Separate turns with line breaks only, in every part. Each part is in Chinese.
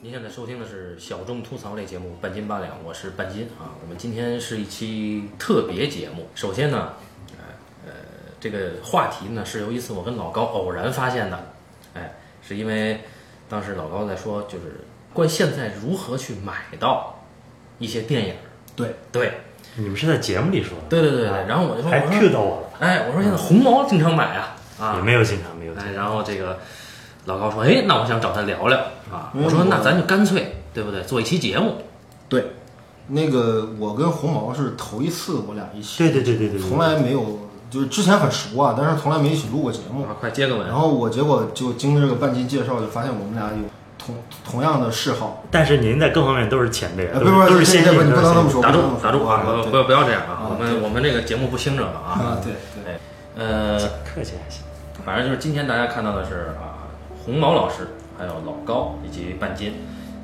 您现在收听的是小众吐槽类节目《半斤八两》，我是半斤啊。我们今天是一期特别节目。首先呢，呃，呃这个话题呢是由一次我跟老高偶然发现的，哎，是因为当时老高在说，就是关于现在如何去买到一些电影。
对
对
你们是在节目里说的，
对对对对。然后我就说，
还
我
Q
说，
到我了，
哎，我说现在红毛经常买啊啊，
也没有经常没有经
哎，
常，
然后这个老高说：“哎，那我想找他聊聊啊。”
嗯
我说：“
我
那咱就干脆，对不对？做一期节目。
对，那个我跟红毛是头一次，我俩一起，
对对对对对，对
从来没有，就是之前很熟啊，但是从来没一起录过节目。
啊，快接个吻
然。后我结果就经过这个半斤介绍，就发现我们俩有同同样的嗜好。
但是您在各方面都是前辈，
呃
都
不是不是
都是先进，
这这不
都是
能这么
先进
说
打住，打住啊！不
对
不要不要这样啊！
啊
我们我们这个节目不兴这个啊。
啊，对对，
呃，
客气还行。
反正就是今天大家看到的是啊，红毛老师，还有老高以及半斤。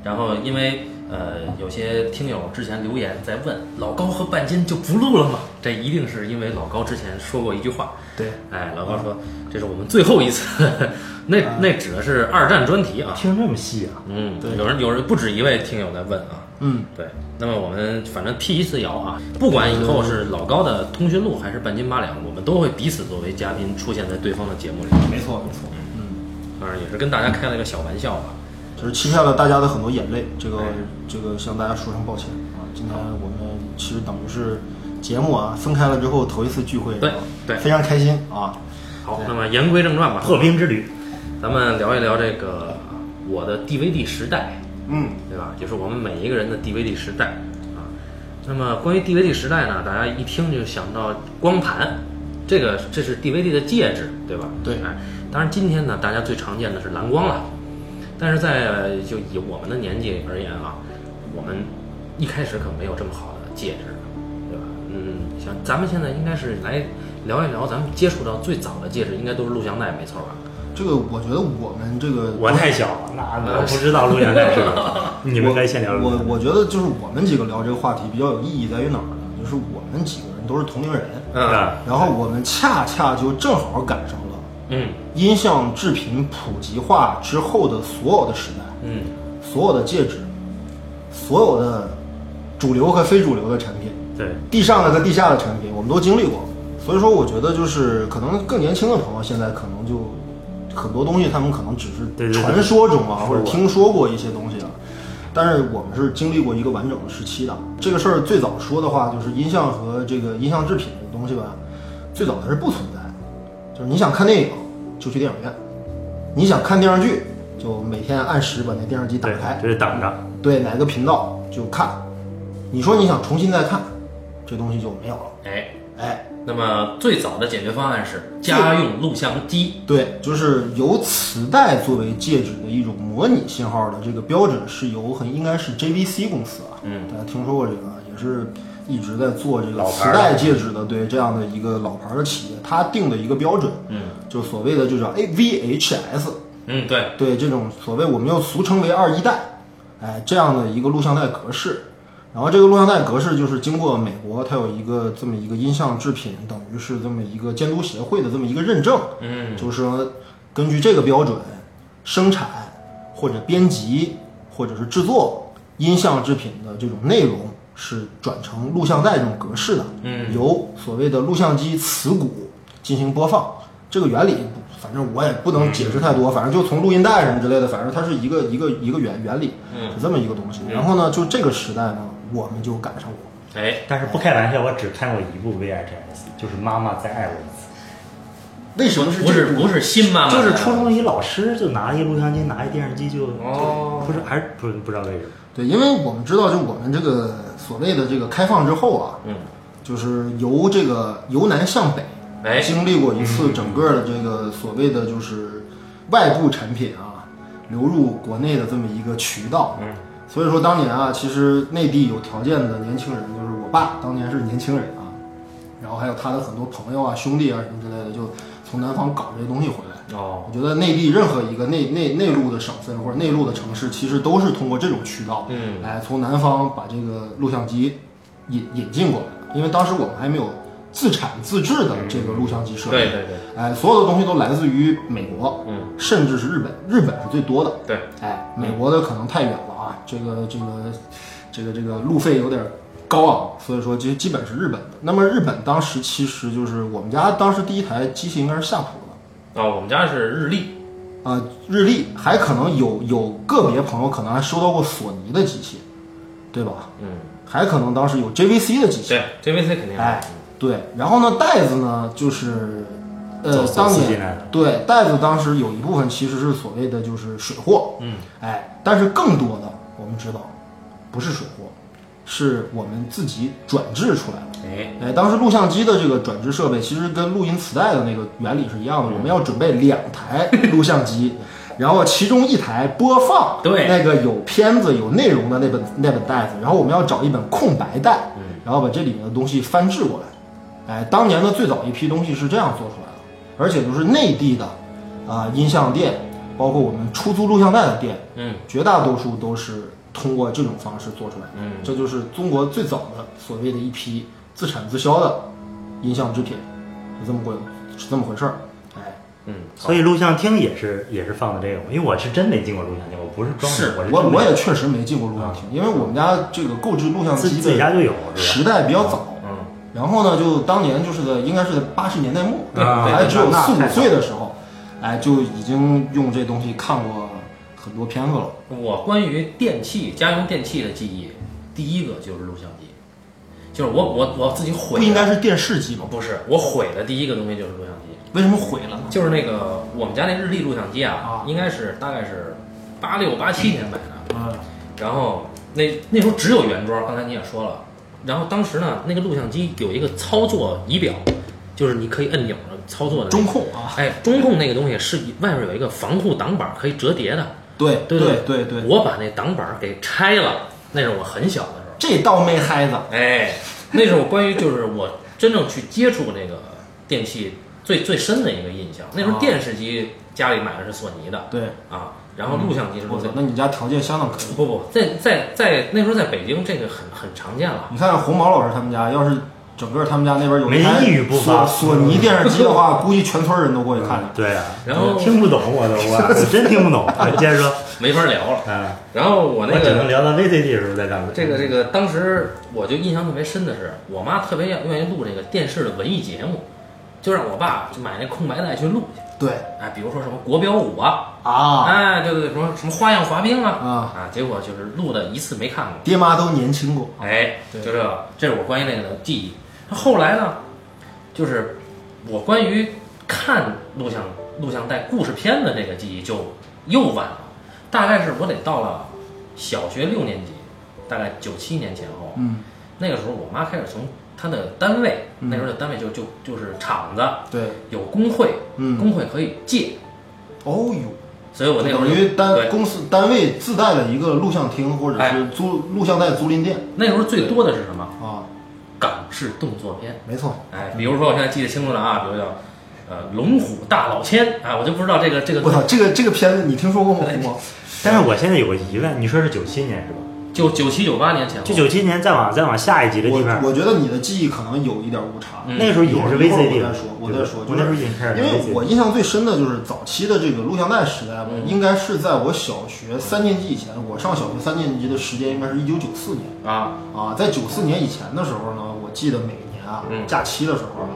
然后因为呃，有些听友之前留言在问老高和半斤就不录了吗？这一定是因为老高之前说过一句话，
对，
哎，老高说这是我们最后一次， 那那指的是二战专题啊。
听这么细啊？
嗯，
嗯对
有人有人不止一位听友在问啊。
嗯，
对，那么我们反正辟一次谣啊，不管以后是老高的通讯录还是半斤八两，我们都会彼此作为嘉宾出现在对方的节目里。
没错没错，嗯，
当然也是跟大家开了一个小玩笑吧。啊
就是欺骗了大家的很多眼泪，这个这个向大家说声抱歉啊。今天我们其实等于是节目啊分开了之后头一次聚会，
对
啊
对
非常开心啊。
好，那么言归正 传吧，
破冰之旅，
咱们聊一聊这个我的 DVD 时代。
嗯，
对吧？就是我们每一个人的 DVD 时代啊。那么关于 DVD 时代呢，大家一听就想到光盘，这个这是 DVD 的介质，对吧？
对
哎，当然今天呢，大家最常见的是蓝光了，但是在呃就以我们的年纪而言啊，我们一开始可没有这么好的介质，对吧？嗯，像咱们现在应该是来聊一聊，咱们接触到最早的介质应该都是录像带，没错吧？
这个我觉得我们这个
我太小 了，那我不知道录像带是什么，你们该先聊
我
录像带。
我觉得就是我们几个聊这个话题比较有意义在于哪儿呢？就是我们几个人都是同龄人，
啊，
然后我们恰恰就正好赶上了
嗯
音像制品普及化之后的所有的时代，
嗯，
所有的介质，所有的主流和非主流的产品，
对，
地上的和地下的产品，我们都经历过。所以说，我觉得就是可能更年轻的朋友现在可能就很多东西，他们可能只
对
是
对对
传说中啊，
说
或者
过
听说过一些东西啊。但是我们是经历过一个完整的时期的。这个事儿最早说的话，就是音像和这个音像制品这个东西吧，最早它是不存在的。就是你想看电影就去电影院，你想看电视剧就每天按时把那电视机打
对
开，，
就是等着。
对哪个频道就看。你说你想重新再看，这东西就没有了。
哎。
哎，
那么最早的解决方案是家用录像机。
对，就是由磁带作为介质的一种模拟信号的这个标准是由很应该是 JVC 公司啊，
嗯，
大家听说过这个，也是一直在做这个
老
磁
牌儿
带介质的，对这样的一个老牌儿的企业，它定的一个标准，
嗯，
就所谓的就叫 A VHS，
嗯，对，
对这种所谓我们又俗称为二一代，哎，这样的一个录像带格式。然后这个录像带格式就是经过美国，它有一个这么一个音像制品，等于是这么一个监督协会的这么一个认证，
嗯，
就是说根据这个标准生产或者编辑或者是制作音像制品的这种内容是转成录像带这种格式的，
嗯，
由所谓的录像机磁鼓进行播放。这个原理，反正我也不能解释太
嗯
多，反正就从录音带什么之类的，反正它是一个一个一个原原理，
嗯
是这么一个东西。然后呢，就这个时代呢，我们就赶上过。
哎，
但是不开玩笑，我只看过一部 VHS，就是《妈妈再爱我一次
为什么是
不是不是新妈》，妈，
就是初中一老师就拿一录像机，拿一电视机就，
哦
就不是还是不不知道为什么。
对，因为我们知道，就我们这个所谓的这个开放之后啊，
嗯，
就是由这个由南向北，
哎
经历过一次整个的这个所谓的就是外部产品啊流入国内的这么一个渠道。嗯，所以说当年啊，其实内地有条件的年轻人，就是我爸当年是年轻人啊，然后还有他的很多朋友啊、兄弟啊什么之类的，就从南方搞这些东西回来。
哦，
我觉得内地任何一个内内内陆的省份或者内陆的城市，其实都是通过这种渠道，
嗯，
来从南方把这个录像机引引进过来的。因为当时我们还没有自产自制的这个录像机设备。
嗯对对对
哎，所有的东西都来自于美国，
嗯，
甚至是日本，日本是最多的。
对，
哎，美国的可能太远了啊，这个这个这个这个路费有点高昂，所以说基基本是日本的。那么日本当时其实就是我们家当时第一台机器应该是夏普的
啊，我们家是日立，
啊、日立，还可能有有个别朋友可能还收到过索尼的机器，对吧？
嗯，
还可能当时有 JVC 的机器，
对，JVC 肯定
哎，对，然后呢，袋子呢，就是，呃
走，走
当
私进来
年
的
对袋子当时有一部分其实是所谓的就是水货，嗯，哎，但是更多的我们知道，不是水货，是我们自己转制出来的。
哎，
哎，当时录像机的这个转制设备其实跟录音磁带的那个原理是一样的，我们要准备两台录像机。然后其中一台播放
对
那个有片子有内容的那本那本袋子，然后我们要找一本空白袋，然后把这里面的东西翻制过来。哎，当年的最早一批东西是这样做出来的，而且就是内地的啊、音像店，包括我们出租录像带的店，
嗯，
绝大多数都是通过这种方式做出来的。
嗯
这就是中国最早的所谓的一批自产自销的音像制品，是这么回是这么回事儿。哎，
嗯，
所以录像厅也是也是放的这个，因为我是真没进过录像厅，我不是装
是
的，是
我
真
我
没
也确实没进过录像厅，因为我们家这个购置录像
自
机
自己家
的
就有，是吧？
时代比较早。
嗯，
然后呢，就当年就是在应该是在八十年代末，
啊
我还只有
那
四
太
五
早
岁的时候，哎，就已经用这东西看过很多片子了。
我关于电器家用电器的记忆，第一个就是录像机，就是我我我自己毁
不
了，
应该是电视机吗？
不是我毁的第一个东西就是录像机，
为什么毁了呢？
就是那个我们家那日立录像机啊，
啊
应该是大概是八六八七年买的，
嗯，
然后那那时候只有原装，刚才你也说了，然后当时呢，那个录像机有一个操作仪表，就是你可以按钮的操作的那个
中控啊，
哎，中控那个东西是外面有一个防护挡板可以折叠的，
对
对
对
对
对对，
我把那挡板给拆了，那是我很小的时候。
这倒没嗨子。
哎，那是我关于就是我真正去接触那个电器最最深的一个印象。那时候
哦
电视机家里买的是索尼的
对，
啊，然后录像机是
我
录
操
像，
那你家条件相当可以。
不不，在在在那时候在北京这个很很常见了。
你看红毛老师他们家，要是整个他们家那边有
没
一台
一语不发
索索尼电视机的话，估计全村人都过去看看。
对啊，
然后
我听不懂我 都，我我真听不懂。接着说，
没法聊了。
啊，
然后我
我
那
只能
个
聊到 VCD 的时候再干。
这个这个，当时我就印象特别深的是，我妈特别愿愿意录那个电视的文艺节目，就让我爸就买那空白带去录去。
对
哎，比如说什么国标舞啊，
啊
哎，对对对，什么什么花样滑冰啊，
啊
啊，结果就是录的一次没看过。
爹妈都年轻过。
哎，就这个，这是我关于那个的记忆。那后来呢，就是我关于看录像录像带故事片的这个记忆就又晚了，大概是我得到了小学六年级，大概九七年前后，
嗯，
那个时候我妈开始从她的单位，那时候的单位就就就是厂子
对，
有工会，
嗯
工会可以借，
哦哟，
所以我那时候
等
就
于单
对
公司单位自带了一个录像厅或者是租录像带租赁店
那时候最多的是什么？
啊，
港式动作片。
没错。
哎，比如说我现在记得清楚了啊，比如叫呃《龙虎大老千》啊，我就不知道这个这个
我操，这个这个片子你听说过吗？红毛
但是我现在有个疑问，你说是九七年是吧？
九九七九八年前后，
就九七年再往再往下一级的地
我
方，
我觉得你的记忆可能有一点误差。
嗯
那个时候也是 VCD
一会儿
了
我再说，我再说，就
对吧我
是
那时候已经开始
因
玩
为
VCD
我印象最深的就是早期的这个录像带时代吧，
嗯
应该是在我小学三年级以前，我上小学三年级的时间应该是一九九四年
啊，
啊，在九四年以前的时候呢，我记得每年啊
嗯
假期的时候啊，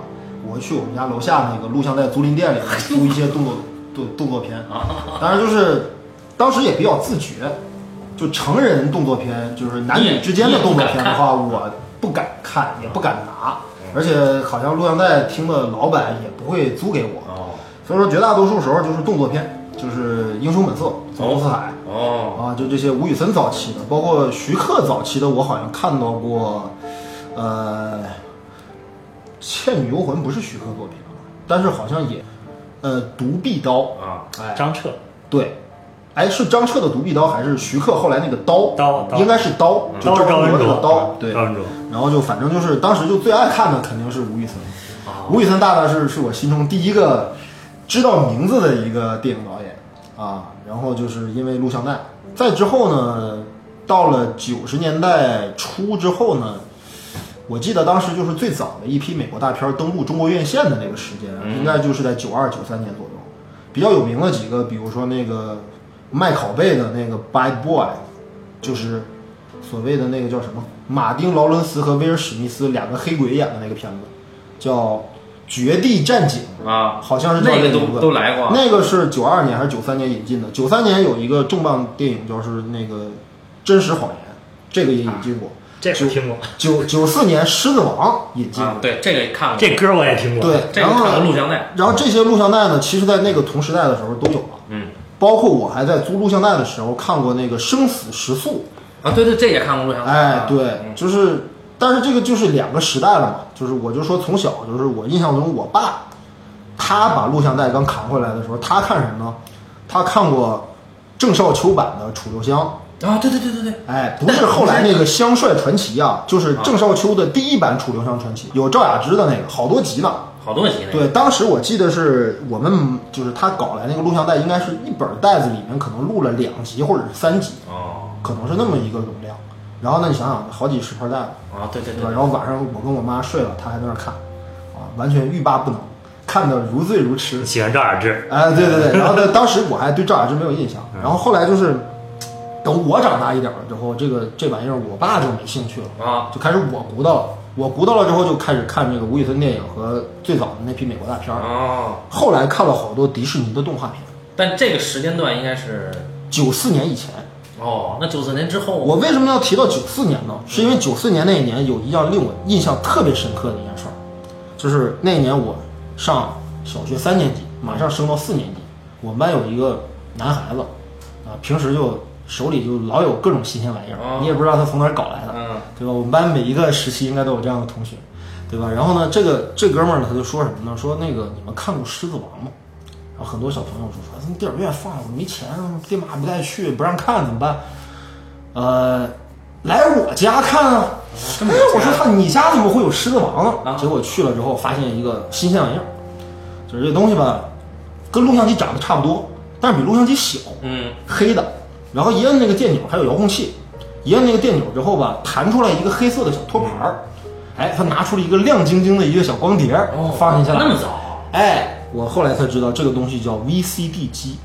我去我们家楼下那个录像带租赁店里面租一些动作动动作片，啊当然就是当时也比较自觉，就成人动作片，就是男女之间的动作片的话，我不敢看，也不敢拿，而且好像录像带厅的老板也不会租给我，
哦
所以说绝大多数时候就是动作片，就是《英雄本色》《走龙四海》
哦，
啊，就这些吴宇森早期的，包括徐克早期的，我好像看到过，呃，《倩女幽魂》不是徐克作品啊，但是好像也，呃，《独臂刀》
啊，
哎，
张彻
对，哎，是张彻的《独臂刀》还是徐克后来那个刀？
刀刀
应该是刀，就
刀是
赵
赵
文
文
卓那
卓，嗯
个刀，对。
赵文卓。
然后就反正就是当时就最爱看的肯定是吴宇森，
啊
吴宇森大大是是我心中第一个知道名字的一个电影导演啊。然后就是因为录像带，再之后呢，到了九十年代初之后呢，我记得当时就是最早的一批美国大片登陆中国院线的那个时间，啊
嗯
应该就是在九二九三年左右。比较有名的几个，比如说那个卖拷贝的那个《Bad Boy》，就是所谓的那个叫什么马丁·劳伦斯和威尔·史密斯两个黑鬼演的那个片子，叫《绝地战警》。
啊，
好像是叫
那个
这名
都
字
都来过啊，
那个是九二年还是九三年引进的？九三年有一个重磅电影，就是那个《真实谎言》，这个也引进
啊
过。
这
九
我听过，
九九四年《狮子王》引进过。
啊，对，这个也看过，
这歌我也听过。
对，
这个
然后
看过
呢
录像带，
然后这些录像带呢，其实在那个同时代的时候都有了。
嗯，
包括我还在租录像带的时候看过那个《生死时速
啊，对对，这也看过录》。像带，
哎
啊，
对，就是，但是这个就是两个时代了嘛。就是我就说从小就是我印象中我爸，他把录像带刚扛回来的时候，他看什么呢？他看过郑少秋版的《楚留香》。
啊，对对对对对，
哎，不是后来那个《香帅传奇》啊，就是郑少秋的第一版《楚留香传奇》，有赵雅芝的那个，好多集呢。
好多集那个，
对，当时我记得是我们就是他搞来那个录像带，应该是一本袋子里面可能录了两集或者是三集，
哦，
可能是那么一个容量。然后呢，你想想，好几十盘带子，
啊，对对
对
对
吧？，然后晚上我跟我妈睡了，她还在那儿看，啊，完全欲罢不能，看得如醉如痴。
喜欢赵雅芝，
哎，对对对，然后呢，当时我还对赵雅芝没有印象，然后后来就是等我长大一点了之后，这个这玩意儿我爸就没兴趣了，
啊，
就开始我鼓捣了。我鼓捣了之后，就开始看这个吴宇森电影和最早的那批美国大片儿。
哦，
后来看了好多迪士尼的动画片，
但这个时间段应该是，
九四年以前。
哦，那九四年之后，
我为什么要提到九四年呢？是因为九四年那一年有一样令我印象特别深刻的一件事儿，就是那一年我上小学三年级，马上升到四年级。我们班有一个男孩子，啊，平时就手里就老有各种新鲜玩意儿
哦，
你也不知道他从哪儿搞来的，
嗯
对吧？我们班每一个时期应该都有这样的同学，对吧？然后呢，这个这哥们儿呢，他就说什么呢？说那个你们看过《狮子王》吗？然后很多小朋友就说，哎那电影院放了，我没钱啊，爹妈不带去，不让看，怎么办？呃，来我家看啊。
哦这
哎
么有钱，
我说操，你家怎么会有狮子王
啊
啊？结果去了之后，发现一个新鲜玩意儿，就是这东西吧，跟录像机长得差不多，但是比录像机小，
嗯，
黑的。然后一摁那个电钮，还有遥控器，一摁那个电钮之后吧，弹出来一个黑色的小托盘儿。哎，他拿出了一个亮晶晶的一个小光碟儿，
嗯哦，
放进去了。
那么早，
哎，我后来才知道这个东西叫 VCD 机。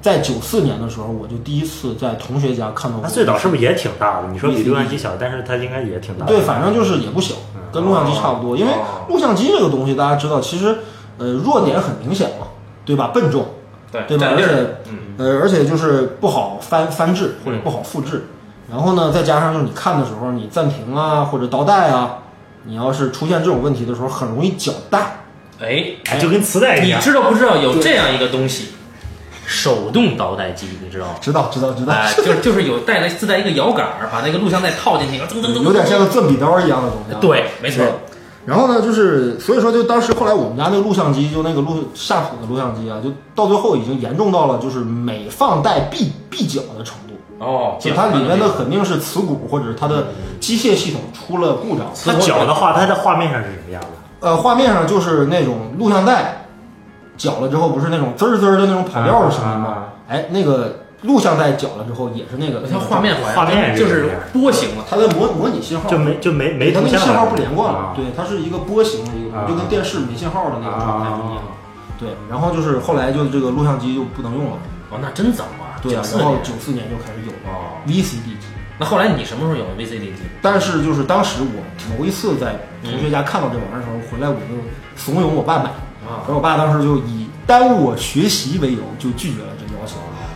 在九四年的时候，我就第一次在同学家看到过。
它最早是不是也挺大的？你说比录像机小，但是它应该也挺大的。
对，反正就是也不小，
嗯
跟录像机差不多。因为
哦
录像机这个东西，大家知道，其实呃弱点很明显嘛，对吧？笨重，
对
对吧？
占
而
地
且
儿，嗯，
呃，而且就是不好翻翻制或者不好复制。然后呢，再加上就是你看的时候，你暂停啊或者倒带啊，你要是出现这种问题的时候，很容易搅带。
哎，
哎就跟磁带一
你
样。
知道不知道有这样一个东西，手动导带机，你知 道吗？
知道，知道，知道，
哎，就是就是有带了自带一个摇杆儿，把那个录像带套 进去，噔噔噔噔，
有点像个转笔刀一样的东西啊。
对，没错
对，然后呢，就是所以说，就当时后来我们家那个录像机，就那个录夏普的录像机啊，就到最后已经严重到了就是每放带必必缴的程度，
哦，
就它里面的肯定是磁骨或者是它的机械系统出了故障。
它搅的话，它在画面上是什么样的？
呃，画面上就是那种录像带搅了之后，不是那种滋儿滋儿的那种跑调的声音吗？
啊
哎，那个录像带搅了之后也是那个，
它画面好像
画面
就是是波形了，
它在模模拟信号，
就没就没没
它
图
那个
像
信
了
号不连贯了
啊，
对，它是一个波形的一个，
啊
就跟电视没信号的那个状态不一样
啊。
对，然后就是后来就这个录像机就不能用了，
哦，那真早啊，
对啊，
94
然后
年
九四年就开始有了
哦，
VCD 机，
那后来你什么时候有的 VCD 机？
但是就是当时我头一次在同学家看到这玩意儿的时候，回来我就怂恿我爸买，
啊
然后我爸当时就以耽误我学习为由就拒绝了这个要求。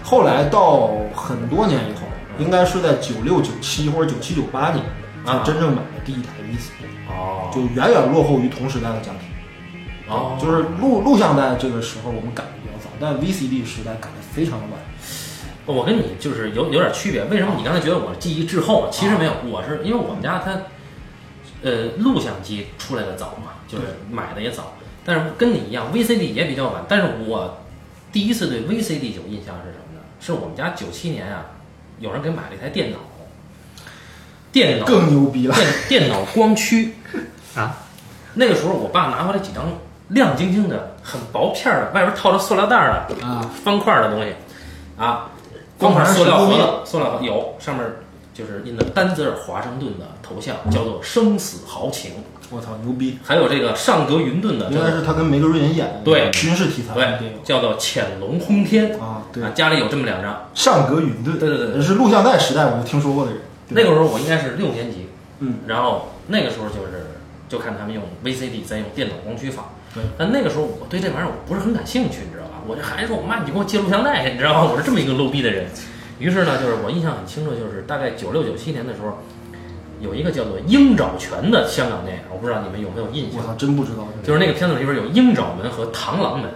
后来到很多年以后，应该是在九六、九七或者九七、九八年，
啊
才真正买了第一台 VCD。
哦
就远远落后于同时代的家庭。
哦，
就是录录像带这个时候我们赶的比较早，但 VCD 时代赶的非常的晚。
我跟你就是有有点区别。为什么你刚才觉得我记忆滞后？其实没有，我是因为我们家它，呃，录像机出来的早嘛，就是买的也早，但是跟你一样，VCD 也比较晚。但是我第一次对 VCD 有印象是什么呢？是我们家九七年啊，有人给买了一台电脑，电脑
更牛逼了，
电电脑光驱。
啊，
那个时候我爸拿回来几张亮晶晶的、很薄片儿的，外边套着塑料袋儿的
啊
方块儿的东西，啊，光
光盘
盘
是
塑料
透
盒
明
子，塑料盒有上面就是印的丹泽尔华盛顿的头像，叫做《生死豪情》，
我操，牛逼！
还有这个上德云顿的
应
叫
该
做
是他跟梅格瑞恩演的
对
军事题材的电
对
影，
叫做《潜龙轰天》
啊，对，
啊，家里有这么两张。
上格云顿，
对对对对
是录像带时代我就听说过的人。
那个
对
时候我应该是六年级，
嗯，
然后那个时候就是就看他们用 VCD 在用电脑光驱法，
对
但那个时候我对这玩意儿我不是很感兴趣，你知道吧？我这孩子说我妈你就给我借录像带去，你知道吗？我是这么一个 low 逼的人。于是呢，就是我印象很清楚，就是大概九六九七年的时候，有一个叫做《鹰爪拳》的香港电影，我不知道你们有没有印象
我？操，真不知道。
就是那个片子里边有鹰爪门和螳螂门，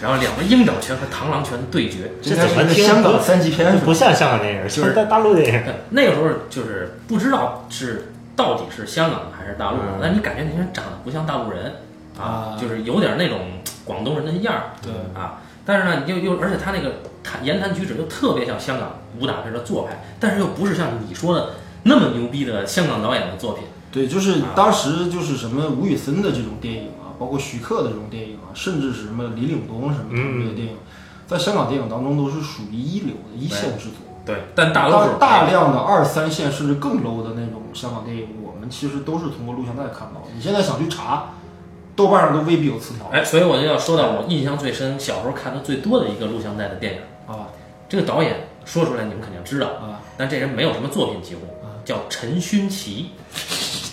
然后两个鹰爪拳和螳螂拳对决，
这才是一个香港三级片
这
是吧
不像香港电影，
就是
像大陆电影。
那个时候就是不知道是到底是香港的还是大陆的
嗯，
但你感觉那些人长得不像大陆人啊
啊，
就是有点那种广东人的样儿
对
啊。但是呢，你就又而且他那个谈言谈举止又特别像香港武打片的做派，但是又不是像你说的那么牛逼的香港导演的作品。
对，就是
啊
当时就是什么吴宇森的这种电影啊，包括徐克的这种电影啊，甚至是什么李岭东什么他
嗯
们这些电影，在香港电影当中都是属于一流的一线之作。
对，但大多
当
数
大量的二三线甚至更 low 的那种香港电影，我们其实都是通过录像带看到的。你现在想去查，豆瓣上都未必有词条
哎，所以我就要说到我印象最深，小时候看的最多的一个录像带的电影。
啊
这个导演说出来你们肯定知道，
啊！
但这人没有什么作品几乎，叫陈勋奇。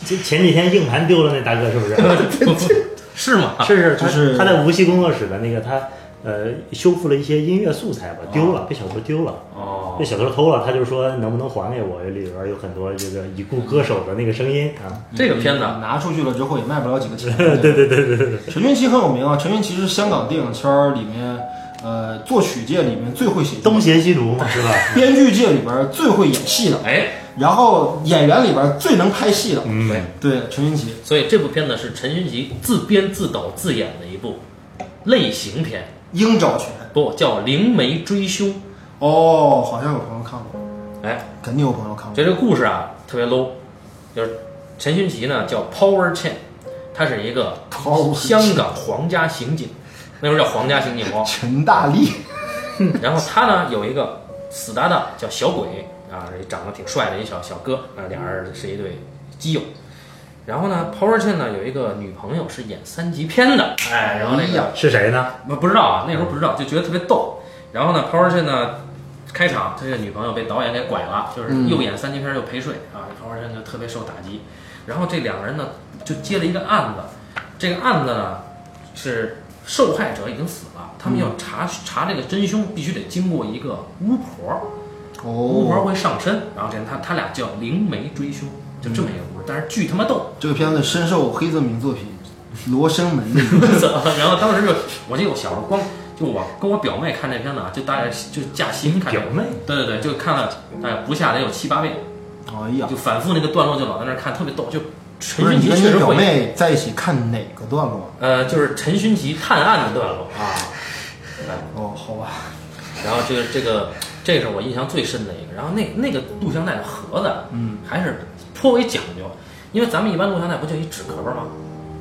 前前几天硬盘丢了那大哥是不是？
是吗？
是是，他
就是
他在无锡工作室的那个他呃修复了一些音乐素材吧，丢了被小偷丢了。
哦，
被小偷偷了，他就说能不能还给我？这里边有很多这个已故歌手的那个声音啊，
这个片子
你拿出去了之后也卖不了几个钱。
对对对对对，
陈俊奇很有名啊，陈俊奇是香港电影圈儿里面，呃，作曲界里面最会写剧
东
本，
邪西毒嘛是吧？
编剧界里边儿最会演戏的，
哎，
然后演员里边儿最能拍戏的。
嗯
对，
对，陈俊奇
所以这部片子是陈勋奇自编自导自演的一部类型片，
鹰爪拳
不叫《灵媒追凶》。
哦，好像有朋友看过，
哎，
肯定有朋友看过。
这这个故事啊特别 low，就是陈勋奇呢叫 Power Chen，他是一个
Power Chen
香港皇家刑警，那时候叫皇家刑警哦。
陈大力，
然后他呢有一个死搭档叫小鬼啊，是一长得挺帅的一小小哥啊，俩人是一对基友。然后呢，Power Chen 呢有一个女朋友是演三级片的，哎，然后那
哎
个
呀
是谁呢？
不不知道啊，那时候不知道，就觉得特别逗。然后呢，Power Chen 呢，开场他这个女朋友被导演给拐了，就是
嗯
又演三级片儿又陪睡啊，Power Chen 就特别受打击。然后这两个人呢，就接了一个案子，这个案子呢是受害者已经死了，他们要查查这个真凶，必须得经过一个巫婆，巫婆
哦，
会上身，然后这他他俩叫灵媒追凶，就这么一个故事，但是巨他妈逗。
这个片子深受黑泽明作品《罗生门》的影响。
然后当时就，我记得我小时候光就我跟我表妹看这片子啊，就大概就假期看这
表
个，
妹，
对对对，就看了大概不下得有七八遍，
哎呀，
就反复那个段落就老在那儿看，特别逗。就陈
不是
勋
你
奇
跟
确
你
实
表
会，
妹在一起看哪个段落？
呃，就是陈勋奇探案的段落啊，
哦，好吧，
然后这个这个这是我印象最深的一个。然后那那个录像带的盒子，嗯，还是颇为讲究，因为咱们一般录像带不就一纸壳儿吗？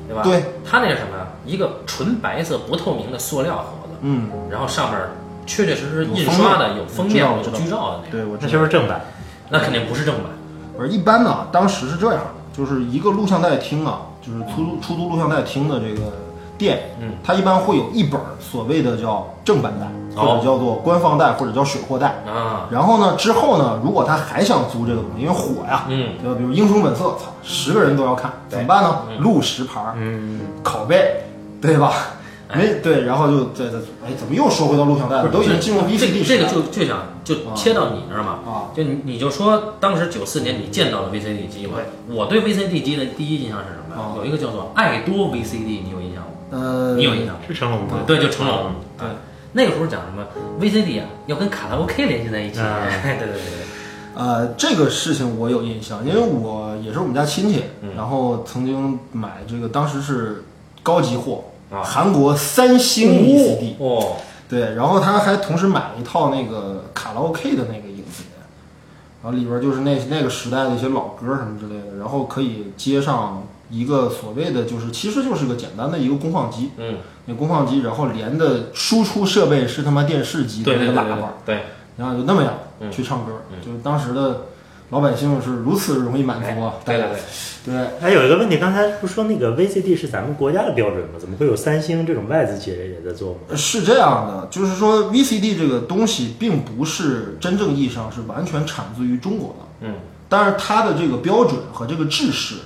对吧？
对，
它那是什么呀？一个纯白色不透明的塑料盒子，
嗯，
然后上面确确实实印刷的有封面、
有
有
封面
剧照的那种，
对，我
那
知
是
道。
不是正版？
那肯定不是正版。
不是一般呢、当时是这样的，就是一个录像带厅啊，就是出出租录像带厅的这个店，
嗯，
它一般会有一本儿所谓的叫正版带，或
哦
者叫做官方带，或者叫水货带。
啊，
然后呢，之后呢，如果他还想租这个东西，因为火呀，
嗯，
对吧？比如《英雄本色》，操，十个人都要看，怎么办呢？录十盘儿，
嗯，
拷贝，对吧？
哎
没对，然后就对对，哎，怎么又说回到录像带了？都已经进入
这个
VCD
这
时代
个
了
就就想就切到你那儿嘛，
啊，
就你你就说当时九四年你见到了 VCD 机嘛，我对 VCD 机的第一印象是什么呀
啊？
有一个叫做爱多 VCD，你有印象吗？
呃，
你有印象吗？
是成龙吗？
对，就成龙。
对
啊，那个时候讲什么 VCD 啊，要跟卡拉 OK 联系在一起。
啊
对对对对，
呃，这个事情我有印象，因为我也是我们家亲戚，
嗯
然后曾经买这个，当时是高级货，
啊
韩国三星 VCD，、
哦，
对，然后他还同时买了一套那个卡拉 OK 的那个影碟，然后里边就是那那个时代的一些老歌什么之类的，然后可以接上一个所谓的就是其实就是个简单的一个功放机，
嗯，
那功放机，然后连的输出设备是他妈电视机的
对
那
对
个
对
喇叭
对，对，
然后就那么样
嗯
去唱歌，
嗯
就是当时的老百姓是如此容易满足啊！
哎对对
对
对，
对，
哎，有一个问题，刚才不是说那个 VCD 是咱们国家的标准吗？怎么会有三星这种外资企业也在做吗？
是这样的，就是说 VCD 这个东西并不是真正意义上是完全产自于中国的，
嗯，
但是它的这个标准和这个制式，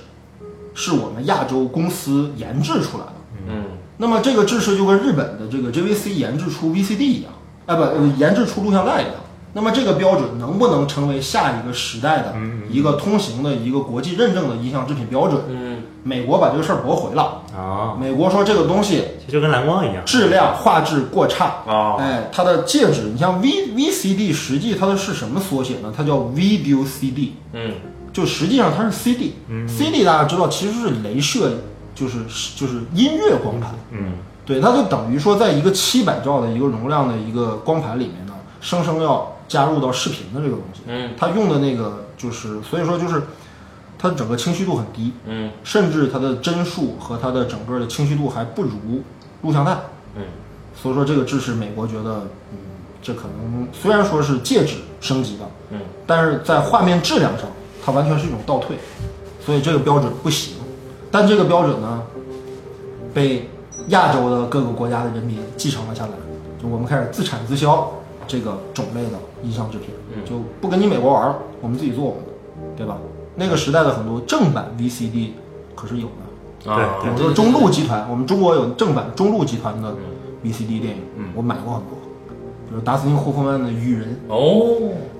是我们亚洲公司研制出来的。
嗯
那么这个制式就跟日本的这个 JVC 研制出 VCD 一样，哎不，呃研制出录像带一样。那么这个标准能不能成为下一个时代的一个通行的一个国际认证的音像制品标准？
嗯
美国把这个事儿驳回了，
啊，
美国说这个东西
其实就跟蓝光一样，
质量画质过差，
哦
哎，它的介质，你像 V VCD，实际它的是什么缩写呢？它叫 Video CD，
嗯
就实际上它是 CD、CD 大家知道其实是镭射，就是就是音乐光盘。
嗯，
对，它就等于说在一个七百兆的一个容量的一个光盘里面呢，生生要加入到视频的这个东西。
嗯
它用的那个就是，所以说就是它整个清晰度很低，
嗯
甚至它的帧数和它的整个的清晰度还不如录像带。
嗯
所以说这个制式，美国觉得，嗯，这可能虽然说是介质升级了，
嗯，
但是在画面质量上，它完全是一种倒退，所以这个标准不行。但这个标准呢，被亚洲的各个国家的人民继承了下来，就我们开始自产自销这个种类的音像制品，
嗯
就不跟你美国玩了，我们自己做我们的，对吧？那个时代的很多正版 VCD 可是有的，
啊
比如说中路集团，我们中国有正版中路集团
嗯
的 VCD 电影，我买过很多，比如达斯汀霍夫曼的《雨人
哦》，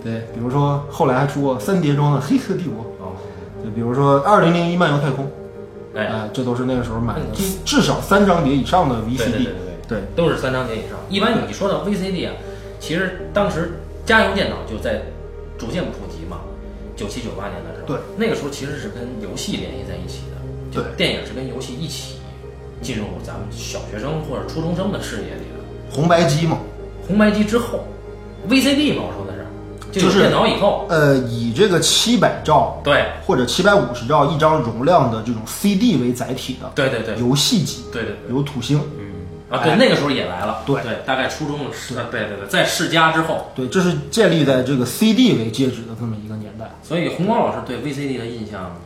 对，比如说后来还出过三叠装的《黑客帝国》，
哦
就比如说《二零零一漫游太空》，
哎
哎，这都是那个时候买的
嗯这，
至少三张碟以上的
对对对
VCD，
对
对，
对，都是三张碟以上。一般你说到 VCD 啊，其实当时家用电脑就在逐渐普及嘛，九七九八年的时候，
对，
那个时候其实是跟游戏联系在一起的，就
对
电影是跟游戏一起进入咱们小学生或者初中生的视野里的。
红白机嘛，
红白机之后，VCD 嘛，我说的是，就
就
有
是
电脑以后，
呃，以这个七百兆
对，
或者七百五十兆一张容量的这种 CD 为载体的
对对对，
游戏机，
对对对，
有土星，
啊，对，那个时候也来了，
哎对
对，大概初中的时，对对对，在世嘉之后，
对，这是建立在这个 CD 为介质的这么一个年代。
所以红光老师对 VCD 的印象，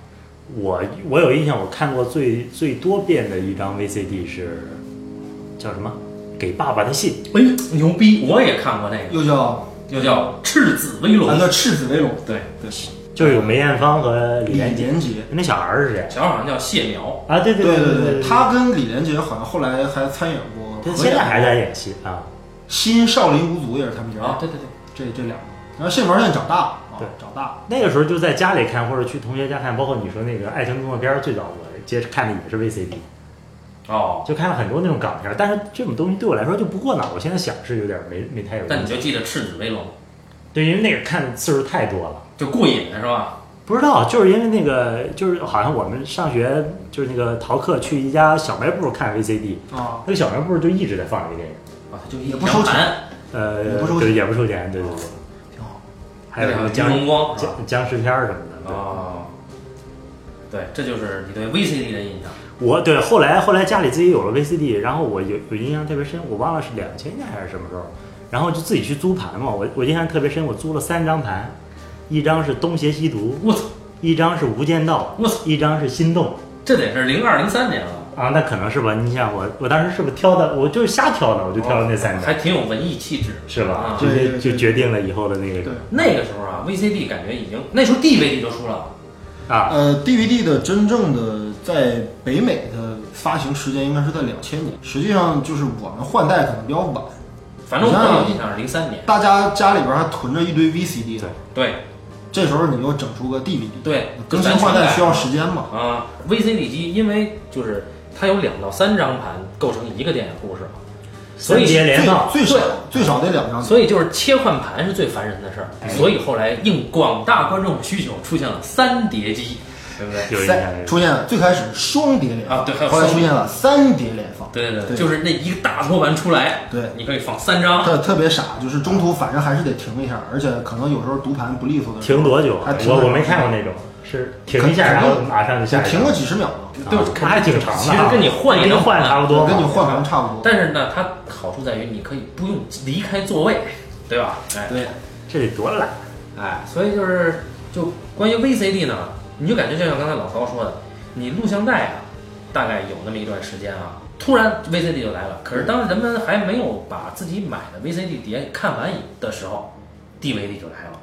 我我有印象，我看过最最多遍的一张 VCD 是叫什么？给爸爸的信，
哎，牛逼！我也看过那个，
又叫
就叫《赤子威龙
咱》。叫赤子威龙，
对，
对，
就是有梅艳芳和李
李
连杰，
连杰，
那小孩儿是谁？
小孩好像叫谢苗，
嗯啊，对对
对
对
对，
对，
他跟李连杰好像后来还参演过合
他
演，
现在还在演戏啊。
新少林五祖也是他们
啊
家，，
对对对，
这这两个。然后谢苗现在长大了啊
对，
长大了，
那个时候就在家里看，或者去同学家看，包括你说那个爱情动画片，最早我接着看的也是 VCD，
哦，
就看了很多那种港片儿，但是这种东西对我来说就不过脑，我现在想是有点没没太有
但
印
你
象，
就记得《赤子威龙》，
对，因为那个看的次数太多了。
就过瘾是吧？
不知道，就是因为那个，就是好像我们上学就是那个逃课去一家小卖部看 VCD，
啊，
那个小卖部就一直在放这个电影，
啊，就
也不收钱
钱，
呃，
也不收钱
对，也不收钱，对对对，
挺好。
还有什么
那叫
僵
《龙光》是吧？
僵僵尸片儿什么的。对
哦，对，这就是你对 VCD 的印象。
我对后来后来家里自己有了 VCD，然后我有有印象特别深，我忘了是两千年还是什么时候，然后就自己去租盘嘛，我我印象特别深，我租了三张盘，一张是《东邪西毒
我操，》，
一张是《无间道
我操，》，
一张是《心动》。
这得是零二零三年了，
啊，那可能是吧。你想我，我当时是不是挑的？我就是瞎挑的，我就挑了那三张，
哦还挺有文艺气质，
是吧？
啊
就
对对
是
对
就决定了以后的那个
对，
那个时候啊，VCD 感觉已经那时候 DVD 就出了，
啊，
呃，DVD 的真正的在北美的发行时间应该是在两千年，实际上就是我们换代可能比较晚，
反正我有印象是零三年。
大家家里边还囤着一堆 VCD 呢
对，
对
这时候你又整出个 DVD，
对，
更新换代需要时间嘛？
啊，VCD 机因为就是它有两到三张盘构成一个电影故事嘛，所
三
以
节连放，
最最少最少得两张，
所以就是切换盘是最烦人的事儿
哎，
所以后来应广大观众需求出现了三碟机，对不对？
有印象
三出现了最开始是双碟连放
啊对还有
后来
双
出现了三碟连放，
对对对，
对
就是那一个大托盘出来，
对
你可以放三张，
特特别傻，就是中途反正还是得停一下，而且可能有时候读盘不利索的时候，
停多久啊
还？停
我
了
我没看过那种，是停一下，
肯
然
肯定
后马上就下一
停
张
个几十秒呢，
啊
对
那还挺长的啊。
其实跟你换也
跟
能
换差不多
跟
嘛
你换盘差不多。
但是呢，它好处在于你可以不用离开座位，对吧？哎，
对，
这得多懒
哎，所以就是就关于 VCD 呢，你就感觉就像刚才老高说的，你录像带啊，大概有那么一段时间啊，突然 VCD 就来了。可是当人们还没有把自己买的 VCD 碟看完的时候，DVD 就来了。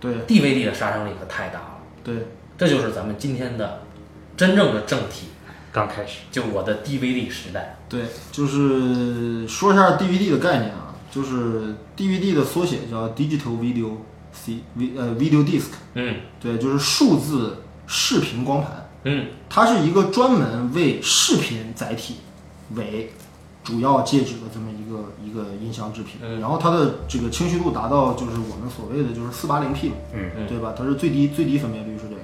对
DVD 的杀伤力可太大了，
对，
这就是咱们今天的真正的正题，
刚开始，
就我的 DVD 时代。
对，就是说一下 DVD 的概念啊，就是 DVD 的缩写叫 Digital Video C V 呃 Video Disc，
嗯
对，就是数字视频光盘，
嗯
它是一个专门为视频载体为主要介质的这么一个一个音箱制品，
嗯
然后它的这个清晰度达到就是我们所谓的就是四八零 P 嘛，
嗯
嗯
对吧？它是最低最低分辨率是这个，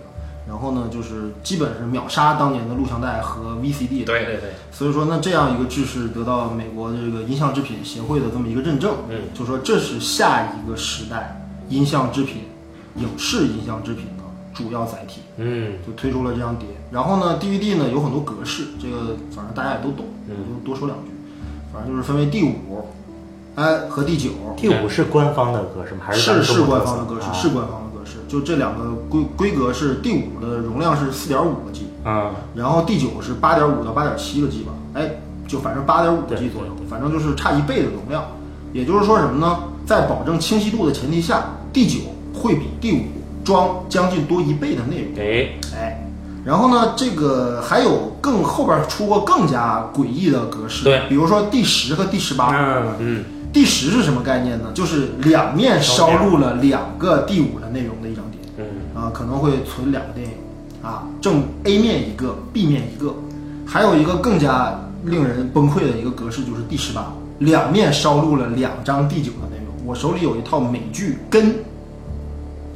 然后呢就是基本是秒杀当年的录像带和 VCD 的
对对对，
所以说呢，这样一个制式得到美国这个音像制品协会的这么一个认证，
嗯，
就说这是下一个时代音像制品、影视音像制品的主要载体，
嗯
就推出了这张碟。然后呢，DVD 呢有很多格式，这个反正大家也都懂，
嗯
我就多说两句。反正就是分为第五，哎和第九，
第五是官方的歌是吗？还咱
是
们中国
官
特色
方的格式，
啊
是官方的格式。就这两个规规格是第五的容量是四点五个 G，
嗯，
然后第九是八点五到八点七个 G 吧，哎，就反正八点五个
对
G 左右，反正就是差一倍的容量。也就是说什么呢？在保证清晰度的前提下，第九会比第五装将近多一倍的内容。
哎
哎，然后呢，这个还有更后边出过更加诡异的格式，
对
比如说第十和第十八。
那
嗯
第十是什么概念呢？就是两面烧录了两个第五的内容的一张碟。
嗯
啊，可能会存两个电影，啊，正 A 面一个，B 面一个，还有一个更加令人崩溃的一个格式就是第十八，两面烧录了两张第九的内容。我手里有一套美剧《根》，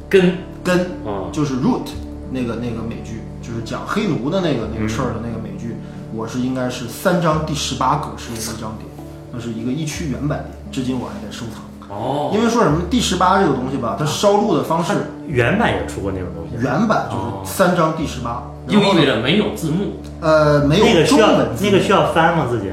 跟
根
啊
就是 Root 那个那个美剧，就是讲黑奴的那个那个事儿的那个美剧，我是应该是三张第十八格式的一张碟，那是一个一区原版碟，至今我还在收藏。
哦啊
因为说什么第十八这个东西吧，它烧录的方式
原版也出过那种东西，
原版
哦
就是三张第十八，
就
然后
意
呢
味着没有字幕，
呃，没
那
有
个需
中
要
文字
那
幕，
个需要翻吗？自己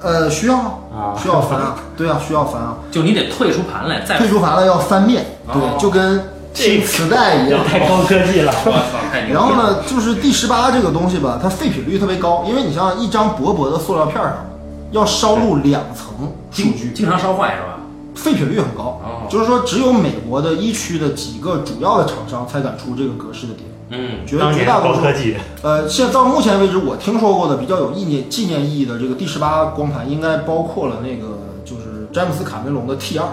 呃需要啊
啊
需要翻 啊，对啊需要翻啊，
就你得退出盘来再
退出盘了要翻面，
哦
对，就跟听磁带一
这
样。
太高科技了。
我操，太牛
然后呢，就是第十八这个东西吧，它废品率特别高，因为你像一张薄薄的塑料片上，要烧录两层数
经
据，
经常烧坏是吧？
嗯
废品率很高
哦。
就是说，只有美国的一区的几个主要的厂商才敢出这个格式的碟，
嗯
绝
当
绝
年
大多
高
数
科技，
呃，现到目前为止，我听说过的比较有意念纪念意义的这个第十八光盘，应该包括了那个就是詹姆斯卡梅隆的 T 二，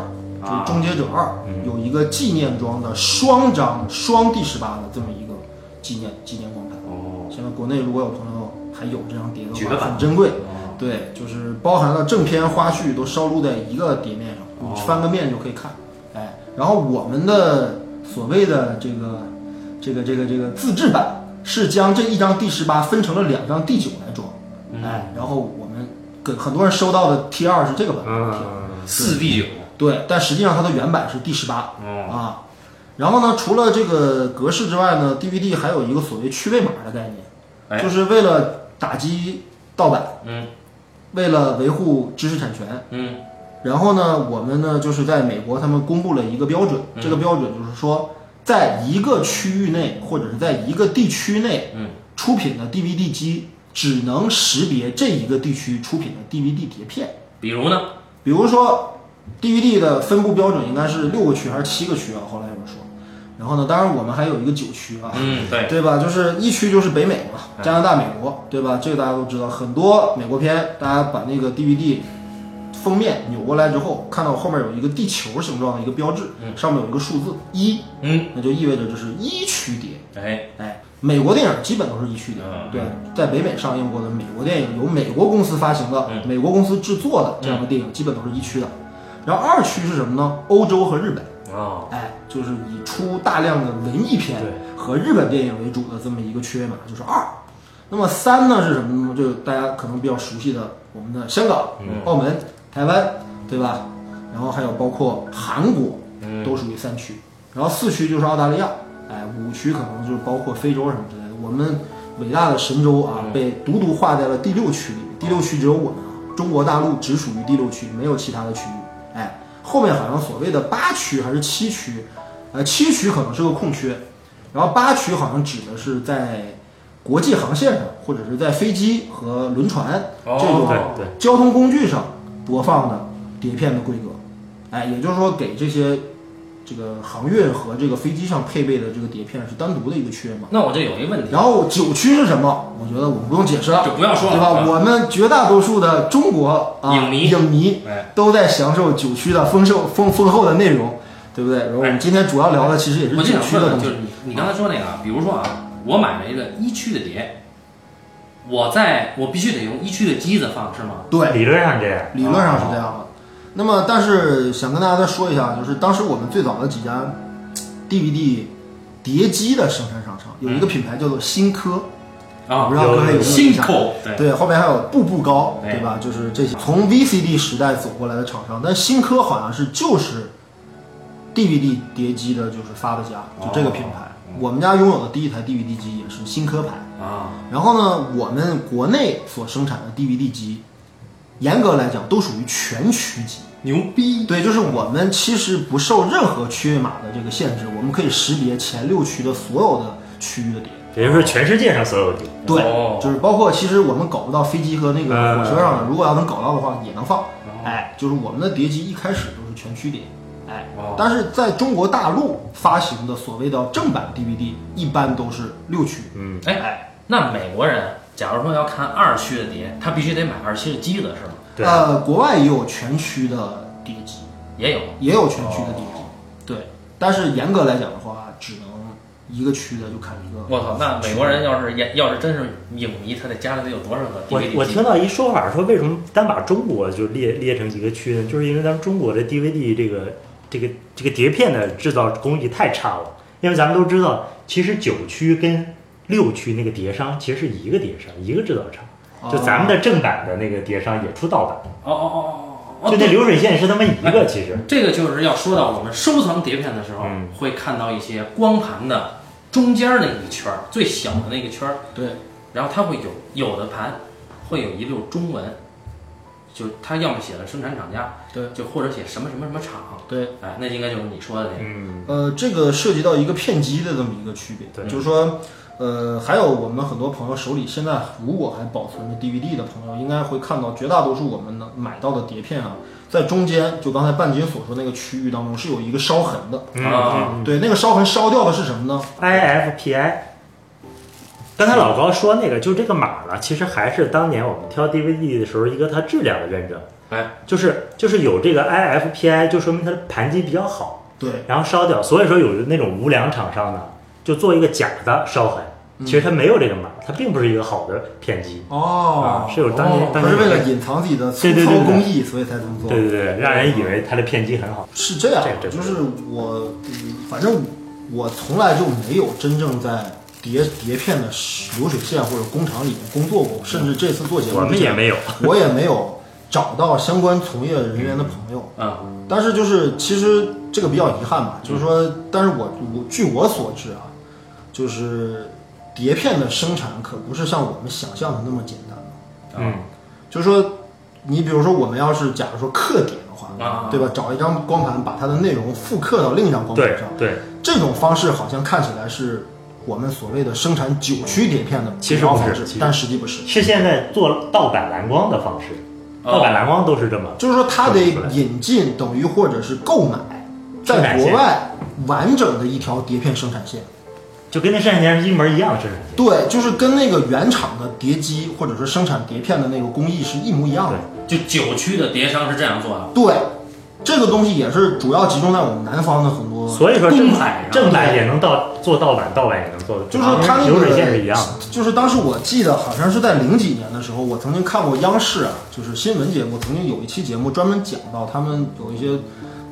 就是
啊嗯
《终结者二》有一个纪念装的双张双第十八的这么一个纪念纪念光盘。
哦
现在国内如果有朋友还有这张碟
绝
的话，
版
很珍贵。
哦
对，就是包含了正片花絮都烧录在一个碟面上，
哦
你翻个面就可以看。哎，然后我们的所谓的这个这个这个这个自制版是将这一张第十八分成了两张第九来装。哎，然后我们跟很多人收到的 T 二是这个版本的 T2，
嗯，
四 D 九
对，但实际上它的原版是第十八
哦
啊。然后呢，除了这个格式之外呢，DVD 还有一个所谓区位码的概
哎
念，就是为了打击盗版，
嗯
为了维护知识产权，
嗯
然后呢，我们呢就是在美国，他们公布了一个标准，这个标准就是说，在一个区域内或者是在一个地区内
嗯
出品的 DVD 机只能识别这一个地区出品的 DVD 碟片。
比如呢？
比如说，DVD 的分布标准应该是六个区还是七个区啊？后来有人说，然后呢，当然我们还有一个九区啊，
嗯，对，
对吧？就是一区就是北美
哎
嘛，加拿大、美国，对吧？这个大家都知道，很多美国片，大家把那个 DVD 封面扭过来之后，看到后面有一个地球形状的一个标志，上面有一个数字一，
嗯，
那就意味着这是一区碟。
哎，
哎，美国电影基本都是一区碟，
嗯
对，在北美上映过的美国电影，由美国公司发行的、
嗯
美国公司制作的这样的电影，基本都是一区的。然后二区是什么呢？欧洲和日本。
哦，
哎，就是以出大量的文艺片
对
和日本电影为主的这么一个区位码，就是二。那么三呢是什么呢？就大家可能比较熟悉的我们的香港、澳门、台湾，对吧？然后还有包括韩国，都属于三区。然后四区就是澳大利亚，哎，五区可能就是包括非洲什么之类的。我们伟大的神州啊，被独独划在了第六区里，第六区只有我们啊，中国大陆只属于第六区，没有其他的区域。哎，后面好像所谓的八区还是七区，呃，七区可能是个空缺，然后八曲好像指的是在国际航线上，或者是在飞机和轮船
哦
这种
对对
交通工具上播放的碟片的规格。哎，也就是说给这些这个航运和这个飞机上配备的这个碟片是单独的一个缺嘛。
那我这有一问题，
然后九区是什么？我觉得我们不用解释了，
就不要说了
对吧？
嗯
我们绝大多数的中国啊
影迷
影迷
哎，
都在享受九区的丰盛丰丰厚的内容，对不对？然后我们今天主要聊的其实也是
哎我就
九
想
区
说
的
的
东
就
西
是，你你刚才说那个啊，比如说啊，我买了一个一区的碟，我在我必须得用一区的机子放是吗？
对，
理论上这样，
理论上是这样的。那么，但是想跟大家再说一下，就是当时我们最早的几家 DVD 碟机的生产商场，有一个品牌叫做新科，我
啊
不，知道各位有没有印
新哎
象
口对
对，后面还有步步高，
对
对吧？就是这些从 VCD 时代走过来的厂商，但新科好像是就是 DVD 碟机的，就是发的家，就这个品牌。
哦
我们家拥有的第一台 DVD 机也是新科牌。
啊，
然后呢，我们国内所生产的 DVD 机，严格来讲都属于全区机。
牛逼，
对，就是我们其实不受任何区域码的这个限制，我们可以识别前六区的所有的区域的点。
也就是说全世界上所有地，
对，
哦嗯
就是包括其实我们搞不到飞机和那个火车上的，如果要能搞到的话也能放。
哦
哎，就是我们的碟机一开始都是全曲碟，哎
哦，
但是在中国大陆发行的所谓的正版 DVD 一般都是六曲。
嗯，
哎，那美国人假如说要看二区的碟，他必须得买二区的机子是吗？
对，
呃，国外也有全曲的碟机，
也有
也有全区的碟
哦
机，对，但是严格来讲的话，只能一个区的就看一个。
我操，那美国人要是也要是真是影迷，他得家里得有多少个
我
DVD
我
机
听到一说法，说为什么单把中国就列列成一个区呢？就是因为咱们中国的 DVD 这个这个这个碟片的制造工艺太差了。因为咱们都知道，其实九区跟六区那个碟商其实是一个碟商，一个制造
哦
商。就咱们的正版的那个碟商也出盗版，
哦哦哦哦哦哦，
就那
对
流水线是他妈一个，其实。
这个就是要说到我们收藏碟片的时候，
嗯
会看到一些光盘的中间那一圈儿，最小的那个圈儿，
对，
然后它会有有的盘会有一溜中文，就它要么写了生产厂家，
对
就或者写什么什么什么厂，
对，
哎，那应该就是你说的那个，
嗯，
呃，这个涉及到一个片机的这么一个区别，
对
就是说，呃，还有我们很多朋友手里现在如果还保存着 DVD 的朋友，应该会看到绝大多数我们能买到的碟片啊，在中间就刚才半斤所说那个区域当中是有一个烧痕的，
啊
对，那个烧痕烧掉的是什么呢？
IFPI。刚才老高说那个，就这个码呢，其实还是当年我们挑 DVD 的时候一个它质量的认证，
哎，
就是就是有这个 IFPI，就说明它的盘基比较好，
对，
然后烧掉。所以说有那种无良厂商呢，就做一个假的烧痕，
嗯
其实它没有这个码，它并不是一个好的片机
哦
啊，是有当年
哦
当
它是为了
年
隐藏自己的粗
对对对
糙
对
工艺，所以才这么做。
对对对，让人以为它的片机很好。
是这样的，
这
就
个这个
是我，嗯反正我从来就没有真正在碟碟片的流水线或者工厂里面工作过，甚至这次做节目
我们也没有，
之前，我也没有找到相关从业人员的朋友。
嗯，
但是就是其实这个比较遗憾吧，就是说，但是我我据我所知啊，就是碟片的生产可不是像我们想象的那么简单。啊
嗯，
就是说，你比如说，我们要是假如说刻碟的话，
啊
对吧？找一张光盘，把它的内容复刻到另一张光盘
对
上，
对，
哦这种方式好像看起来是我们所谓的生产九曲碟片的
其实
主要
不是
方式
其实
但实际不是。
是现在做盗版蓝光的方式，
哦
盗版蓝光都是这么。
就是说，它得
看不出来
引进等于或者是购买，
生
在
产
国
线
外完整的一条碟片生产线。
就跟那生产线是一模一样的生产线。
对，就是跟那个原厂的碟机或者说生产碟片的那个工艺是一模一样的。
就九区的碟商是这样做的，
对，这个东西也是主要集中在我们南方的很多
所以说正
公版
版正版也能盗做盗版，盗版也能做，
啊就是它那个
流水线是一样的。
就是当时我记得好像是在零几年的时候，我曾经看过央视啊，就是新闻节目，曾经有一期节目专门讲到他们有一些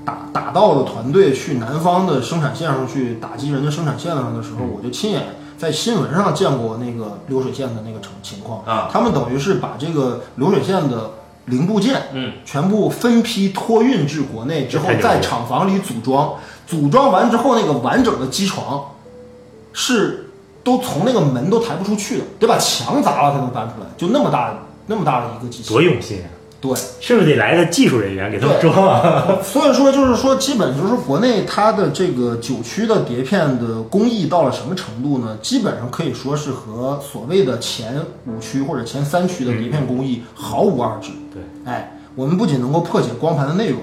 打打道的团队去南方的生产线上去打击人家生产线上的时候，我就亲眼在新闻上见过那个流水线的那个情情况
啊
他们等于是把这个流水线的零部件，
嗯，
全部分批托运至国内之后
这太，牛
在
了
厂房里组装，组装完之后那个完整的机床是都从那个门都抬不出去的，得把墙砸了才能搬出来，就那么大那么大的一个机器
多。用心啊！
对，
是不是得来个技术人员给他们装啊？
所以说就是说，基本就是国内它的这个九曲的碟片的工艺到了什么程度呢？基本上可以说是和所谓的前五区或者前三区的碟片工艺毫无二致。
嗯对，
哎，我们不仅能够破解光盘的内容，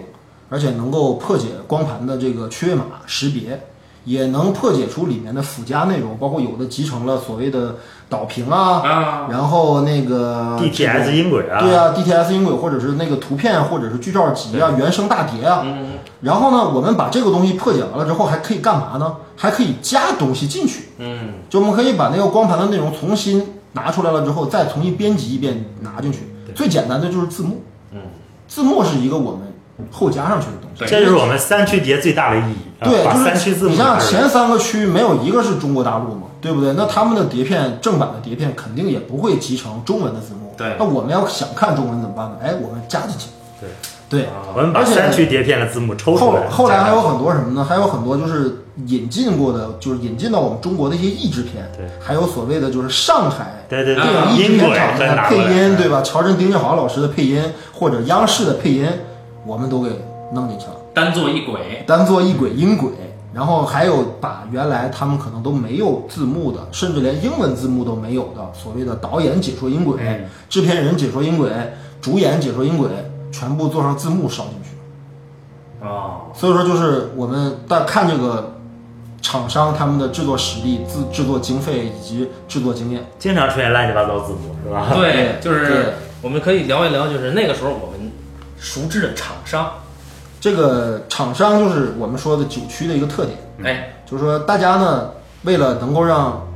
而且能够破解光盘的这个区位码识别，也能破解出里面的附加内容，包括有的集成了所谓的导屏啊，
啊，
然后那 个这个
DTS 音轨啊，
对啊，DTS 音轨或者是那个图片或者是剧照集啊、原声大碟啊。然后呢，我们把这个东西破解完了之后，还可以干嘛呢？还可以加东西进去。
嗯，
就我们可以把那个光盘的内容重新拿出来了之后，再重新编辑一遍拿进去。最简单的就是字幕。
嗯，
字幕是一个我们后加上去的东西。
对
这就是我们三区碟最大的意义。啊
对，
把
就是
三区字
你
母
像
拿出来
前三个区没有一个是中国大陆嘛，对不对？那他们的碟片正版的碟片肯定也不会集成中文的字幕。
对
那我们要想看中文怎么办呢？哎，我们加进去。
对
对，
我们把
而且
三区碟片的字母抽啊出
后
来。
后来还有很多什么呢？还有很多就是引进过的，就是引进到我们中国的一些译制片，
对
还有所谓的就是上海
对对
电
对，
影译制
音
片
轨
厂
再
的
拿
配
过来嗯
音，对吧？乔振丁俊豪老师的配音或者央视的配音，我们都给弄进去了。
单做一轨，
单做一轨音轨，然后还有把原来他们可能都没有字幕的，甚至连英文字幕都没有的所谓的导演解说音轨、
嗯
制片人解说音轨、主演解说音轨，全部做上字幕烧进去。
哦，
所以说，就是我们在看这个厂商他们的制作实力、制制作经费以及制作经验。
经常出现乱七八糟字母是吧？
对，就
对
是我们可以聊一聊，就是那个时候我们熟知的厂商，
这个厂商就是我们说的九区的一个特点，
哎，
就是说大家呢，为了能够让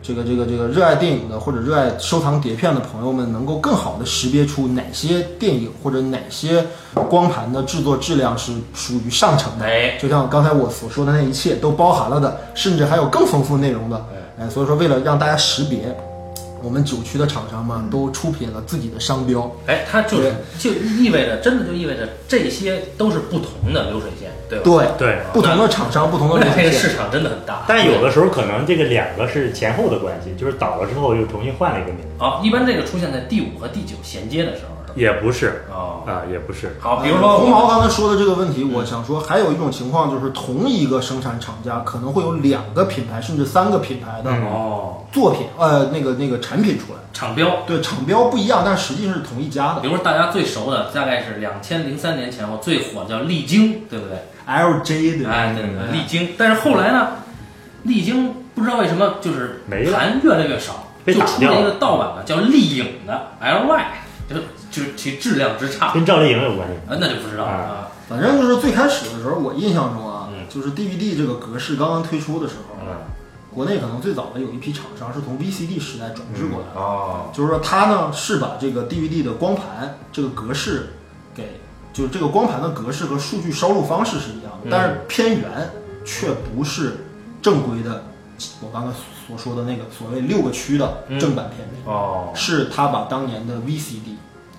这个这个这个热爱电影的或者热爱收藏碟片的朋友们能够更好的识别出哪些电影或者哪些光盘的制作质量是属于上乘的，
哎
就像刚才我所说的那一切都包含了的，甚至还有更丰富内容的，哎，所以说为了让大家识别，我们九区的厂商们都出品了自己的商标，
哎，它就是就意味着，真的就意味着这些都是不同的流水线，对吧？
对
对
不同的厂商不同的
那这
流
个
水线
市场真的很大，
但有的时候可能这个两个是前后的关系，就是倒了之后又重新换了一个名字，
好，一般这个出现在第五和第九衔接的时候，是吧？
也不是
哦，
啊，也不是。
好，比如说
红毛刚才说的这个问题，我想说还有一种情况就是，同一个生产厂家可能会有两个品牌甚至三个品牌的
哦，
作品，呃，那个那个产品出来，
厂标，
对，厂标不一样，但实际上是同一家的
比如说大家最熟的大概是两千零三年前后最火的叫丽晶，对不对？
，LJ 对吧？
哎，对对对，丽晶。但是后来呢，丽晶不知道为什么就是
没了
盘越来越少，
被
就
打
出
掉
了一
了
个盗版的叫丽影的 LY，就是就是其质量之
哦
差，
跟赵丽颖有关系。
啊，那就不知道了啊。
反正就是最开始的时候，我印象中啊
嗯，
就是 DVD 这个格式刚刚推出的时候，国内可能最早的有一批厂商是从 VCD 时代转制过来的，
哦，
就是说它呢是把这个 DVD 的光盘这个格式给，就是这个光盘的格式和数据烧录方式是一样的，
嗯
但是片源却不是正规的，我刚才所说的那个所谓六个区的正版片
嗯
源，
哦，
是他把当年的 VCD，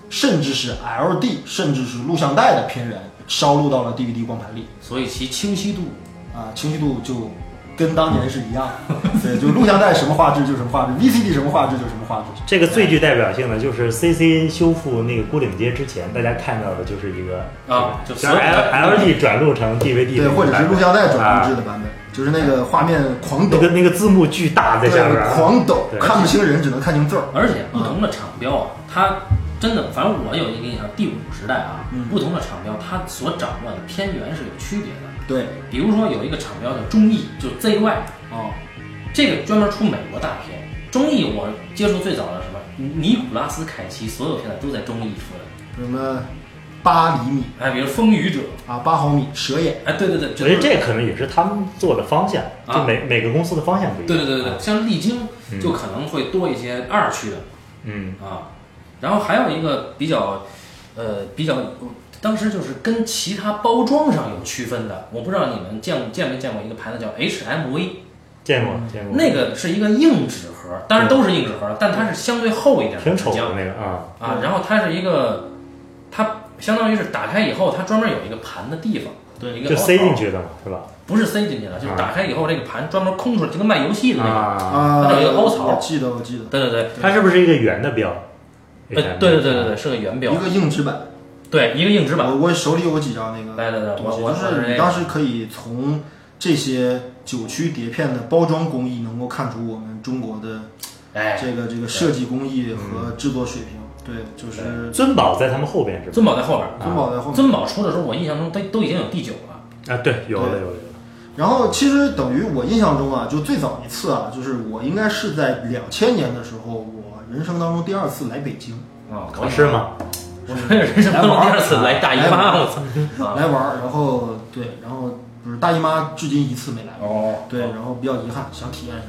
甚至是 LD，甚至是录像带的片源烧录到了 DVD 光盘里，
所以其清晰度
啊，清晰度就。跟当年是一样的，对，就录像带什么画质就什么画质，VCD 什么画质就什么画质。
这个最具代表性的就是 CC 修复那个牯岭街之前，大家看到的就是一个
啊
这个
就
将
所有的
L LD 转录成 DVD
对，
的
或者是录像带转录制
啊
的版本，就是那个画面狂抖
那，个那个字幕巨大在
对
下边啊，
狂抖，
对
看不清人，只能看清字儿。
而且不同的厂标啊，它真的，反正我有一个印象，第五时代啊，
嗯
不同的厂标它所掌握的片源是有区别的。
对，
比如说有一个厂标叫中艺，就是 ZY，
哦，
这个专门出美国大片。中艺我接触最早的什么尼古拉斯凯奇，所有片子都在中艺出来
什么八厘米
的。哎，比如《风雨者
啊，八毫米蛇眼，》，
哎，对对对，
我觉得
都是
这可能也是他们做的方向，
啊
就每每个公司的方向不一样。
对对对对
啊
对，，像丽晶就可能会多一些二区的。
嗯，
啊，然后还有一个比较，呃，比较，当时就是跟其他包装上有区分的，我不知道你们见见没见过一个牌子叫 HMV，
见过见过，
嗯那个是一个硬纸盒，当然都是硬纸盒，但它是相对厚一点的
挺丑
纸
的
浆
那个啊，
啊，然后它是一个，它相当于是打开以后，它专门有一个盘的地方，一个
就塞进
凹槽，
去的嘛，是吧？
不是塞进去的，就是打开以后这个盘专门空出来，就跟卖游戏的那个，
啊，
啊，
它有一个凹槽
我记得，我记得，
对对对，
它是不是一个圆的标？
呃，对对对对对，是个原标
一，个硬纸板，
对，一个硬纸板，
我我手里有几张那个
来来来
东西，
我我我
就
是
是
那
你
个
当时可以从这些九曲碟片的包装工艺，能够看出我们中国的
哎，嗯
这个这个设计工艺和制作水平。对，就是
尊宝在他们后边是吧？
尊宝在后边
尊宝啊在后
儿，啊
面。
尊宝出的时候，我印象中它都已经有第九了，
啊，对，有了
对
有了有了。
然后其实等于我印象中啊，就最早一次啊，就是我应该是在两千年的时候，我人生当中第二次来北京
啊，
考试吗？
我说 人生当中第二次来大姨妈，我操！啊
来玩儿，然后对，然后就是大姨妈至今一次没来过。
哦，
对，然后比较遗憾，想体验一下。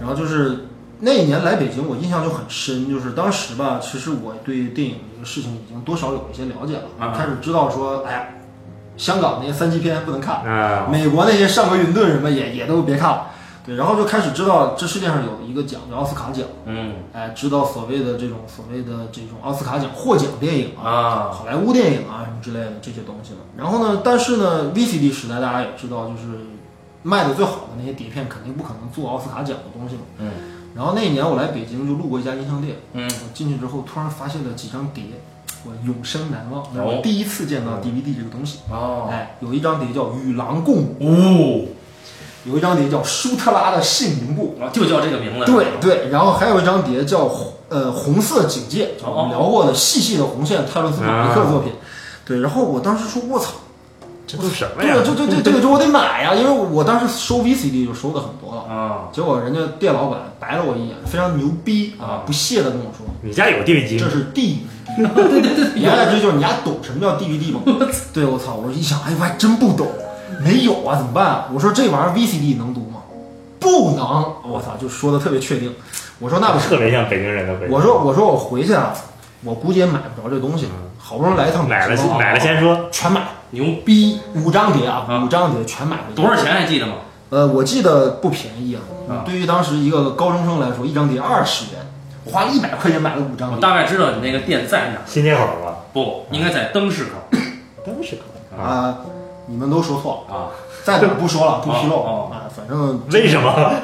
然后就是那一年来北京，我印象就很深，就是当时吧，其实我对电影这个事情已经多少有一些了解了，
啊
开始知道说，哎呀，香港那些三级片不能看，
啊，
美国那些上个运顿什么也也都别看了。对，然后就开始知道这世界上有一个奖叫奥斯卡奖，
嗯
哎，知道所谓的这种所谓的这种奥斯卡奖获奖电影啊，
啊，
好莱坞电影啊什么之类的这些东西了。然后呢，但是呢，VCD 时代大家也知道，就是卖的最好的那些碟片肯定不可能做奥斯卡奖的东西嘛。
嗯。
然后那一年我来北京就路过一家音像店，
嗯
我进去之后突然发现了几张碟，我永生难忘，那是
哦
我第一次见到 DVD 这个东西。
哦，
哎，有一张碟叫《与狼共舞
哦，》，
有一张碟叫《舒特拉的姓名簿》。
就叫这个名字，
对对，然后还有一张碟叫红呃红色警戒，就我们聊过的细细的红线，泰伦斯马维克作品。对，然后我当时说，我操，
这都什么
这
呀？
个这这这这个就我得买啊呀，因为我当时收 VCD 就收的很多了，
啊，
结果人家店老板白了我一眼，非常牛逼啊
啊，
不屑的跟我说，
你家有 地位机
这
吗？
是 DVD。言下之意就是你丫懂什么叫 DVD 吗？对，我操！我一想，哎，我还真不懂，没有啊，怎么办啊？我说这玩意儿 VCD 能读吗？不能，我操，就说的特别确定。我说那不行，
特别像北京人的味道。
我说我说我回去啊，我估计也买不着这东西，好不容易来一趟
嗯买了
北京啊
买了先说，
全买，
牛
逼五张碟啊，
啊
五张碟全买回去。
多少？钱还记得吗？
呃，我记得不便宜啊
啊，
对于当时一个高中生来说，一张碟二十元，我花一百块钱买了五
我
张碟
大概知道你那个店在哪儿，
新街口吧，
不应该在灯市口
当时啊，
啊。你们都说错了，
啊，
在哪儿不说了，不披露
哦
啊，反正
为什么？
啊，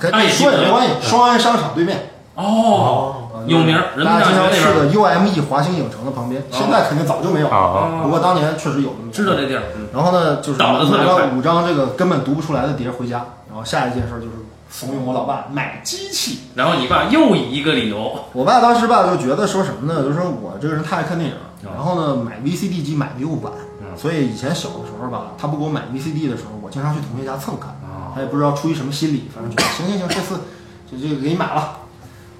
跟你说也没关系，双安商场对面，
哦，
哦
啊
嗯有名儿人民
大
大
家
学
经常
那
去
边儿哦
的 UME 华星影城的旁边，现在肯定早就没有了，
啊，
不过当年确实有这么一个
知道这地儿，嗯
然后呢，就是
倒得特
拿
别
了
快
五张这个根本读不出来的碟回家，然后下一件事就是怂恿我老爸买机器。
然后你爸又以一个理由，
我爸当时吧就觉得说什么呢？就说我这个人太爱看电影，
啊
然后呢买 VCD 机买的又晚，
嗯
所以以前小的时候吧，他不给我买 VCD 的时候，我经常去同学家蹭看
哦，
他也不知道出于什么心理，反正觉得行行行，这次就这个给你买了，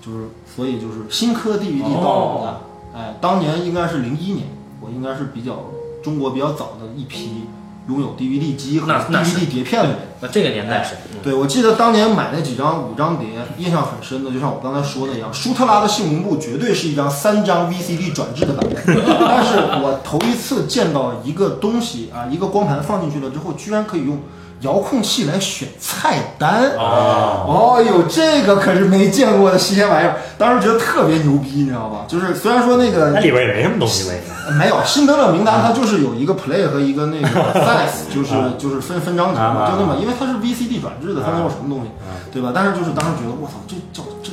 就是所以就是新科 DVD 到我们家
哦，
哎，当年应该是零一年，我应该是比较中国比较早的一批拥有 DVD 机和
那那是
DVD 碟片的人。
那这个年代是，
对，我记得当年买那几张五张碟，印象很深的，就像我刚才说的一样，舒特拉的姓名簿绝对是一张三张 VCD 转制的版本。但是我头一次见到一个东西啊，一个光盘放进去了之后，居然可以用遥控器来选菜单。
哦，
哦呦，这个可是没见过的新鲜玩意儿，当时觉得特别牛逼，你知道吧？就是虽然说那个
那里边也没什么东西呗。
没有新登的名
嗯
单，它就是有一个 play 和一个 那个 size，就是就是分分章节嘛，
啊嗯
就那么，因为它是 VCD 转制的，它能有什么东西，对吧？但是就是当时觉得，我操，这叫这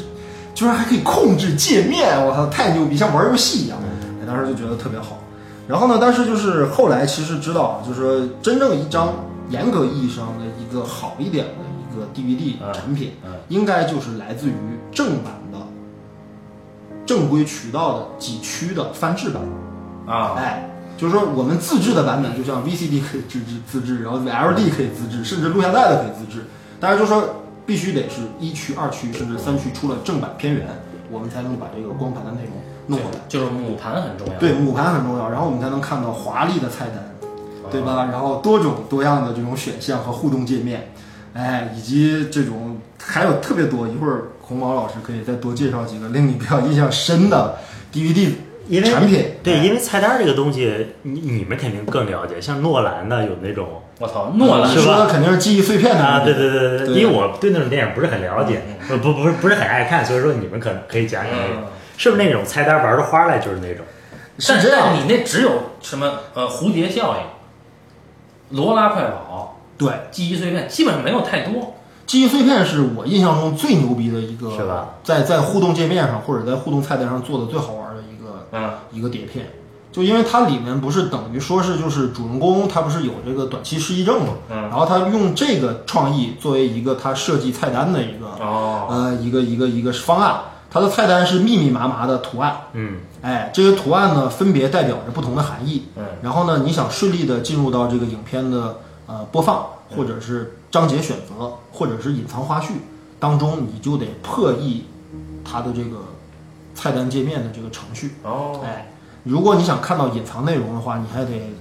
居然还可以控制界面，我操，太牛逼，像玩游戏一样，
嗯
哎当时就觉得特别好。然后呢，但是就是后来其实知道，就是说真正一张严格意义上的一个好一点的一个 DVD
嗯
产品
嗯，
应该就是来自于正版的。正规渠道的几区的翻制版，
啊，
哎，就是说我们自制的版本，就像 VCD 可以自制自制，然后 LD 可以自制，甚至录像带的可以自制。但是就说必须得是一区、二区甚至三区出了正版片源，我们才能把这个光盘的内容弄回来。
就是母盘很重要，
对，母盘很重要，然后我们才能看到华丽的菜单，对吧？然后多种多样的这种选项和互动界面，哎，以及这种还有特别多。一会儿红毛老师可以再多介绍几个令你比较印象深的 DVD
因为
产品。
对，因为菜单这个东西，你你们肯定更了解。像诺兰的有那种
我操，诺
你
兰
是吧
说的肯定是记忆碎片的
啊，
问
对
题
对对对，
对嗯
因为我对那种电影不是很了解，不不不是不是很爱看，所以说你们可能可以讲讲那
嗯
个，是不是那种菜单玩出花来就是那种
是这样
但但你那只有什么呃蝴蝶效应、罗拉快跑、
对，
记忆碎片，基本上没有太多。
记忆碎片是我印象中最牛逼的一个，
是吧？
在在互动界面上或者在互动菜单上做的最好玩的一个
嗯
一个碟片，就因为它里面不是等于说是就是主人公他不是有这个短期失忆症嘛，
嗯
然后他用这个创意作为一个他设计菜单的一个
哦，
呃一个一个一个方案，它的菜单是密密麻麻的图案，
嗯，
哎，这些图案呢分别代表着不同的含义，
嗯
然后呢你想顺利的进入到这个影片的呃播放或者是章节选择或者是隐藏花絮当中，你就得破译它的这个菜单界面的这个程序，
哦，
哎，如果你想看到隐藏内容的话，你还得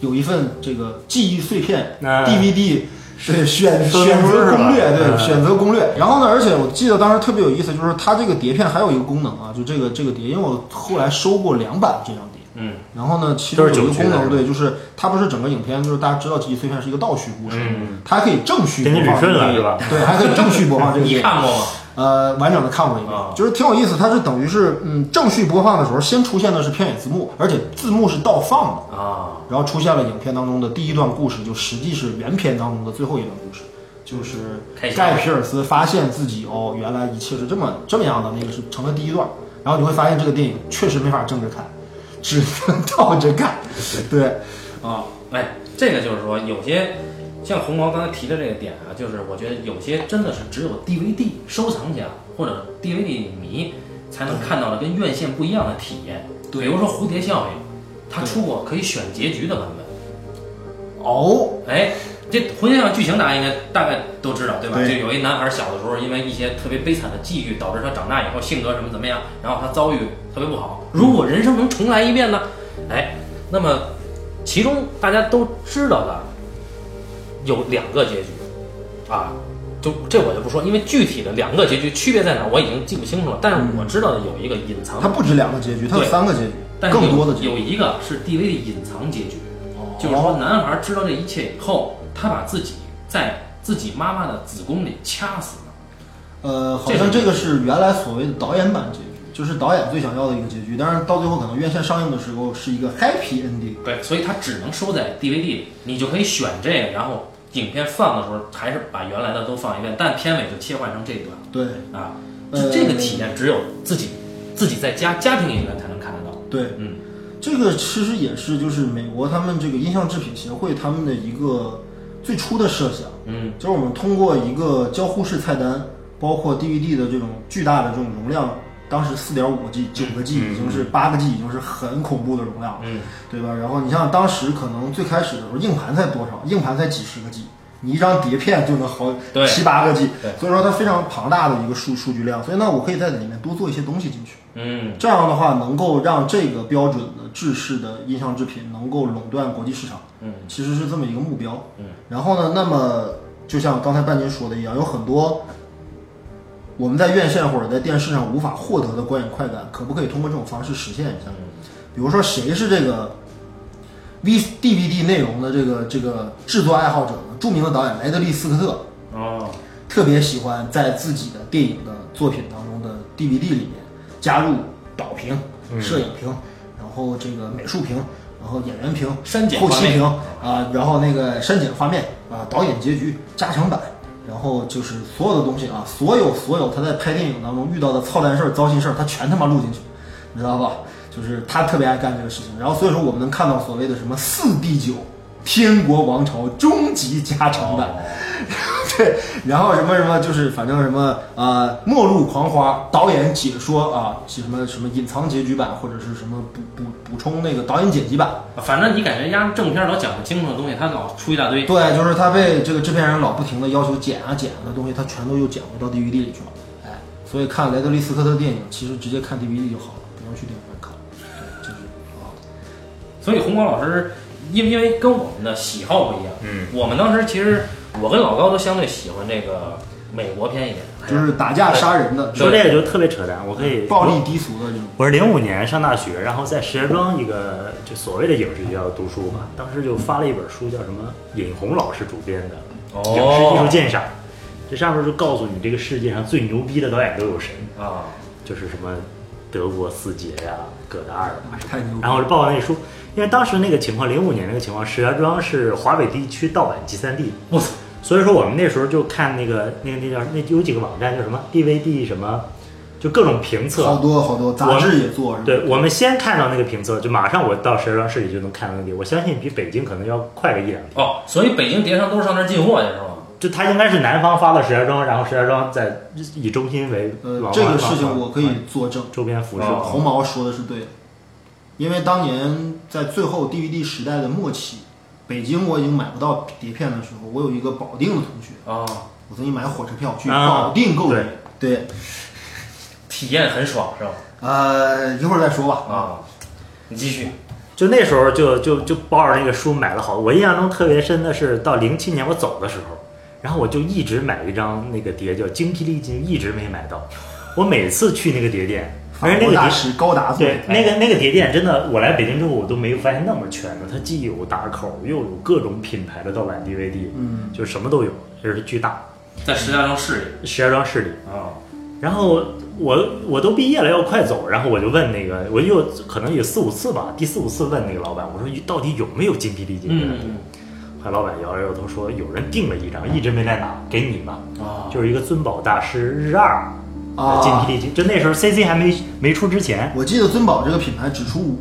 有一份这个记忆碎片
哎
DVD。对，选
说
选
明书
择
是吧
攻略，
哎
对，选择攻略。然后呢，而且我记得当时特别有意思，就是它这个碟片还有一个功能啊，就这个这个碟，因为我后来收过两版这张碟。
嗯
然后呢，其
都
中
是
有一个
九曲
功
的是
能，
吧
对，就是它不是整个影片，就是大家知道《记忆碎片》是一个倒叙故事，
嗯
它还可以正叙
给你
播
捋
放这
顺
个
了
电
是
影，
吧
对，还可以正叙播放 这个电
你
影。
看过吗？
呃，完整的看过一遍
啊，
就是挺有意思。它是等于是，嗯，正序播放的时候，先出现的是片尾字幕，而且字幕是倒放的，
啊，
然后出现了影片当中的第一段故事，就实际是原片当中的最后一段故事，就是
开心
盖皮尔斯发现自己哦，原来一切是这么这么样的，那个是成了第一段。然后你会发现这个电影确实没法正着看，只能倒着看，对，啊，
哎，这个就是说，有些像红毛刚才提的这个点啊，就是我觉得有些真的是只有 DVD 收藏家或者 DVD 迷才能看到的跟院线不一样的体验。
对
比如说《蝴蝶效应》，它出过可以选结局的版本。
哦，
哎，这《蝴蝶效应》剧情大家应该大概都知道，对吧？
对
就有一男孩小的时候因为一些特别悲惨的际遇，导致他长大以后性格什么怎么样，然后他遭遇特别不好。如果人生能重来一遍呢？哎，那么其中大家都知道的有两个结局，啊，就这我就不说，因为具体的两个结局区别在哪我已经记不清楚了。但是我知道的有一个隐藏
它，不止两个结局，它有
对
三个结
但
局，
是有
更多的结
有
局，
一个是 DVD 隐藏结局，
哦
就是说男孩知道这一切以后，他把自己在自己妈妈的子宫里掐死了。
呃，好
这
像
是
这个是原来所谓的导演版结局，就是导演最想要的一个结局，但是到最后可能院线上映的时候是一个 happy ending。
对，所以它只能收在 DVD 里，你就可以选这个，然后影片放的时候还是把原来的都放一遍，但片尾就切换成这一段。
对
啊，
呃
就这个体验只有自己自己在家家庭影院才能看得到。
对，
嗯，
这个其实也是就是美国他们这个音像制品协会他们的一个最初的设想，
嗯，
就是我们通过一个交互式菜单，包括 DVD 的这种巨大的这种容量，当时四点五个 G、九个 G 已经是八个 G 已经是很恐怖的容量了，
嗯，
对吧？然后你像当时可能最开始的时候，硬盘才多少？硬盘才几十个 G。你一张碟片就能好
对
七八个 G，
对
所以说它非常庞大的一个数数据量，所以呢，我可以在里面多做一些东西进去。
嗯，
这样的话，能够让这个标准的制式的音像制品能够垄断国际市场，
嗯，
其实是这么一个目标，
嗯。
然后呢，那么就像刚才半斤说的一样，有很多我们在院线或者在电视上无法获得的观影快感，可不可以通过这种方式实现一下？
嗯
比如说，谁是这个 V DVD 内容的这个这个制作爱好者呢？著名的导演莱德利·斯科特，
哦，
特别喜欢在自己的电影的作品当中的 DVD 里面加入导评、摄影评，然后这个美术评，然后演员评、
删减
后
画
期
面
评啊、然后那个删减画面啊、导演结局、加长版，然后就是所有的东西啊，所有所有他在拍电影当中遇到的操蛋事儿、糟心事儿，他全他妈录进去，你知道吧？就是他特别爱干这个事情，然后所以说我们能看到所谓的什么四 D 九。天国王朝终极加长版，对， 然后什么什么就是反正什么呃，末路狂花导演解说啊，什么什么隐藏结局版或者是什么补补补充那个导演剪辑版，
啊反正你感觉压正片老讲不清楚的东西，他老出一大堆。
对，就是他被这个制片人老不停的要求剪啊剪的东西，他全都又剪回到 DVD 里去了，哎，所以看莱德利·斯科特的电影，其实直接看 DVD 就好了，不用去电影院看了，对，就是啊，
所以红高老师，因为因为跟我们的喜好不一样，
嗯，
我们当时其实我跟老高都相对喜欢这个美国片一点，
就是打架杀人的，
说这个就特别扯淡，我可以
暴力低俗的这种，
我是零五年上大学，然后在石家庄一个就所谓的影视学校读书嘛，当时就发了一本书，叫什么尹红老师主编的《影视艺术鉴赏》，这上面就告诉你这个世界上最牛逼的导演都有谁，
啊，
就是什么德国四杰呀、戈达尔啊什么
太牛
的。
逼
然后我就报了那书，因为当时那个情况，零五年那个情况，石家庄是华北地区盗版集散地，
我操，
所以说我们那时候就看那个那个那叫那有几个网站叫什么 DVD 什么，就各种评测，
好多好多杂志也做，是吧
对，我们先看到那个评测，就马上我到石家庄市里就能看到那里。我相信比北京可能要快个一两天。
哦，所以北京碟商都是上那儿进货去是吗？
就它应该是南方发到石家庄，然后石家庄再以中心为
呃
往，
这
外
个
发
事情
放
我可以作证，
周边服饰。
哦
啊红毛说的是对的，因为当年在最后 DVD 时代的末期，北京我已经买不到碟片的时候，我有一个保定的同学，
啊、
我曾经买火车票去
啊
保定购买，对，
体验很爽是吧？
呃，一会儿再说吧，
啊，你继续。
就那时候就就就抱着那个书买了好多。我印象中特别深的是到零七年我走的时候，然后我就一直买一张那个碟叫《精疲力尽》，一直没买到。我每次去那个碟店，
法
而且那
国
个碟
大师高达做的
对，，那个那个碟店真的，我来北京之后我都没有发现那么全的，它既有打口，又有各种品牌的盗版 DVD，
嗯，
就什么都有，就是巨大。
在石家庄市
石家庄市里，
里
哦
啊，
然后我我都毕业了要快走，然后我就问那个，我又可能有四五次吧，第四五次问那个老板，我说到底有没有精疲力尽？
嗯
后来老板摇了摇头说有人订了一张，一直没来拿，给你吧。
啊，
就是一个尊宝大师日二
啊
的精疲力尽，就那时候 CC 还没没出之前，
我记得尊宝这个品牌只出五，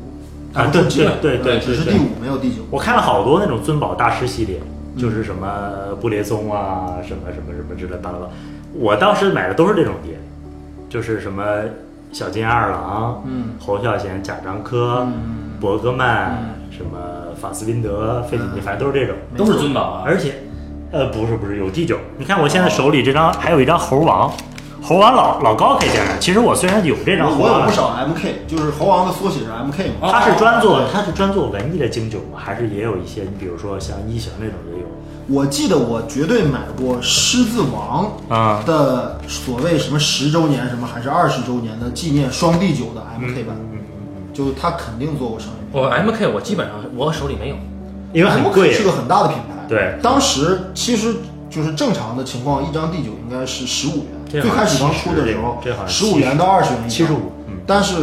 啊
它
对
不出九
对对对
呃只是
对
第五没有第九，
我看了好多那种尊宝大师系列，
嗯
就是什么布列松啊，什么什么什么之类的巴拉巴拉。我当时买的都是这种碟，就是什么小金二郎、
嗯
侯孝贤、贾樟柯、
嗯
伯格曼、什么法斯宾德、费里尼，反正都是这种。
都是尊宝啊，
而且，呃，不是不是，有第九。你看我现在手里这张，还有一张猴王，猴王老老高可以见着。其实我虽然有这张
我
猴
我有
王
不，少 MK，就是猴王的缩写是 MK
哦
嘛，
他是专做他是专做文艺的经久吗？还是也有一些，你比如说像一型那种也有。
我记得我绝对买过《狮子王》
啊
的所谓什么十周年什么还是二十周年的纪念双 D 九的 MK
嗯
版，就他肯定做过商业片。
我 M K 我基本上我手里没有，
因为很
MK
贵啊
是，个很大的品牌。
对，
当时其实就是正常的情况，一张 D 九应该是十五
这
元，最
好像
开始刚出的时候
70这好像
十五元到二十元一张，
75嗯
但是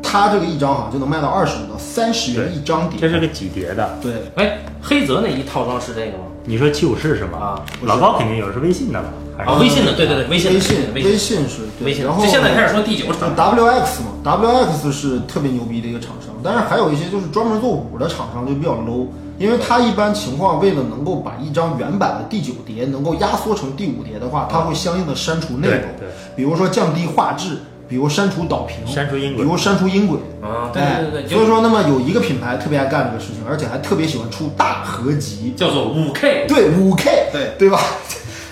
它这个一张好像就能卖到二十五到三十元一张碟
这。是个几叠的。
对，
哎，黑泽那一套装是这个吗？
你说七武士是吗？
啊
不是
老高肯定有，是微信的吧？还是
啊，微信的，对对对，
微
信的，微信的，微
微
信
信是
的，
对
微信的。
然后
就现在开始说第九
就
场，
WX 嘛，WX 是特别牛逼的一个厂商，但是还有一些就是专门做五的厂商就比较 low，因为它一般情况为了能够把一张原版的第九碟能够压缩成第五碟的话，它会相应的删除内容
对对，
比如说降低画质，比如删除导屏，
删除音轨
比如删除音轨。
啊，对
哎
对对对，
所以
就
说，那么有一个品牌特别爱干这个事情，而且还特别喜欢出大合集，
叫做五 K，
对五 K，
对
对吧？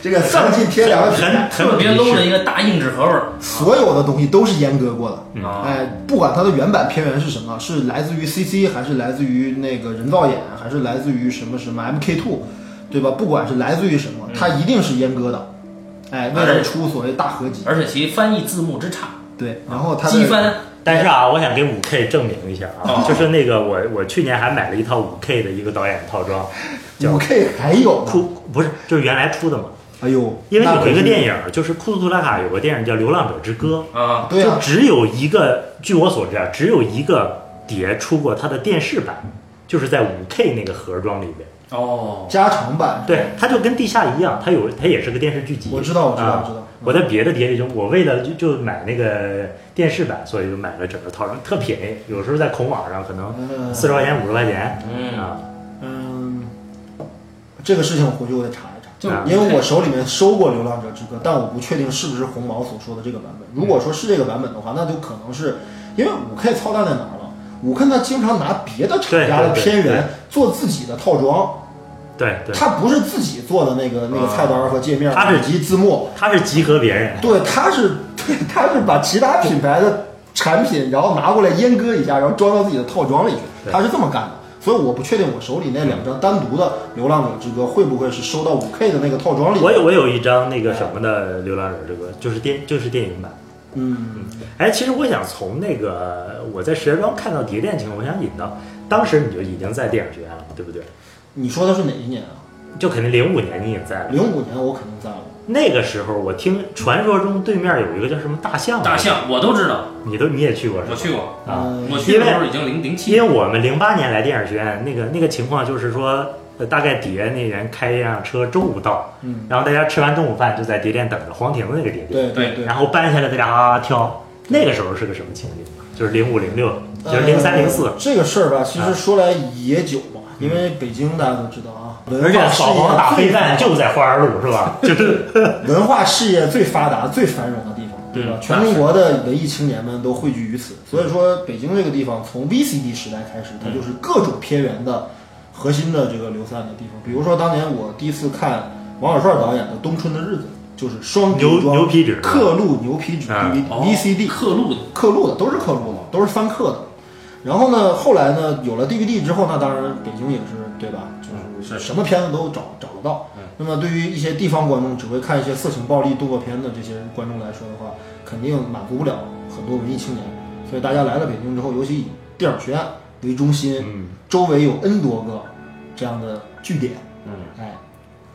这个丧尽天良的品牌
很，
特别 low 的一个大硬纸盒味儿
所有的东西都是阉割过的。
啊
哎，不管它的原版片源是什么，是来自于 CC 还是来自于那个人造眼，还是来自于什么什么 MK Two，对吧？不管是来自于什
嗯
么，它一定是阉割的。哎，为了出所谓大合集，
而且其翻译字幕之差，
对，然后它
机
的
翻
但是啊，我想给五 K 证明一下啊
哦，
就是那个我我去年还买了一套五 K 的一个导演套
哦
装，叫
五 K 还有呢，
库不是就是原来出的嘛，
哎呦，
因为有一个电
影，
影就是库斯图拉卡有个电影叫《流浪者之歌》，
啊，
对
就
啊，
只有一个，据我所知啊，只有一个碟出过它的电视版，就是在五 K 那个盒装里边。
哦，
加长版，
对，它就跟地下一样，它有它也是个电视剧集。
我知道我知道
啊
我知道
我在别的碟里就我为了就就买那个电视版，所以就买了整个套装，特便宜。有时候在孔网上可能
嗯
四十块钱、五十块钱。
嗯
啊，
嗯，这个事情我回去我得查一查。
就
啊
因为我手里面收过《流浪者之歌》，但我不确定是不是红毛所说的这个版本。如果说是这个版本的话，那就可能是因为五 K 操蛋在哪儿了？五 K 他经常拿别的厂家的
对对对
片
对
源做自己的套装，
对对，
他不是自己做的那个那个菜单和界面
它是
以及字幕，
它是集合别人。
对，他是对，他是把其他品牌的产品，然后拿过来阉割一下，然后装到自己的套装里去，
对
他是这么干的。所以我不确定我手里那两张单独的《流浪者之歌》会不会是收到五 K 的那个套装里。
我有我有一张那个什么的《流浪者之歌》，就是电就是电影版。
嗯，
哎，其实我想从那个我在石家庄看到碟店情况，我想引到当时你就已经在电影学院了，对不对？
你说的是哪一年啊？
就肯定零五年你也在了。
零五年我肯定在了。
那个时候我听传说中对面有一个叫什么大象，啊
大，象我都知道，
你都你也去过是
我
吧？
去过，
啊。
嗯
我去的时候已经零零
因为
七，
我们零八年来电影学院，那个那个情况就是说，呃大概底下那人开一辆车，中午到，然后大家吃完中午饭就在碟店等着黄婷的那个碟店，
嗯对对对
然后搬下来大家啊挑，那个时候是个什么情景？啊就是零五零六，就是零三零四啊
呃，这个事儿吧，其实说来也久吧，因为北京大家都知道啊，文
而且
化事
扫黄
业
打
最
非战就在花园路 是吧？就是
文化事业最发达、最繁荣的地方，对吧？
嗯
全中国的文艺青年们都汇聚于此，所以说北京这个地方从 VCD 时代开始，它
嗯
就是各种片源的核心的这个流散的地方。比如说当年我第一次看王小帅导演的《冬春的日子》，就是双
牛
碟装
牛皮纸
刻录牛皮纸
啊
DVD
哦
VCD
刻录的，
刻录的，都是刻录的，都是翻刻的。然后呢，后来呢，有了 DVD 之后，那当然北京也是对吧？就是
是
什么片子都找找得到。那么对于一些地方观众只会看一些色情、暴力、动作片的这些观众来说的话，肯定满足不了很多文艺青年。所以大家来了北京之后，尤其以电影学院为中心，周围有 N 多个这样的据点。
嗯，
哎，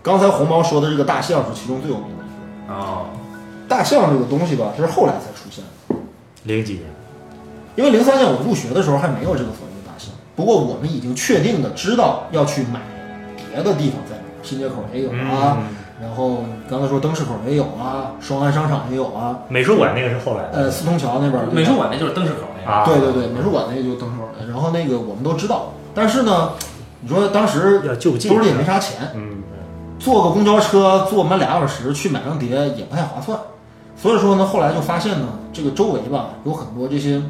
刚才红毛说的这个大象是其中最有名的一个。
哦，
大象这个东西吧，它是后来才出现的。
零几年，
因为零三年我入学的时候还没有这个所谓的大象，不过我们已经确定的知道要去买别的地方在买，新街口也有啊，然后刚才说灯市口也有啊，双安商场也有啊，
美术馆那个是后来的，
呃，四通桥那边儿
美术馆那就是灯市口那个，
啊，
对吧对对对，美术馆那个就灯市口的，然后那个我们都知道，但是呢，你说当时
要就近
兜里也没啥钱，
嗯，
坐个公交车坐满俩小时去买张碟也不太划算，所以说呢，后来就发现呢，这个周围吧有很多这些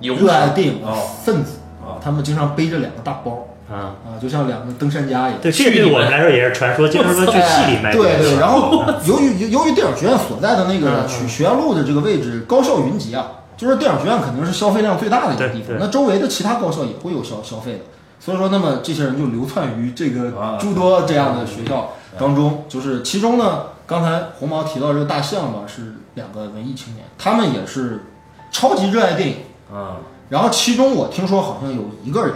有
热爱电影的
哦，
分子
哦
他们经常背着两个大包
啊，
啊，就像两个登山家一样。
对，这对我们来说也是传说，就是说去戏里卖
哎
碟。
对对，然 后由于由于电影学院所在的那
嗯
个曲学院路的这个位置高校云集啊，就是电影学院肯定是消费量最大的一个地方
对对，
那周围的其他高校也会有消消费的，所以说那么这些人就流窜于这个
啊
诸多这样的学校当中，就是其中呢，刚才红毛提到这个大象吧，是两个文艺青年，他们也是超级热爱电影。
嗯，
然后其中我听说好像有一个人，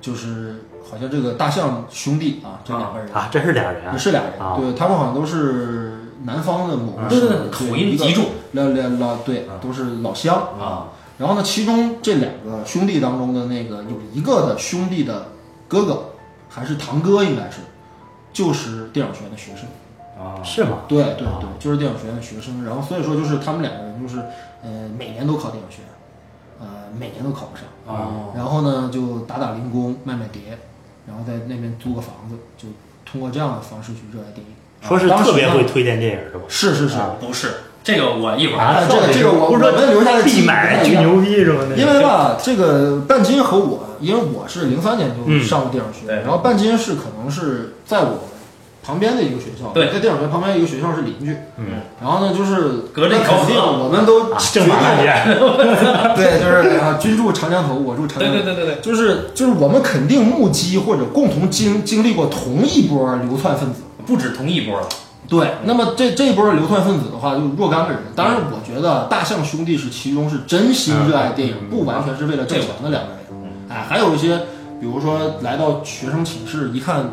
就是好像这个大象兄弟啊，这两个人
啊，这是俩人啊
也，是俩人，
啊
对他们好像都是南方的某个
啊对
省的
对对
对
口音
一个
极重
老老老对
啊，
都是老乡
啊。
然后呢，其中这两个兄弟当中的那个有一个的兄弟的哥哥还是堂哥，应该是就是电影学院的学生。
啊，
是吗？
对对
啊
对，就是电影学院的学生。然后所以说就是他们两个人就是呃每年都考电影学院，呃每年都考不上。
哦，
然后呢就打打零工卖卖碟，然后在那边租个房子，就通过这样的方式去热爱电影。
说是
当时
特别
呢
会推荐电影是吧？
是是是，
啊
不是这个，我一会儿
啊这个这个我
不是说
我们留下的记忆
必买巨牛逼是吧？那个
因为吧，这个半斤和我，因为我是零三年就
嗯
上过电影学，
对
院，然后半斤是可能是在我旁边的一个学校，
对
在电影学院旁边一个学校是邻居，
嗯，
然后呢就是
隔着一条河
那肯定我们都
啊正反
绝
面见，
对 对， 就是啊，君住长江头，我住长江头，
对对对对对
就是就是我们肯定目击或者共同经经历过同一波流窜分子，
不止同一波了，
对，那么这这一波流窜分子的话，就若干个人。当然，我觉得大象兄弟是其中是真心热爱电影，不完全是为了挣钱的两个人。哎，还有一些，比如说来到学生寝室一看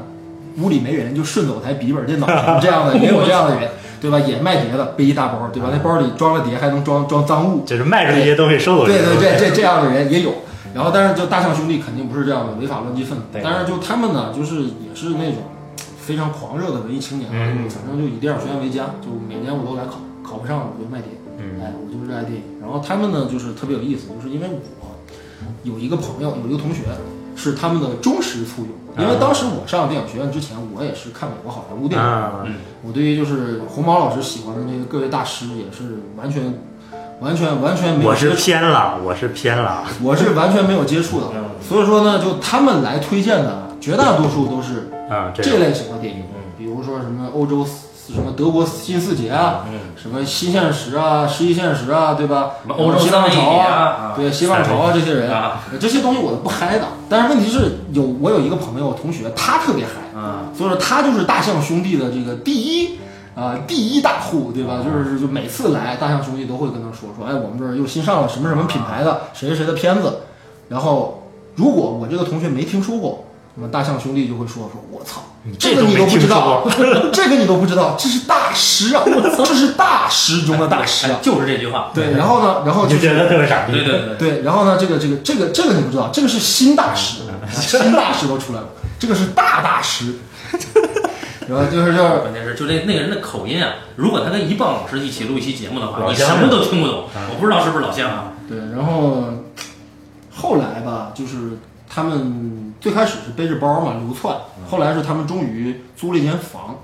屋里没人，就顺走台笔记本电脑这样的，也有这样的人，对吧？也卖碟的，背一大包，对吧？那包里装了碟，还能装装赃物。
就是卖出去一些东西，收走
对
这些
对
东西
对，这这样的人也有。然后，但是就大象兄弟肯定不是这样的违法乱纪分子
对，
但是就他们呢，就是也是那种非常狂热的文艺青年，啊
嗯
反正就以电影学院为家，就每年我都来考，考不上我就卖碟，
嗯
哎，我就热爱电影。然后他们呢，就是特别有意思，就是因为我有一个朋友，有一个同学是他们的忠实簇
啊
拥，因为当时我上电影学院之前，我也是看美国好莱坞电影，
啊，
我对于就是红毛老师喜欢的那个各位大师也是完全。完全完全没有
我是
接触
偏了，我是偏了，啊
我是完全没有接触的，
嗯
所以说呢，就他们来推荐的绝大多数都是
啊，这
这
个
类型的电影，
嗯
比如说什么欧洲四什么德国新四杰啊，什么新现实啊、十一现实啊，对吧
嗯什么？欧洲
新
三位
浪潮
一体啊
对新浪潮啊这些人
啊，
这些东西我都不嗨的。但是问题是有我有一个朋友同学，他特别嗨，
啊，
所以说他就是大象兄弟的这个第一。啊、第一大户对吧？就是就每次来大象兄弟都会跟他说说，哎，我们这儿又新上了什么什么品牌的谁谁谁的片子，然后如果我这个同学没听说过，那么大象兄弟就会说说，我操，这个你都不知道， 这个你都不知道，这是大师啊，这是大师中的大师啊
哎，就是这句话，
对，然后呢，然后
你就
就
觉
是
得特别傻逼，
对对对对，
对，然后呢，这个这个这个这个你不知道，这个是新大师，新大师都出来了。这个是大大师，然后就是要
关键是就这那个人的口音啊，如果他跟一棒老师一起录一期节目的话，
老
你
乡
什么
人
都听不懂。我不知道是不是老乡啊，
对，然后后来吧，就是他们最开始是背着包嘛流窜，后来是他们终于租了一间房，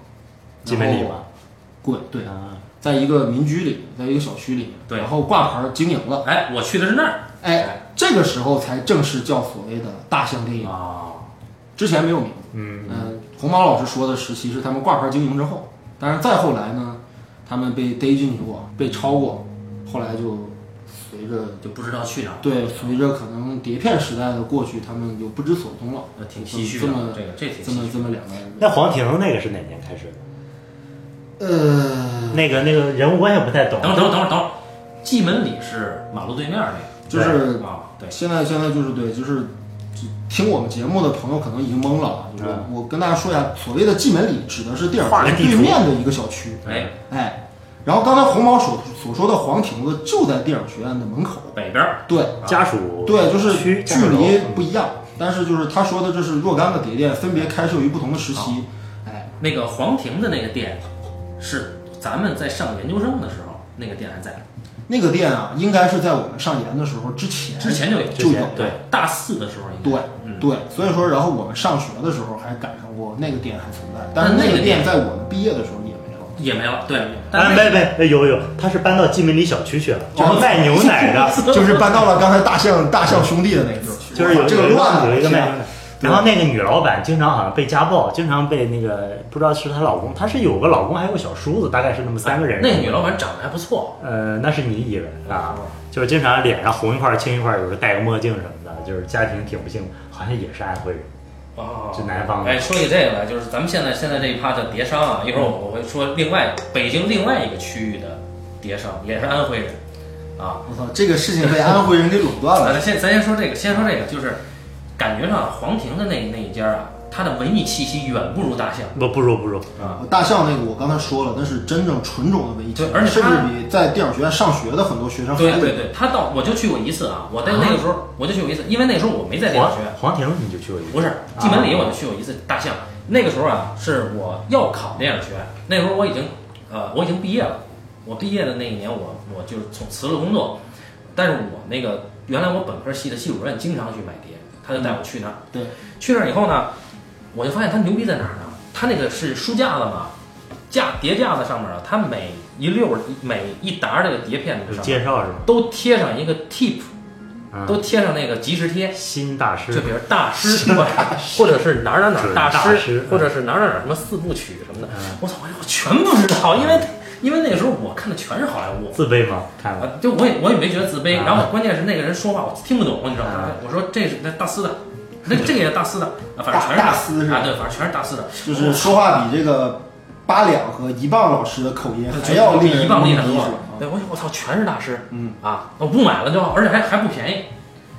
金门里
然后
吧？
过对，
啊，
在一个民居里，在一个小区里，
对
然后挂牌经营了，
哎，我去的是那儿
哎，这个时候才正式叫所谓的大象电影，
啊，
之前没有名字。
嗯，
嗯，红毛老师说的时期是他们挂牌经营之后，但是再后来呢，他们被逮进去过，被抄过，后来就随着
就不知道去哪儿，
对，随着可能碟片时代的过去，他们就不知所踪了。
那挺唏嘘的
这么。
这个这挺
这
唏
么
嘘
这么两个人，
那黄婷那个是哪年开始的？
呃，
那个那个人物我也不太懂
的。。等会儿，等会儿，等会儿，等会儿，蓟门里是马路对面那
就是
个啊，对，
现在现在就是对，就是就听我们节目的朋友可能已经懵了啊。就是
嗯
我跟大家说一下，所谓的蓟门里指的是电影
画个
城
地
对
图
面的一个小区，
哎，
哎。然后刚才红毛所所说的黄亭子就在电影学院的门口，
北边儿啊
对，
家属
对，就是
区
距离不一样，但是就是他说的，这是若干个碟店分别开设于不同的时期。哎，
那个黄庭的那个店，是咱们在上研究生的时候那个店还在，
那个店啊，应该是在我们上研的时候之前
之前就有，
就
之
有
前，
对，大四的时候应该
对
嗯，
对，所以说，然后我们上学的时候还赶上过那个店还存在，但是
那
那
个
个
店
店在我们毕业的时候也没有。
也没了，对，
哎，
但是
没没有有，他是搬到金门里小区去了，
哦
就是卖牛 奶的，
就是搬到了刚才大象大象兄弟的那个地儿去，
就是有
这个乱啊
有一个卖牛
子
奶。然后那个女老板经常好像被家暴，经常被那个不知道是她老公，她是有个老公还有个小叔子，大概是那么三个人。
啊那个女老板长得还不错，
呃，那是你以为啊，就是经常脸上红一块儿青一块儿，有时候戴个墨镜什么的，就是家庭挺不幸，好像也是安徽人。
哦
就南方的
哎，说起这个来，就是咱们现在现在这一趴叫叠商啊，一会儿我会说另外北京另外一个区域的叠商，也是安徽人啊。
我操，这个事情被安徽人给垄断了。
咱先咱先说这个，先说这个，就是感觉上黄庭的那那一家啊，它的文艺气息远不如大象
不不如不如，
啊。
大象那个我刚才说了，那是真正纯种的文艺青
对
年，
而且
甚
他
至比在电影学院上学的很多学生还
对
有
对对，他到我就去过一次啊，我在那个时候、我就去过一次，因为那时候我没在电影
黄
学院，
黄婷你就去过一次，
不是蓟门里我就去过一次大象。那个时候啊，是我要考电影学院，那时候我已经呃我已经毕业了，我毕业的那一年我我就是从辞了工作，但是我那个原来我本科系的系主任经常去买碟，他就带我去那儿。
对，
去那儿以后呢，我就发现他牛逼在哪儿呢？他那个是书架子嘛，架碟架子上面啊，他每一溜儿每一沓这个碟片
有
上面
介绍是吗？
都贴上一个 tip，
嗯
都贴上那个即时贴。
新大
就
师
比如大 师，或者或者是哪儿哪儿哪儿
准
大
大师
嗯
或者是哪儿哪儿哪儿什么四部曲什么的
嗯，
我操，哎我我全不知道，因
嗯
为因为那个时候我看的全是好莱坞，
自卑吗？看了。
啊，就我也我也没觉得自
嗯
卑。
啊
然后关键是那个人说话我听不懂，你知道吗
啊？
我说这是那大四的，那这个也大四的，啊，反正
大
全是
大四是
啊，
吧
对，反正全是大四的，
就是说话比这个八两和一棒老师的口音还要
比
令人
一棒厉害
懵逼
多
是
了
吧。
对，我我操，全是大师
嗯，
啊！我不买了就，而且还还不便宜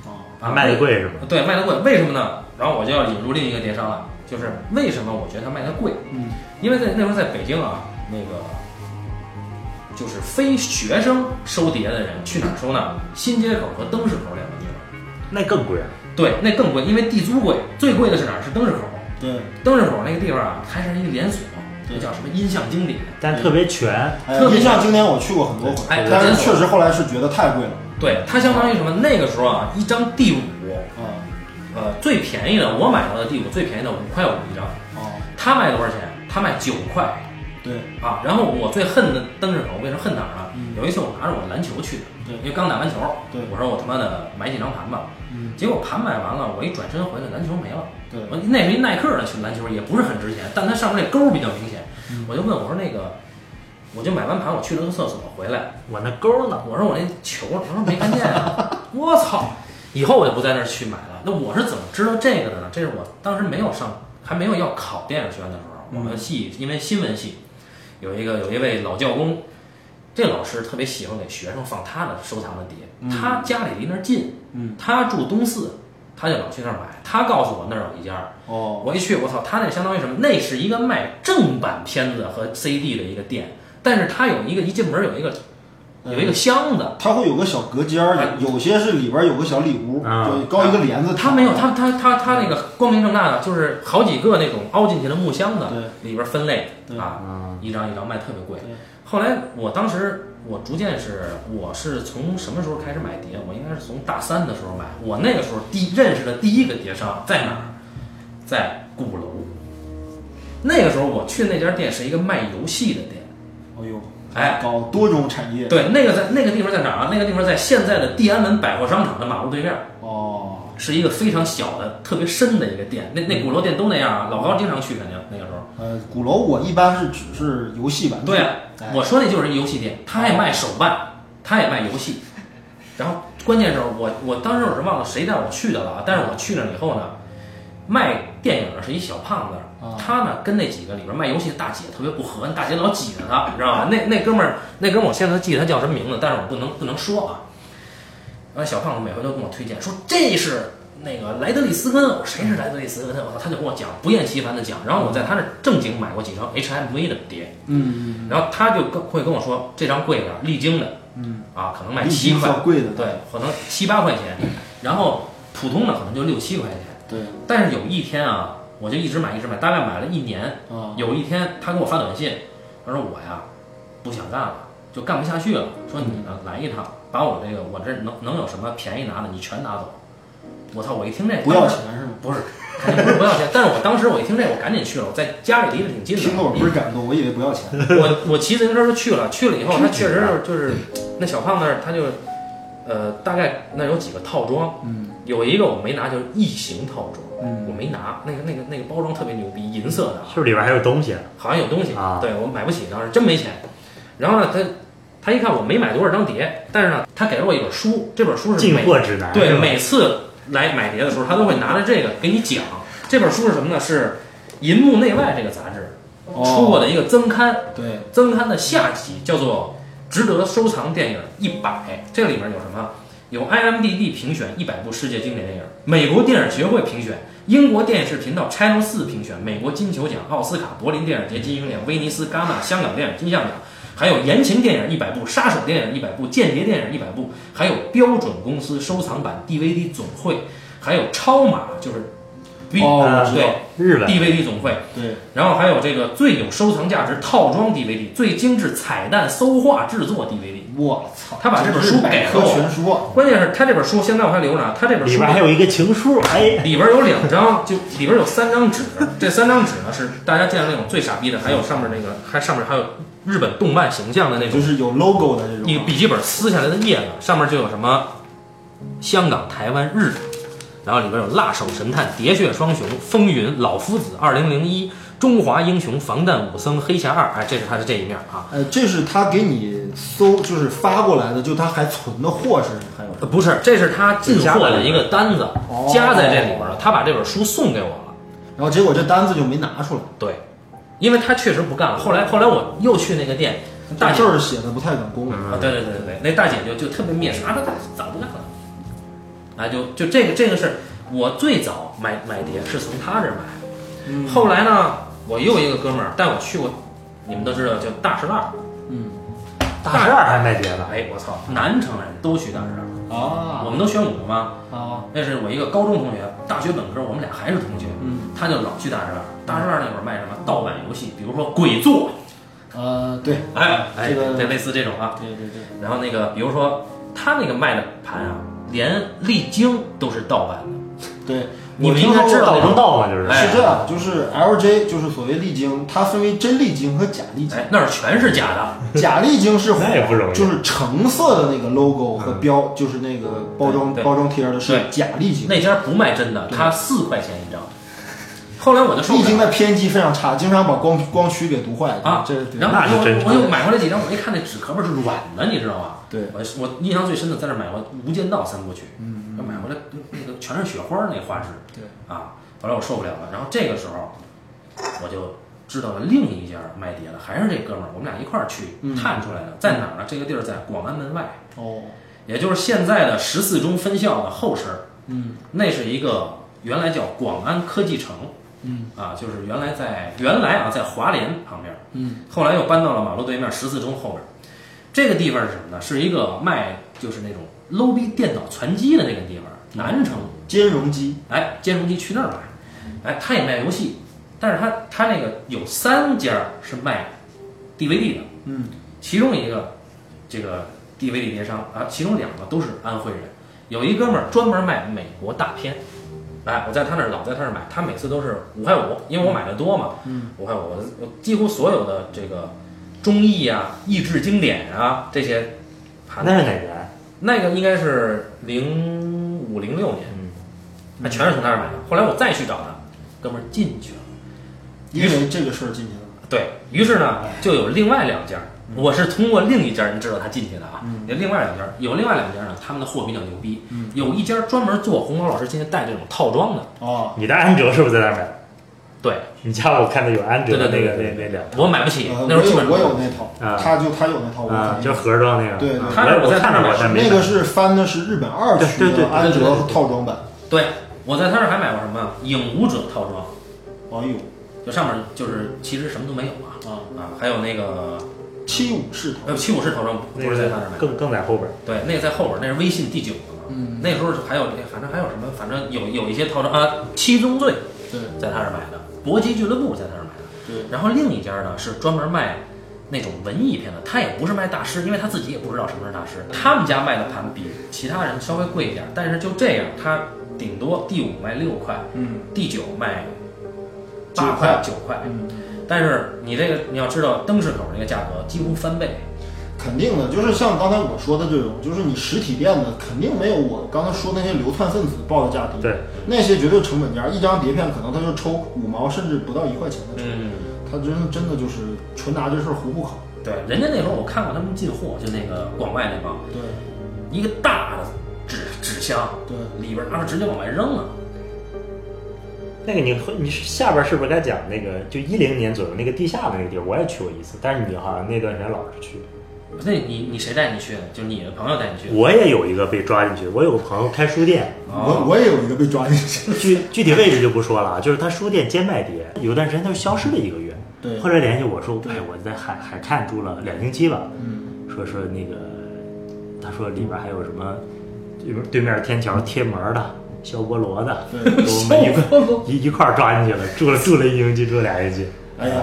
哦
啊，
卖的贵是吗？
对，卖的贵，为什么呢？然后我就要引入另一个电商了，就是为什么我觉得它卖的贵？
嗯，
因为在那时候在北京啊，那个就是非学生收碟的人去哪儿收呢？新街口和灯市口两个地方。
那更贵啊！
对，那更贵，因为地租贵，最贵的是哪儿？是灯市口。
对，
灯市口那个地方啊，还是一连锁，
对
那叫什么音像经典。
但特别全，
哎呀
特别
印象经典我去过很多回，
哎
但
真的
是确实后来是觉得太贵了。
对，它相当于什么？那个时候啊，一张第五，
啊
呃，最便宜的我买到的第五最便宜的五块五一张，
哦，
他卖多少钱？他卖九块
对
啊。然后我最恨的灯市口，为什么恨哪儿呢？
嗯
有一次我拿着我篮球去的，
对
因为刚打完球，
对
我说我他妈的买几张盘吧。
嗯
结果盘买完了，我一转身回来，篮球没了。
对，
我那是一耐克的球篮球，也不是很值钱，但它上面那勾比较明显。
嗯
我就问我说那个，我就买完盘，我去了个厕所回来，
我那勾呢？
我说我那球，他说没看见啊，我操！以后我就不在那儿去买了。那我是怎么知道这个的呢？这是我当时没有上，还没有要考电影学院的时候，我们系因为新闻系有一个有一位老教工，这老师特别喜欢给学生放他的收藏的碟，他家里离那儿近，
嗯
他住东四，他就老去那儿买。他告诉我那儿有一家，
哦，
我一去，我操，他那相当于什么？那是一个卖正版片子和 CD 的一个店，但是他有一个一进门有一个有一个箱子，
它会有个小隔间儿，有有些是里边有个小里屋，
啊
就高一个帘子。
他没有，他他他他那个光明正大的，就是好几个那种凹进去的木箱子
对，
里边分类
对
啊
嗯，
一张一张卖，特别贵
对。
后来我当时我逐渐是，我是从什么时候开始买碟？我应该是从大三的时候买。我那个时候第认识的第一个碟商在哪儿？在鼓楼。那个时候我去那家店是一个卖游戏的店，
哎呦，
哎，
搞多种产业。
对，那个在那个地方在哪儿啊？那个地方在现在的地安门百货商场的马路对面。
哦，
是一个非常小的、特别深的一个店。那那鼓楼店都那样啊，老高经常去，肯定那个时候。
呃，鼓楼我一般是只是游戏玩具。
对啊
哎，
我说那就是一游戏店，他也卖手办，他也卖游戏。然后关键是我我当时我是忘了谁带我去的了啊，但是我去那儿以后呢，卖电影的是一小胖子
啊，
他呢跟那几个里边卖游戏的大姐特别不合，那大姐老挤着他，你知道吧？那那哥们儿那哥们儿我现在都记得他叫什么名字，但是我不能不能说啊。然后小胖子每回都跟我推荐说这是那个莱德利斯科特，我谁是莱德利斯科特？我操，他就跟我讲不厌其烦的讲。然后我在他那儿正经买过几张 HMV 的碟，
嗯，嗯
然后他就跟会跟我说，这张贵点儿，丽晶的，嗯，啊，可能卖
嗯，
七
比
块，
较贵的，
对，可能七八块钱，然后普通的可能就六七块钱。
对
但是有一天啊，我就一直买，一直买，大概买了一年。
啊，
有一天他给我发短信，他说我呀不想干了，就干不下去了，说你
嗯
呢来一趟，把我这个我这能能有什么便宜拿的，你全拿走。我操！我一听这
不要钱是吗？
不是，肯定不是不要钱。但是我当时我一听这，我赶紧去了，我在家里离得挺近的，
听得我不是感动，我以为不要钱。嗯
我我骑自行车就去了，去了以后，他确实
啊
就是就是
嗯
那小胖那儿，他就呃大概那有几个套装，
嗯
有一个我没拿，就是异形套装，我
嗯，
没拿，那个那个那个包装特别牛逼，银色的啊，
是不是里边还有东西？
好像有东西，
啊
对我买不起，当时真没钱。然后呢，他他一看我没买多少张碟，但是呢，他给了我一本书，这本书是
进
每
货指南。
对
是吧啊
每次来买碟的时候，他都会拿着这个给你讲。这本书是什么呢？是《银幕内外》这个杂志
哦
出过
的
的一个增刊。
哦对，
增刊的下集叫做《值得收藏电影一百》，这里面有什么？有 IMDB 评选一百部世界经典电影，美国电影学会评选，英国电视频道 Channel 四评选，美国金球奖、奥斯卡、柏林电影节、金鹰奖、威尼斯、戛纳、香港电影金像奖，还有言情电影一百部、杀手电影一百部、间谍电影一百部，还有标准公司收藏版 DVD 总会，还有超码，就是 B、
哦，我知道
对，
日本
DVD 总会。
对，
然后还有这个最有收藏价值套装 DVD、最精致彩蛋搜画制作 DVD。
我操，
他把这本
是
书给
百
了
科
我
全书啊，
关键是他这本书现在我还留着呢，他这本
里
书
边还有一个情书，哎，
里边有两张，就里边有三张纸，这三张纸呢是大家见的那种最傻逼的，还有上面那个还上面还有日本动漫形象的那
就
种，
是有 logo 的这种
你
啊。
笔记本撕下来的页子上面就有什么香港、台湾、日本。然后里边有《辣手神探》《喋血双雄》《风云》《老夫子》《二零零一》《中华英雄》《防弹武僧》《黑侠二》，哎，这是他的这一面啊。
呃，这是他给你搜，就是发过来的，就他还存的货是还有什么
呃，不是，这是他进货的一个单子
哦，
加在这里边了。他把这本书送给我了，
然后结果这单子就没拿出来，
对，因为他确实不干了。后来，后来我又去那个店，大
大
姐
字，儿写的不太敢公
啊，对对对对对，那大姐就就特别蔑视，啊，他早不干了，啊，就就这个这个是我最早买买碟是从他这儿买，
嗯
后来呢，我又一个哥们儿带我去过，你们都知道叫大石栏，
嗯
大十二还卖碟呢。
哎，我操，南城人都去大石栏，
啊
我们都学武嘛，
啊
那是我一个高中同学，大学本科我们俩还是同学。
嗯
他就老去大石栏，大石栏那会儿卖什么盗版游戏，比如说《鬼作
呃对》，
哎哎，
这个
对，类似这种啊。
对对对
然后那个，比如说他那个卖的盘啊，连丽晶都是盗版的。
对，
你
我
们
听
应该
说
知
过
道
道成道嘛，就是。
哎
是这样，就是 LJ 就是所谓丽晶，它分为真丽晶和假丽晶。
哎，那儿全是假的。
假丽晶是
那也不容易
就是橙色的那个 logo 和标，就是那个包装
对对
包装贴的是
对
假丽晶。
那家不卖真的，他四块钱一张。后来我就受
丽
不
晶
了
的偏激非常差，经常把光光驱给读坏了
啊
这，
然
那
后
是
我
真
就我又买回来几张，我一看那纸壳儿是软的，你知道吗？
对
我我印象最深的在那儿买过《无间道》三部曲，嗯，买回来那个全是雪花儿那画质，
对
啊，后来我受不了了，然后这个时候我就知道了另一家卖碟的，还是这哥们儿，我们俩一块儿去探出来的，在哪儿呢？这个地儿在广安门外，
哦，
也就是现在的十四中分校的后身儿，
嗯
那是一个原来叫广安科技城，
嗯
啊，就是原来在原来啊在华联旁边，
嗯
后来又搬到了马路对面十四中后边儿。这个地方是什么呢？是一个卖就是那种 low 逼电脑传机的那个地方，南城。
兼容机，
哎，兼容机去那儿买，哎，他也卖游戏，但是他他那个有三家是卖 DVD 的，
嗯，
其中一个这个 DVD 电商啊，其中两个都是安徽人，有一哥们儿专门卖美国大片，哎，我在他那儿老在他那儿买，他每次都是五块五，因为我买的多嘛，
嗯，
五块五，我我几乎所有的这个中译啊、译制经典啊这些盘子
啊那是哪年？
那个应该是零五零六年，
嗯
那全是从那儿买的。后来我再去找他，哥们儿进去了。
因为这个事儿进去了。
对于是呢，就有另外两家，我是通过另一家人知道他进去的啊。
嗯
有另外两家，有另外两家呢，他们的货比较牛逼。
嗯
有一家专门做红毛老师今天带这种套装的，
哦，
你的安哲是不是在那儿买的？
对，
你家我看到有安哲
对对
的那
对
个
对
那那两
我买不起
呃，
那时候基本
我有我
上
有那套
啊，
他就他有那套，我
啊，
肯定
就是盒装那个。
对对
啊
他那儿
我
我在
看
那
着
儿
过，
买
但没
那
买
个是翻的是日本二区
对对对
的安
对对
哲
对
套装版。
对，我在他那儿还买过什么影舞者套装，
哎呦，
就上面就是其实什么都没有啊
啊，
啊，还有那个
七五式套
呃，七武士套装
那
不
个
是在他那儿买的，
更更在后边儿。
对，那个在后边儿，那是微信第九个嘛。
嗯
那时候是还有这，反正还有什么，反正有有一些套装啊，七宗罪
对
在他那儿买的，搏击俱乐部在他那儿买的。
对，
然后另一家呢是专门卖那种文艺片的，他也不是卖大师，因为他自己也不知道什么是大师。他们家卖的盘比其他人稍微贵一点，但是就这样，他顶多第五卖六块，
嗯
第九卖
九
八
块
块九块，
嗯，
但是你这个你要知道灯市口那个价格几乎翻倍。
肯定的，就是像刚才我说的这种，就是你实体店的肯定没有我刚才说那些流窜分子报的价低，
对，
那些绝对成本价，一张碟片可能他就抽五毛甚至不到一块钱的钱，
嗯。
他真真的就是纯拿这事儿糊糊口。
对，人家那时候我看过他们进货，就那个广外那帮，
对
一个大的纸纸箱，
对，
里边拿着直接往外扔了。
那个你会你是下边是不是该讲那个就一零年左右那个地下的那个地儿？我也去过一次，但是你好像那段时间老是去。
那你你谁带你去的？就是你的朋友带你去的。
我也有一个被抓进去，我有个朋友开书店，
我我也有一个被抓进去，
具具体位置就不说了啊，就是他书店兼卖碟，有段时间他就消失了一个月。
对
后来联系我说，哎，我在海海看住了两星期吧，
嗯，
说说那个，他说里边还有什么，对面对面天桥贴门的。消菠萝的，
对
给我们一 块一一块儿抓进去了，住了住了一星期，住了俩星期。
哎呀，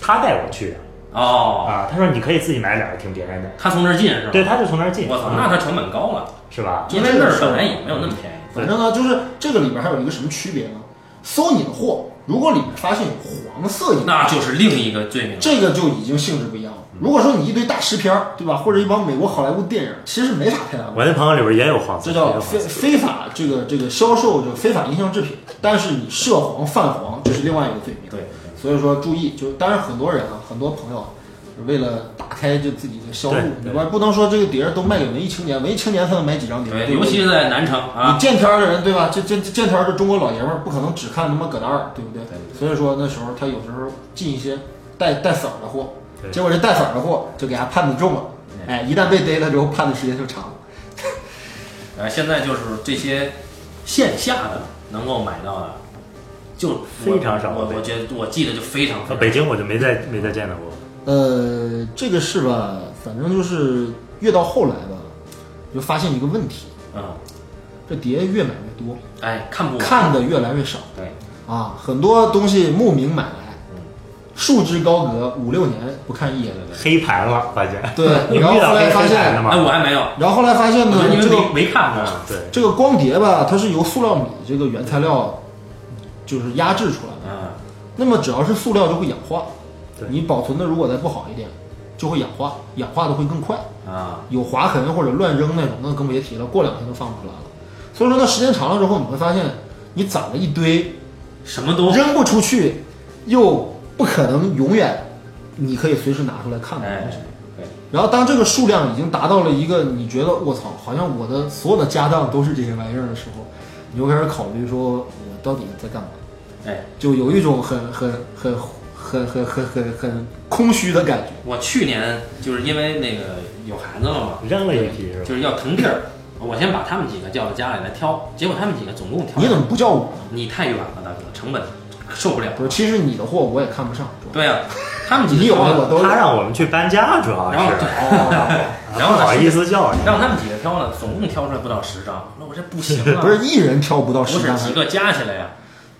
他带我去的
哦，
啊，他说你可以自己买两个听别人的，
他从这儿进是吧？
对，他就从那儿进。嗯
我操，那他成本高了，
是吧？
因为那儿本来也没有那么便宜。
反正呢，就是这个里边还有一个什么区别呢？搜你的货，如果里面发现有黄色印，
那就是另一个罪名。
这个就已经性质不一样了。如果说你一堆大师片儿，对吧，或者一帮美国好莱坞电影，其实没啥太大问题。
我那朋友里边也有黄
这
色，也
叫
有
非
黄色
非法这个这个销售这个非法影像制品，但是你涉黄泛黄，这是另外一个罪名。
对，
所以说注意，就当然很多人啊，很多朋友啊，为了打开这自己的销路对
对，
吧？不能说这个碟儿都卖给文艺青年，文艺青年才能买几张碟儿，
对，
对不
尤
对
其是在南城
你
啊，
见天儿的人对吧？这这这见天儿的中国老爷们儿不可能只看他妈葛大二，对不对？所以说那时候他有时候进一些带带色儿的货，
对
结果这带色儿的货就给他判的重了，哎，一旦被逮了之后判的时间就长了。
嗯
呃，现在就是这些线下的能够买到的，就我
非常少
我我觉得我记得就非常
呃
非常
北京我就没再没再见到过。
呃，这个事吧，反正就是越到后来吧，就发现一个问题，
嗯，
这碟越买越多，
哎，看不完
看的越来越少
对，
啊，很多东西慕名买来
嗯，
束之高阁，五六年不看一眼
对。对对。
黑盘了，发现。
对
你们
然后
遇到
后来
黑
发
黑
现
盘的
哎，我
吗？
还没有，
然后后来发现呢
我，因
这个
为没没看过。
啊，对，
这个光碟吧，它是由塑料米这个原材料就是压制出来的。
嗯，
那么只要是塑料就会氧化
对，
你保存的如果再不好一点，就会氧化，氧化的会更快，
啊，
有划痕或者乱扔那种，那更别提了，过两天就放不出来了。所以说，那时间长了之后，你会发现你攒了一堆，
什么都
扔不出去，又不可能永远你可以随时拿出来看的
哎
东西。，
对，
然后当这个数量已经达到了一个你觉得我操，好像我的所有的家当都是这些玩意儿的时候，你就开始考虑说我到底在干嘛，
哎，
就有一种很很很很很很很很空虚的感觉。
我去年就是因为那个有孩子了嘛，
扔了一批是吧？
就是要腾地儿，我先把他们几个叫到家里来挑，结果他们几个总共挑，
你怎么不叫我呢？
你太远了，大哥，成本受不了。
不是，其实你的货我也看不上，主要
对呀、啊他们几
你
个
有
挑
的
的，
我都有
他让我们去搬家，主要
然后
是，
然后
哦不
呢
好意思叫你。
让他们几个挑了，总共挑出来不到十张，那我这不行啊，
不是一人挑不到
不
十
是
张，
几个加起来呀、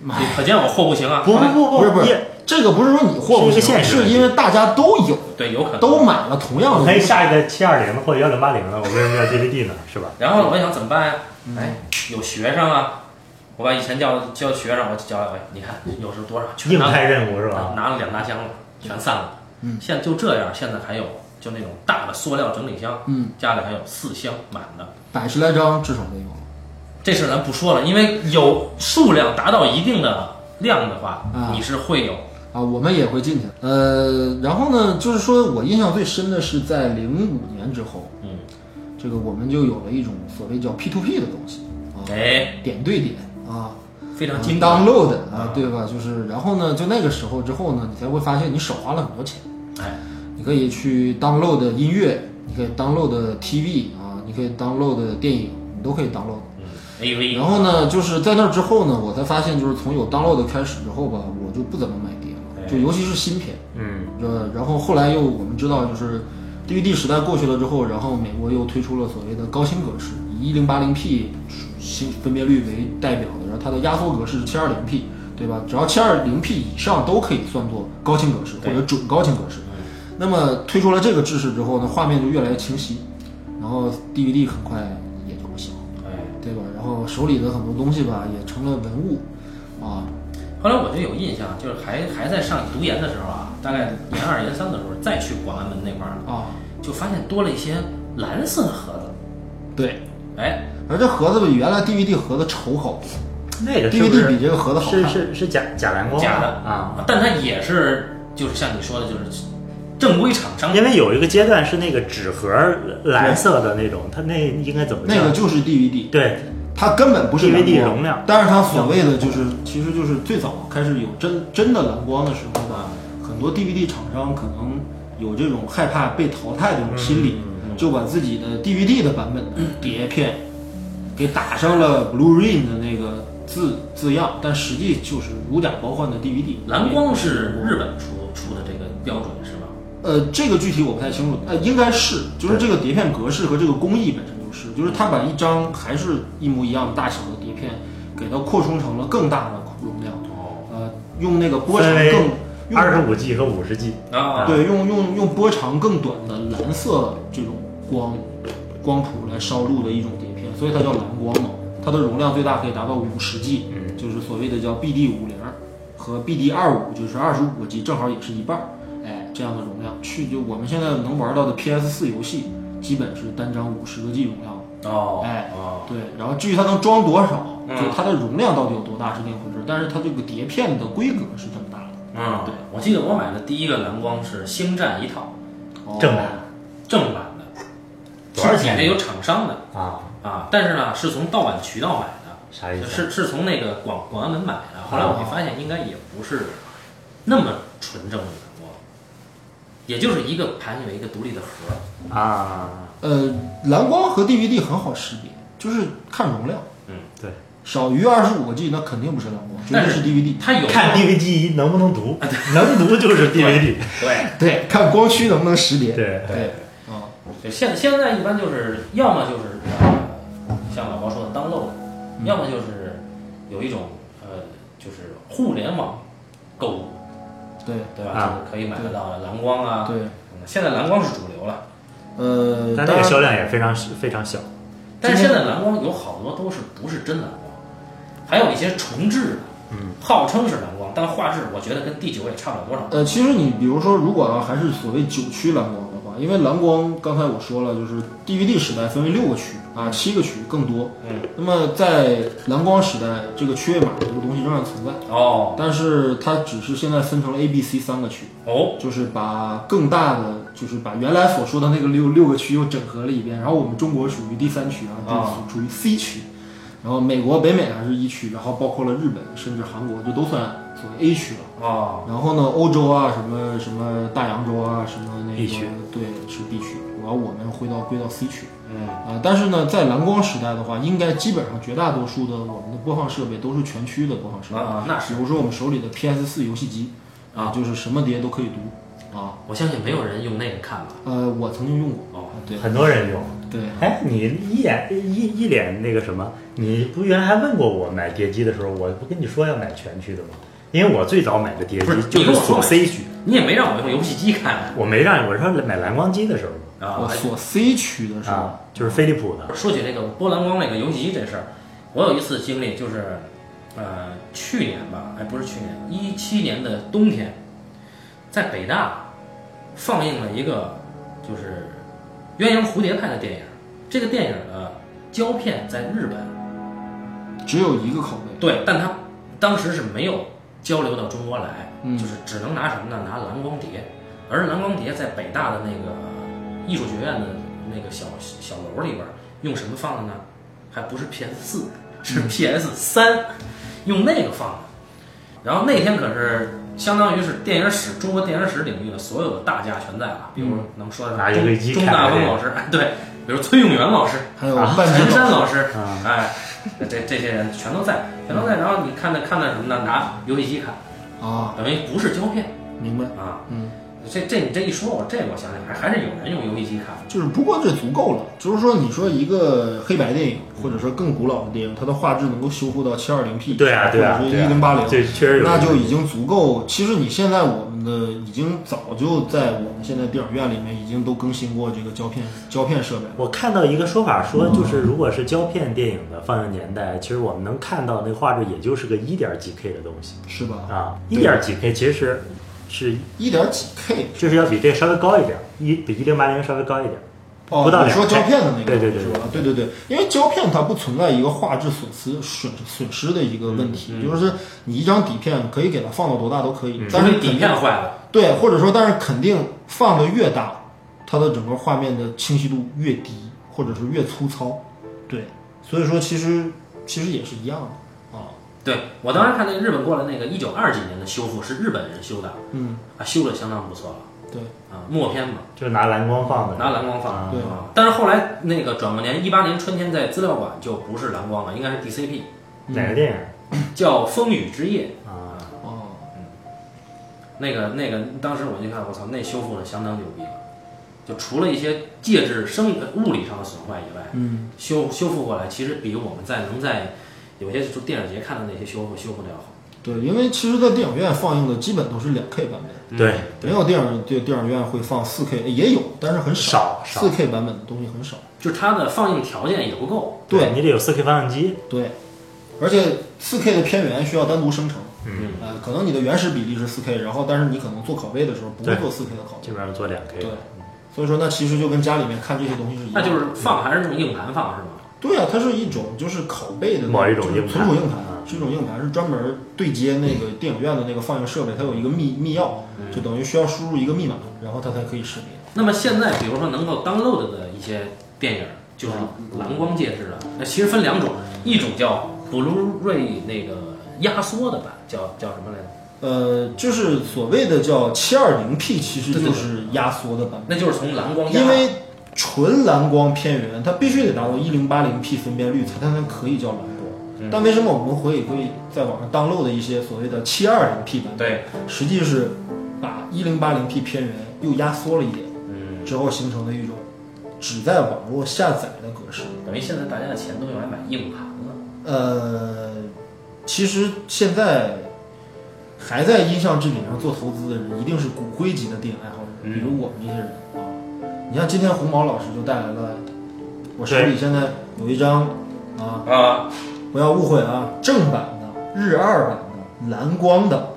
你可见我货不行啊，
不不不
不是不
也
是，这个不是说你货不
是一个
行，
现实问
是
题
因为大家都有，
对，有可能
都买了同样
我
的
可以
东西。
下一个七二零或者幺零八零的，我为什么要 DVD 呢？是吧？
然后我想怎么办呀、哎，有学生啊，我把以前叫叫学生，我叫哎，你看有时候多少全
硬
拿
派任务是
拿
吧？
拿了两大箱子，全散了。
嗯
现在就这样，现在还有就那种大的塑料整理箱，
嗯，
家里还有四箱满的。
百十来张至少得有。
这事儿咱不说了，因为有数量达到一定的量的话，
啊
你是会有
啊，我们也会进去。呃，然后呢，就是说我印象最深的是在零五年之后，
嗯，
这个我们就有了一种所谓叫 P to P 的东西啊，
哎
点对点啊，
非常精
精
当
download 啊，对吧？就是然后呢，就那个时候之后呢，你才会发现你少花了很多钱。
哎，
你可以去 download 的音乐，你可以 download 的 TV 啊，你可以 download 的电影，你都可以 download。
嗯，AV，
然后呢，就是在那之后呢，我才发现，就是从有 download 开始之后吧，我就不怎么买碟
哎
了，就尤其是新片。
嗯，
呃，然后后来又我们知道，就是 DVD 时代过去了之后，然后美国又推出了所谓的高清格式，以一零八零 P 新分辨率为代表的，然后它的压缩格式是七二零 P，对吧？只要七二零 P 以上都可以算作高清格式或
对
者准高清格式。那么推出了这个制式之后呢，画面就越来越清晰，然后 DVD 很快也就不行了，
哎，
对吧？然后手里的很多东西吧也成了文物，啊，
后来我就有印象，就是还还在上读研的时候啊，大概研二研三的时候，再去广安门那块儿，
啊，
就发现多了一些蓝色的盒子，
对。
哎，
而这盒子比原来 DVD 盒子丑好多。
那个是不
DVD
是
比这个盒子好
是
看。
是是假假蓝光
假的
啊？
但它也是就是像你说的，就是正规厂商
因为有一个阶段是那个纸盒蓝色的那种，它那应该怎么叫？
那个就是 DVD，
对，
它根本不是
DVD
蓝光
容量
但是它所谓的就是，其实就是最早开始有真真的蓝光的时候吧，很多 DVD 厂商可能有这种害怕被淘汰的这种心理，
嗯
就把自己的 DVD 的版本的碟片给打上了 Blu-ray 的那个字字样，但实际就是如假包换的 DVD。
蓝光是日本出出的这个标准是吧？
呃，这个具体我不太清楚，呃，应该是，就是这个碟片格式和这个工艺本身就是，就是它把一张还是一模一样大小的碟片，给它扩充成了更大的容量，
哦，
呃，用那个波长
分为
更，用
二十五 G 和五十 G，
啊，
对，用用用波长更短的蓝色这种光光谱来烧录的一种碟片，所以它叫蓝光嘛。它的容量最大可以达到五十 G，
嗯
就是所谓的叫 BD 五零和 BD 二五，就是二十五个 G，正好也是一半儿。哎，这样的容量去就我们现在能玩到的 PS 四游戏，基本是单张五十个 G 容量。
哦，
哎
哦，
对，然后至于它能装多少，
嗯
就它的容量到底有多大是另一回事，但是它这个碟片的规格是这么大的。
嗯，对，我记得我买的第一个蓝光是《星战》一套
哦
正版
正版的，
多少
是
钱
底下有厂商的
啊？
啊，但是呢是从盗版渠道买的，
啥意思？
是是从那个广广安门买
哦
的，后来我就发现应该也不是那么纯正的蓝光，也就是一个盘有一个独立的盒儿，
啊，
呃，蓝光和 DVD 很好识别，就是看容量，
对，
少于二十五个 G 那肯定不是蓝光，绝
但
对
是
是 DVD。
它有
看 DVD 能不能读，能读就是 DVD。
对。
对，看光驱能不能识别。
对，
对，啊，
对，现现在一般就是要么就是呃，像老高说的当漏，要么就是有一种呃，就是互联网购物，
对
对吧？
啊
就是可以买得到的蓝光啊。
对，
嗯现在蓝光是主流了，
呃，
但那
当
个
然
销量也非常非常小。
但是现在蓝光有好多都是不是真蓝光，还有一些重制的，嗯，号称是蓝光，但画质我觉得跟第九也差不了多少。
呃，其实你比如说，如果要还是所谓九区蓝光的话，因为蓝光刚才我说了，就是 DVD 时代分为六个区啊，七个区更多。
嗯。
那么在蓝光时代，这个区位码这个东西仍然存在，
哦
但是它只是现在分成了 A、B、C 三个区。
哦，
就是把更大的，就是把原来所说的那个六六个区又整合了一遍，然后我们中国属于第三区啊，
啊
就属于 C 区，然后美国、北美还是一区，然后包括了日本甚至韩国，就都算所谓 A 区了。
哦，
然后呢，欧洲啊，什么什么大洋洲啊，什么那
B
个
区
对是 B 区，然后我们回到归到 C 区
嗯，
啊、但是呢，在蓝光时代的话，应该基本上绝大多数的我们的播放设备都是全区的播放设备。
啊，那是
比如说我们手里的 PS 四游戏机
啊
就是什么碟都可以读，啊。
我相信没有人用那个看吧？
呃，我曾经用过，
哦，
对
很多人用。
对，
哎，你一眼一一脸那个什么？你不原来还问过我买碟机的时候，我不跟你说要买全区的吗？因为我最早买的碟
不是
机就
你跟
是
我说
锁 C 区，
你也没让我用游戏机看
我没让我说买蓝光机的时候
我
啊。
锁 C 区的时候，
啊，就是飞利浦的，
说起那个波蓝光那个游戏机这事儿，我有一次经历就是，呃，去年吧，哎，不是去年，一七年的冬天，在北大放映了一个就是《鸳鸯蝴蝶派》的电影，这个电影的胶片在日本
只有一个拷贝，
对，但他当时是没有交流到中国来，
嗯
就是只能拿什么呢？拿蓝光碟，而蓝光碟在北大的那个艺术学院的那个小小楼里边儿，用什么放的呢？还不是 PS 四，
嗯
是 PS 三、用那个放的。然后那天可是相当于是电影史中国电影史领域的所有的大家全在了，比如能说的
嗯拿一个一
钟
起
钟
看
大风
这个
老师，哎对，比如崔永元老师，
还有
啊
半
陈
只
山
老嗯
老师
啊，
哎，这这些人全都在，全都在。然后你看的看的什么呢？拿游戏机看，
啊，
等于不是胶片
明白，
啊。
嗯。
这这你这一说，我这我想想，还还是有人用游戏机看。
就是，不过这足够了。就是说，你说一个黑白电影，或者说更古老的电影，它的画质能够修复到七二零 P，
对啊对啊
或者
对
说
啊
一零八零，
这确实有，
那就已经足够。其实你现在我们的已经早就在我们现在电影院里面已经都更新过这个胶片胶片设备了。
我看到一个说法说，就是如果是胶片电影的放映年代，其实我们能看到那画质也就是个一点几 K 的东西
是吧？
啊，一
对
点几 K 其实是是
一点几 K
就是要比这稍微高一点，一比一零八零稍微高一点。
哦
不到，
你说
两
胶
K
片的那个
对对对
是吧？对对对，因为胶片它不存在一个画质损失损损失的一个问题，
嗯
就是你一张底片可以给它放到多大都可以，
除
但是
非底片坏了，
对，或者说，但是肯定放的越大，它的整个画面的清晰度越低，或者是越粗糙。对，所以说其实其实也是一样的啊。
对我当时看那个日本过来那个一九二几年的修复是日本人修的，
嗯，
啊，修的相当不错了
对，
啊，默片嘛，
就是拿蓝光放的，
拿蓝光放
啊
嗯对
啊。但是后来那个转过年一八年春天在资料馆就不是蓝光了，应该是 DCP，
哪个电影
叫《风雨之夜》。
啊？
哦，
那个那个，当时我就看，我操，那修复的相当牛逼了。就除了一些介质生物理上的损坏以外，
嗯，
修修复过来，其实比我们在能在有些就电影节看到那些修复修复的要好。
对，因为其实，在电影院放映的基本都是两 K 版本，
对，
没有电影对电影院会放四 K，也有，但是很
少少
四 K 版本的东西很少。
就是它的放映条件也不够，
对
你得有四 K 放映机，
对，而且四 K 的片源需要单独生成。
嗯，
呃，可能你的原始比例是四 K，然后但是你可能做拷贝的时候不会
对
做四 K 的拷贝
基。本上做两 K
对。所以说，那其实就跟家里面看这些东西是一样的。
那就是放还是用硬盘放是吗？
对啊，它是一种就是拷贝的那
某一种
就是
硬盘
存储硬盘
啊，
是一种硬盘，是专门对接那个电影院的那个放映设备，它有一个密密钥，
嗯
就等于需要输入一个密码，然后它才可以识别。
那么现在比如说能够 download 的一些电影，就是蓝光介质的，那其实分两种，一种叫 Blu-ray 那个压缩的版，叫叫什么来着？
呃，就是所谓的叫七二零 P，其实
对对对
就是压缩的版
那就是从蓝光
本，
压
因为纯蓝光片源它必须得达到一零八零 P 分辨率，它才能可以叫蓝光。但为什么我们会会在网上 download 的一些所谓的七二零 P 版本，
对，
实际是把一零八零 P 片源又压缩了一点。
嗯。
之后形成的一种只在网络下载的格式。
等于现在大家的钱都用来买硬盘了。
呃，其实现在还在音像制品上做投资的人，一定是骨灰级的电影爱好者，
嗯
比如我们这些人啊。你像今天红毛老师就带来了，我手里现在有一张啊，
啊，
不要误会啊，正版的、日二版的、蓝光的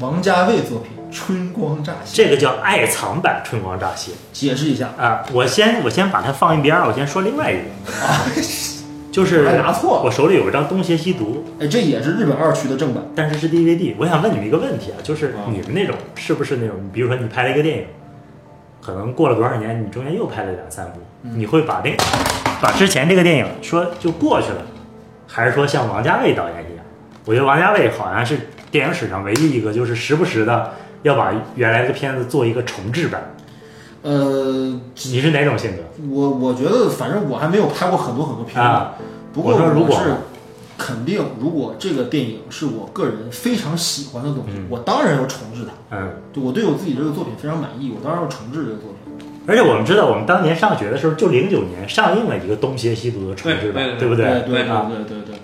王家卫作品《春光乍泄》。
这个叫爱藏版《春光乍泄》
解释一下，
啊！我先我先把它放一边儿，我先说另外一个，就是
还拿错了
我手里有一张《东邪西毒》，
哎，这也是日本二区的正版。
但是是 DVD。我想问你们一个问题啊，就是
嗯
啊
你们那种是不是那种，比如说你拍了一个电影，可能过了多少年，你中间又拍了两三部，
嗯
你会把那把之前这个电影说就过去了，还是说像王家卫导演一样？我觉得王家卫好像是电影史上唯一一个就是时不时的要把原来的片子做一个重制版。
呃，
你是哪种性格？
我我觉得，反正我还没有拍过很多很多片子。
啊
不过
我说如果
是肯定，如果这个电影是我个人非常喜欢的东西，我当然要重置它。
嗯，
对我对我自己这个作品非常满意，我当然要重置这个作品。
而且我们知道，我们当年上学的时候，就零九年上映了一个《东邪西毒》的重制版，
对
不
对
对？
对
啊
对对对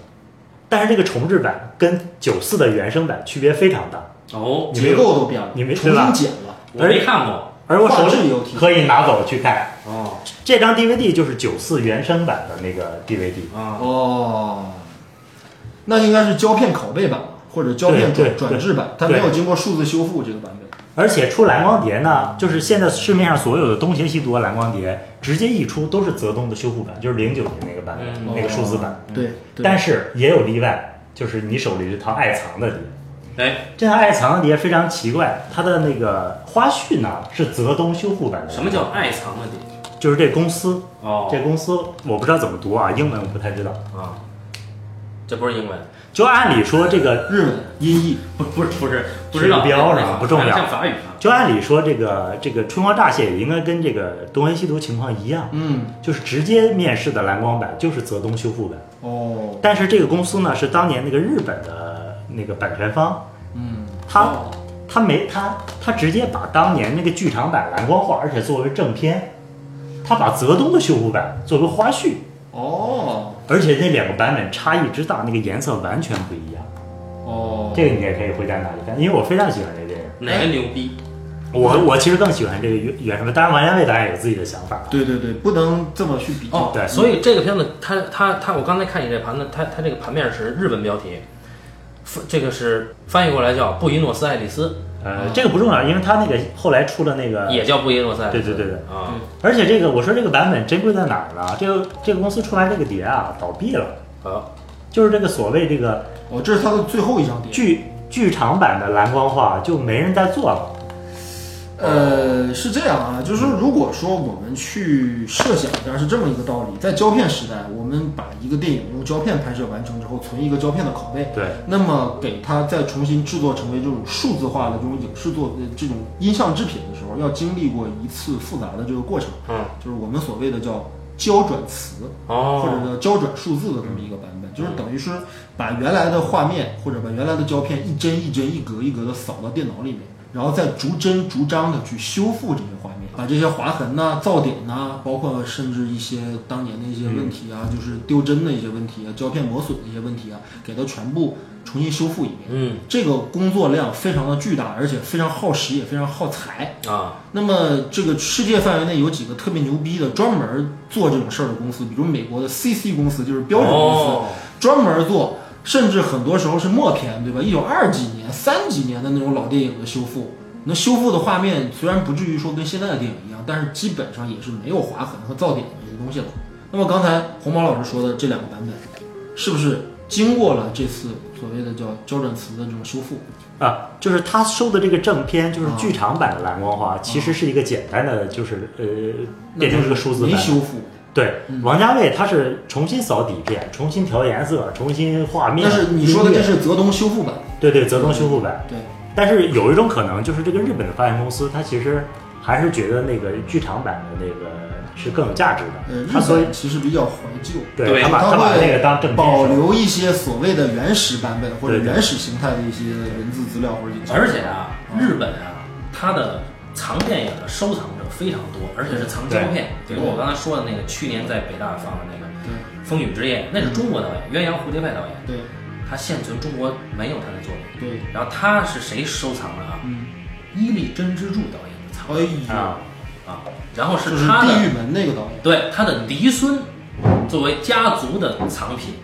但是这个重制版跟九四的原声版区别非常大，
哦，
你
对，结
没有
构都变了，
你没
重
对吧
新剪了。
我没看过。
而我手
画质
里
也有提升
可以拿走去看。
哦
这张 DVD 就是九四原声版的那个 DVD，
啊，
哦，那应该是胶片拷贝版吧，或者胶片
对
转
对
转制版，它
对
没有经过数字修复这个版本。
而且出蓝光碟呢，就是现在市面上所有的东邪西毒的蓝光碟，直接一出都是泽东的修复版，就是零九年那个版本、
嗯
那个数字版。
对，哦对
但是也有例外，就是你手里这套爱藏的碟，
哎，
这套爱藏的碟非常奇怪，它的那个花絮呢是泽东修复版的。
什么叫？爱藏的你？
就是这公司，
哦
这公司我不知道怎么读啊，英文我不太知道。
啊，这不是英文，
就按理说这个，
日文音译
不不是不是不知道哎
指标是吧不重要
像法语啊。
就按理说这个这个春光乍泄也应该跟这个东邪西毒情况一样，
嗯，
就是直接面试的蓝光版就是泽东修复版。
哦，
但是这个公司呢，是当年那个日本的那个版权方，
嗯，
他
哦
他没他他直接把当年那个剧场版蓝光化，而且作为正片，他把泽东的修复版作为花絮，
哦，
而且那两个版本差异之大，那个颜色完全不一样。
哦，
这个你也可以回家拿去看，因为我非常喜欢这个电影。
哪个牛逼？
我我其实更喜欢这个原原什么，当然王家卫导演有自己的想法。
对对对，不能这么去比较。
哦，
对
所以这个片子，它它它，我刚才看你这盘子，它它这个盘面是日文标题，翻这个是翻译过来叫布宜诺斯艾利斯，
呃，这个不重要，因为他那个后来出了那个，
也叫布宜诺斯艾利
对
斯。
对对对，嗯
啊，
而且这个我说这个版本珍贵在哪儿呢？这个这个公司出完这个碟啊，倒闭了，
好，
就是这个所谓这个
哦，这是它的最后一张碟。
剧剧场版的蓝光化就没人再做了。
呃，是这样啊，就是说，如果说我们去设想一下，是这么一个道理，在胶片时代，我们把一个电影用胶片拍摄完成之后，存一个胶片的拷贝，
对，
那么给它再重新制作成为这种数字化的这种影视作呃这种音像制品的时候，要经历过一次复杂的这个过程，
嗯，
就是我们所谓的叫胶转词。或者
哦，
叫胶转数字的这么一个版本，就是等于是把原来的画面或者把原来的胶片一帧一帧、一格一格的扫到电脑里面，然后再逐帧逐章的去修复这些画面，把这些划痕呐、噪点呐、包括甚至一些当年的一些问题
嗯
啊，就是丢帧的一些问题啊、胶片磨损的一些问题啊，给它全部重新修复一遍。
嗯
这个工作量非常的巨大，而且非常耗时，也非常耗财。
啊，
那么这个世界范围内有几个特别牛逼的专门做这种事儿的公司，比如美国的 CC 公司，就是标准公司，
哦
专门做，甚至很多时候是默片，对吧？一九二几年、三几年的那种老电影的修复，那修复的画面虽然不至于说跟现在的电影一样，但是基本上也是没有划痕和噪点的这些东西了。那么刚才红毛老师说的这两个版本，是不是经过了这次所谓的叫胶转词的这种修复？
啊，就是他收的这个正片，就是
啊
剧场版的蓝光化，其实是一个简单的，就是呃，变成一个数字
没
版。
修复，
对，
嗯
王家卫他是重新扫底片，重新调颜色，重新画面。
但是你说的
音乐
这是泽东修复版，
对对，泽东修复版。
对。
但是有一种可能，就是这个日本的发行公司，它其实还是觉得那个剧场版的那个是更有价值
呃，
的，
日
它所以
本其实比较怀旧，
对
对他把
它
他把那个当
会
正
保
片收。
留一些所谓的原始版本或者
对对
原始形态的一些文字资料或者影像。
而且啊，日本啊，它的藏电影的收藏者非常多，而且是藏胶片，比
对
如我刚才说的那个去年在北大放的那个
对
《风雨之夜》，那是中国导演鸳鸯蝴蝶派导演，
对
他现存中国没有他的作品。
对，
然后他是谁收藏的啊？
嗯，
伊力真之助导演的藏
哎呀，
啊，
啊，然后
就是是
他
地
的
狱门那个导演，
对他的嫡孙作为家族的藏品，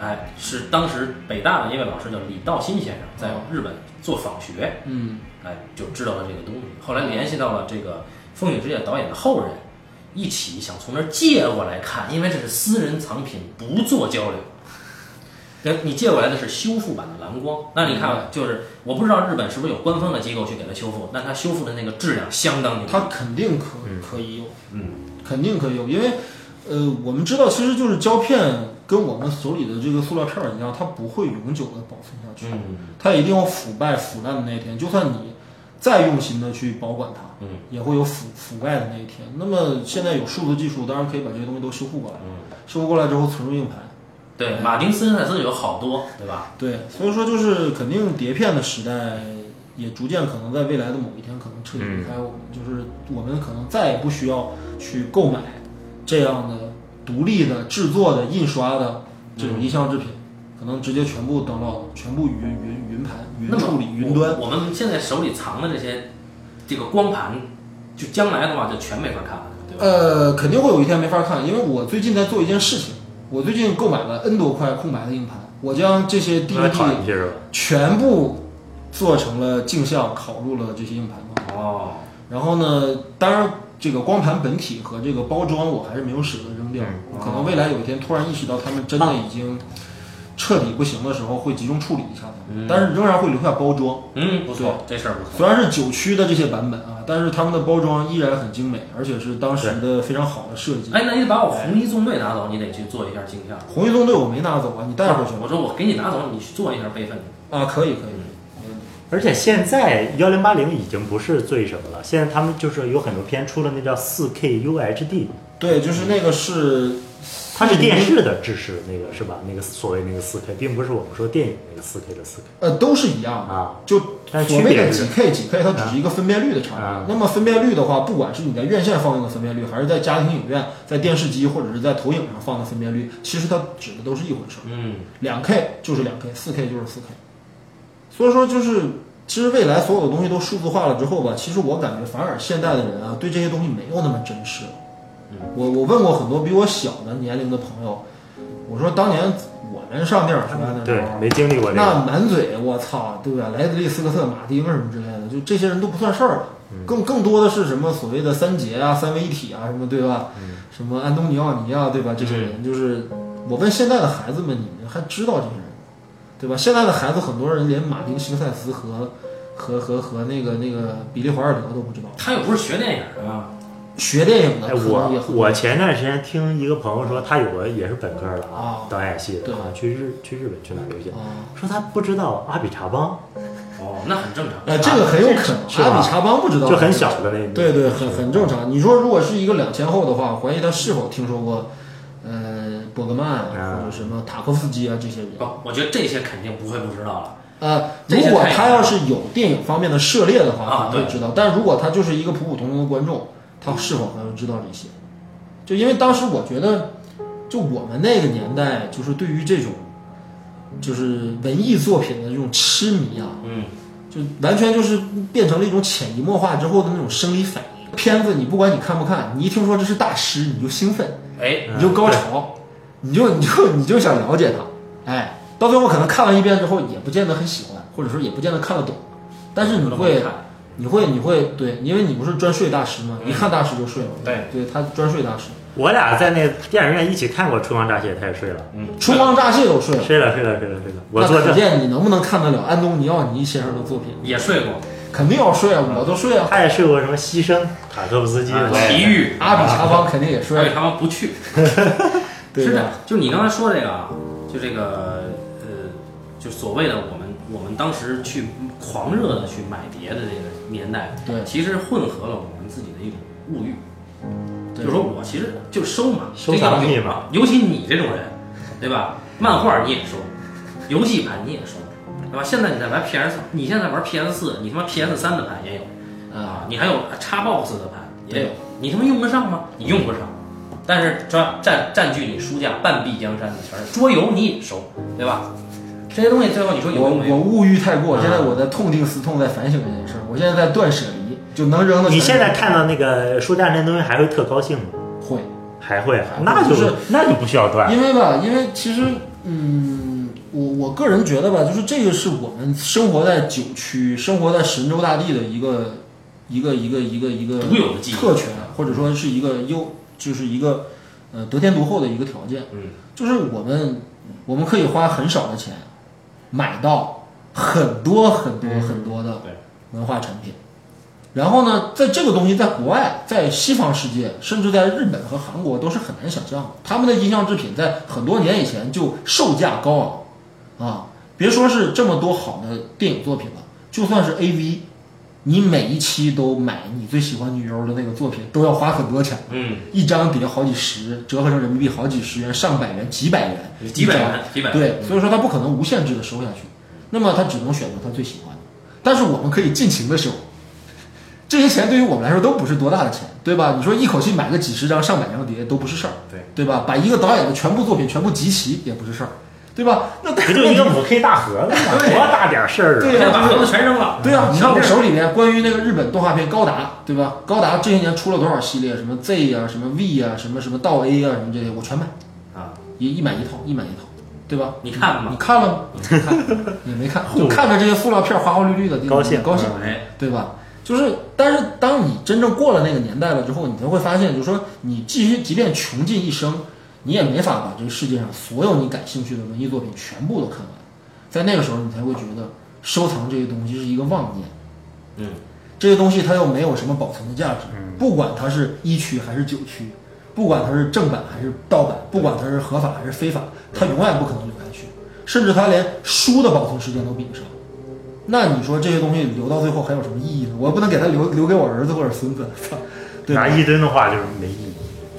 哎，是当时北大的一位老师叫李道新先生，在日本做访学，
嗯，
哎，就知道了这个东西。后来联系到了这个《风雨之夜》导演的后人，一起想从那儿借过来看，因为这是私人藏品，不做交流。跟你借过来的是修复版的蓝光，那你看，啊就是我不知道日本是不是有官方的机构去给他修复，但他修复的那个质量相当牛。
他肯定可可以有，
嗯，
肯定可以有，因为呃，我们知道其实就是胶片跟我们手里的这个塑料片儿一样，它不会永久的保存下去，
嗯，
它一定有腐败腐烂的那一天。就算你再用心的去保管它，
嗯，
也会有腐腐败的那一天。那么现在有数字技术，当然可以把这些东西都修复过来，修复过来之后存入硬盘，
对，马丁斯科塞斯有好多，对吧？
对，所以说就是肯定碟片的时代也逐渐可能在未来的某一天可能彻底离开我们，就是我们可能再也不需要去购买这样的独立的制作的印刷的这种音像制品，可能直接全部登到全部云云云盘云
那么
处理云端。
我，我们现在手里藏的这些这个光盘，就将来的话就全没法看了，对吧？
呃，肯定会有一天没法看，因为我最近在做一件事情，我最近购买了 N 多块空白的硬盘，我将这些
用来
DVD
拷进去是吧？
全部做成了镜像，拷入了这些硬盘嘛。
哦，
然后呢，当然这个光盘本体和这个包装我还是没有舍得扔掉，
嗯
可能未来有一天突然意识到它们真的已经彻底不行的时候，会集中处理一下它们，但是仍然会留下包装。
嗯，不错，这事儿不错。
虽然是九区的这些版本啊，但是他们的包装依然很精美，而且是当时的非常好的设计。
哎，那你得把我红衣纵队拿走，你得去做一下镜像。
红衣纵队我没拿走啊，你带回去
我
了
说我给你拿走，你去做一下备份。
啊？可以可以，
而且现在幺零八零已经不是最什么了，现在他们就是有很多片出了那叫四 K UHD，
对，就是那个是
它是电视的制式那个是吧？那个所谓那个四 K，并不是我们说电影那个四 K 的四 K
呃，都是一样的
啊，
就
但
所
区
谓
别
的
是
几 K 几 K，它只是一个分辨率的差
啊
别。那么分辨率的话，不管是你在院线放映的分辨率，还是在家庭影院、在电视机或者是在投影上放的分辨率，其实它指的都是一回事儿。
嗯，
两 K 就是两 K，四 K 就是四 K。所以说，就是其实未来所有的东西都数字化了之后吧，其实我感觉反而现代的人啊，对这些东西没有那么珍视了。
嗯
我我问过很多比我小的年龄的朋友，我说当年我们上电影学院的时
对
候，，
没经历过这个，
嗯那满嘴我操，对吧？莱德利·斯科特、马丁什么之类的，就这些人都不算事儿了。
嗯
更更多的是什么所谓的三杰啊、三位一体啊，什么对吧？
嗯
什么安东尼奥尼啊，对吧？这些人就是我问现在的孩子们，你们还知道这些人吗？对吧？现在的孩子很多人连马丁·辛克塞斯和和和和那个那个比利·怀尔德都不知道，
他又不是学电影的啊。
学电影的
哎，
可能也
我
很
我前段时间听一个朋友说，他有个也是本科的啊
啊，
导演系的
对
啊，去日去日本去哪儿留学，
啊，
说他不知道阿比查邦，
哦，那很正常。
呃，这个很有可
是
能。
吧
阿比查邦不知道，
就很小的那
对对，很很正常。你说如果是一个两千后的话，怀疑他是否听说过，呃，伯格曼
啊
啊，或者什么塔科夫斯基啊这些人。
不，哦我觉得这些肯定不会不知道了。
呃，
这
如
些
果
太
他
有
要是有电影方面的涉猎的
啊
话，可能
对
会知道；但如果他就是一个普普通通的观众，他是否还会知道这些？就因为当时我觉得，就我们那个年代，就是对于这种就是文艺作品的这种痴迷啊，
嗯，
就完全就是变成了一种潜移默化之后的那种生理反应。片子你不管你看不看，你一听说这是大师，你就兴奋，
哎，
你就高潮，你就你就你就想了解他，哎，到最后可能看完一遍之后也不见得很喜欢，或者说也不见得看得懂，但是你会
看。嗯
你会你会对，因为你不是专睡大师吗？一看大师就睡了，
对
对，他专睡大师，
我俩在那电影院一起看过《春光乍泄》，他也睡了，
嗯，
春光乍泄都睡了，
睡了睡了睡了睡了，我
那
作
可
证，
见你能不能看得了安东尼奥尼先生的作品？
也睡过。
肯定要睡啊，我都 睡啊，
他也睡过什么牺牲、塔科夫斯基，
啊
我也
奇遇，
阿比查邦肯定也睡
所以
了，
他们不去。
对
哎是
吧
的？，就是你刚才说这个啊，就这个呃，就所谓的我们我们当时去狂热的去买碟的这个年代，
对
其实混合了我们自己的一种物欲，就
对
是说我其实就收嘛，
收
这
藏
个
癖
有
嘛，
尤其你这种人，对吧？漫画你也收，游戏盘你也收，对吧？现在你在玩 PS，你现在玩 PS 四，你他妈 PS 三的盘也有
啊，，
你还有 Xbox 的盘也有
对，
你他妈用得上吗？你用不上。但是占占占据你书架半壁江山的全是桌游，你也收，对吧？这些东西最后你说有
我
用没
我
用？
物欲太过，
啊
现在我在痛定思痛，在反省这件事儿。我现在在断舍离，就能扔的全扔。
你现在看到那个书架那东西还会特高兴吗？
会，
还会啊
还，会
那
就是
那就不需要断。
因为吧，因为其实，嗯，我我个人觉得吧，就是这个是我们生活在九区、生活在神州大地的一个一个一个一个一个
独有的技能
特权，或者说是一个优，就是一个呃得天独厚的一个条件。
嗯，
就是我们我们可以花很少的钱买到很多很多很多的
对
文化产品。然后呢，在这个东西在国外，在西方世界，甚至在日本和韩国都是很难想象的。他们的音像制品在很多年以前就售价高昂，啊，别说是这么多好的电影作品了，就算是 AV，你每一期都买你最喜欢女优的那个作品，都要花很多钱，
嗯，
一张得好几十，折合成人民币好几十元、上百元、几百元，
嗯几百
一张
元几百嗯元
对，所以说他不可能无限制的收下去，那么他只能选择他最喜欢的。但是我们可以尽情的收，这些钱对于我们来说都不是多大的钱，对吧？你说一口气买个几十张、上百张碟都不是事儿，
对
对吧？把一个导演的全部作品全部集齐也不是事儿，对吧？ 那
不就一个五 K 大盒子吗？
对
多大点事儿
对
啊！
先把盒子全扔了。嗯
对啊，你看我手里面关于那个日本动画片高达，对吧？高达这些年出了多少系列？什么 Z 啊，什么 V 啊，什么什么到 A 啊，什么这些，我全买，
啊，
一一买一套，一买一套，对吧？
你看了吗
你看了吗？没 看，也没看，就
就
看着这些塑料片花花绿绿的，
高兴嗯
高兴，
哎，
对吧？就是，但是当你真正过了那个年代了之后，你才会发现，就是说，你继续即便穷尽一生，你也没法把这个世界上所有你感兴趣的文艺作品全部都看完。在那个时候，你才会觉得收藏这些东西是一个妄念。
嗯，
这些东西它又没有什么保存的价值，不管它是一区还是九区，不管它是正版还是盗版，不管它是合法还是非法，它永远不可能留下去，甚至它连书的保存时间都比不上。那你说这些东西留到最后还有什么意义呢？我不能给它留留给我儿子或者孙子， 操，对吧
拿？一吨的话就是没意义。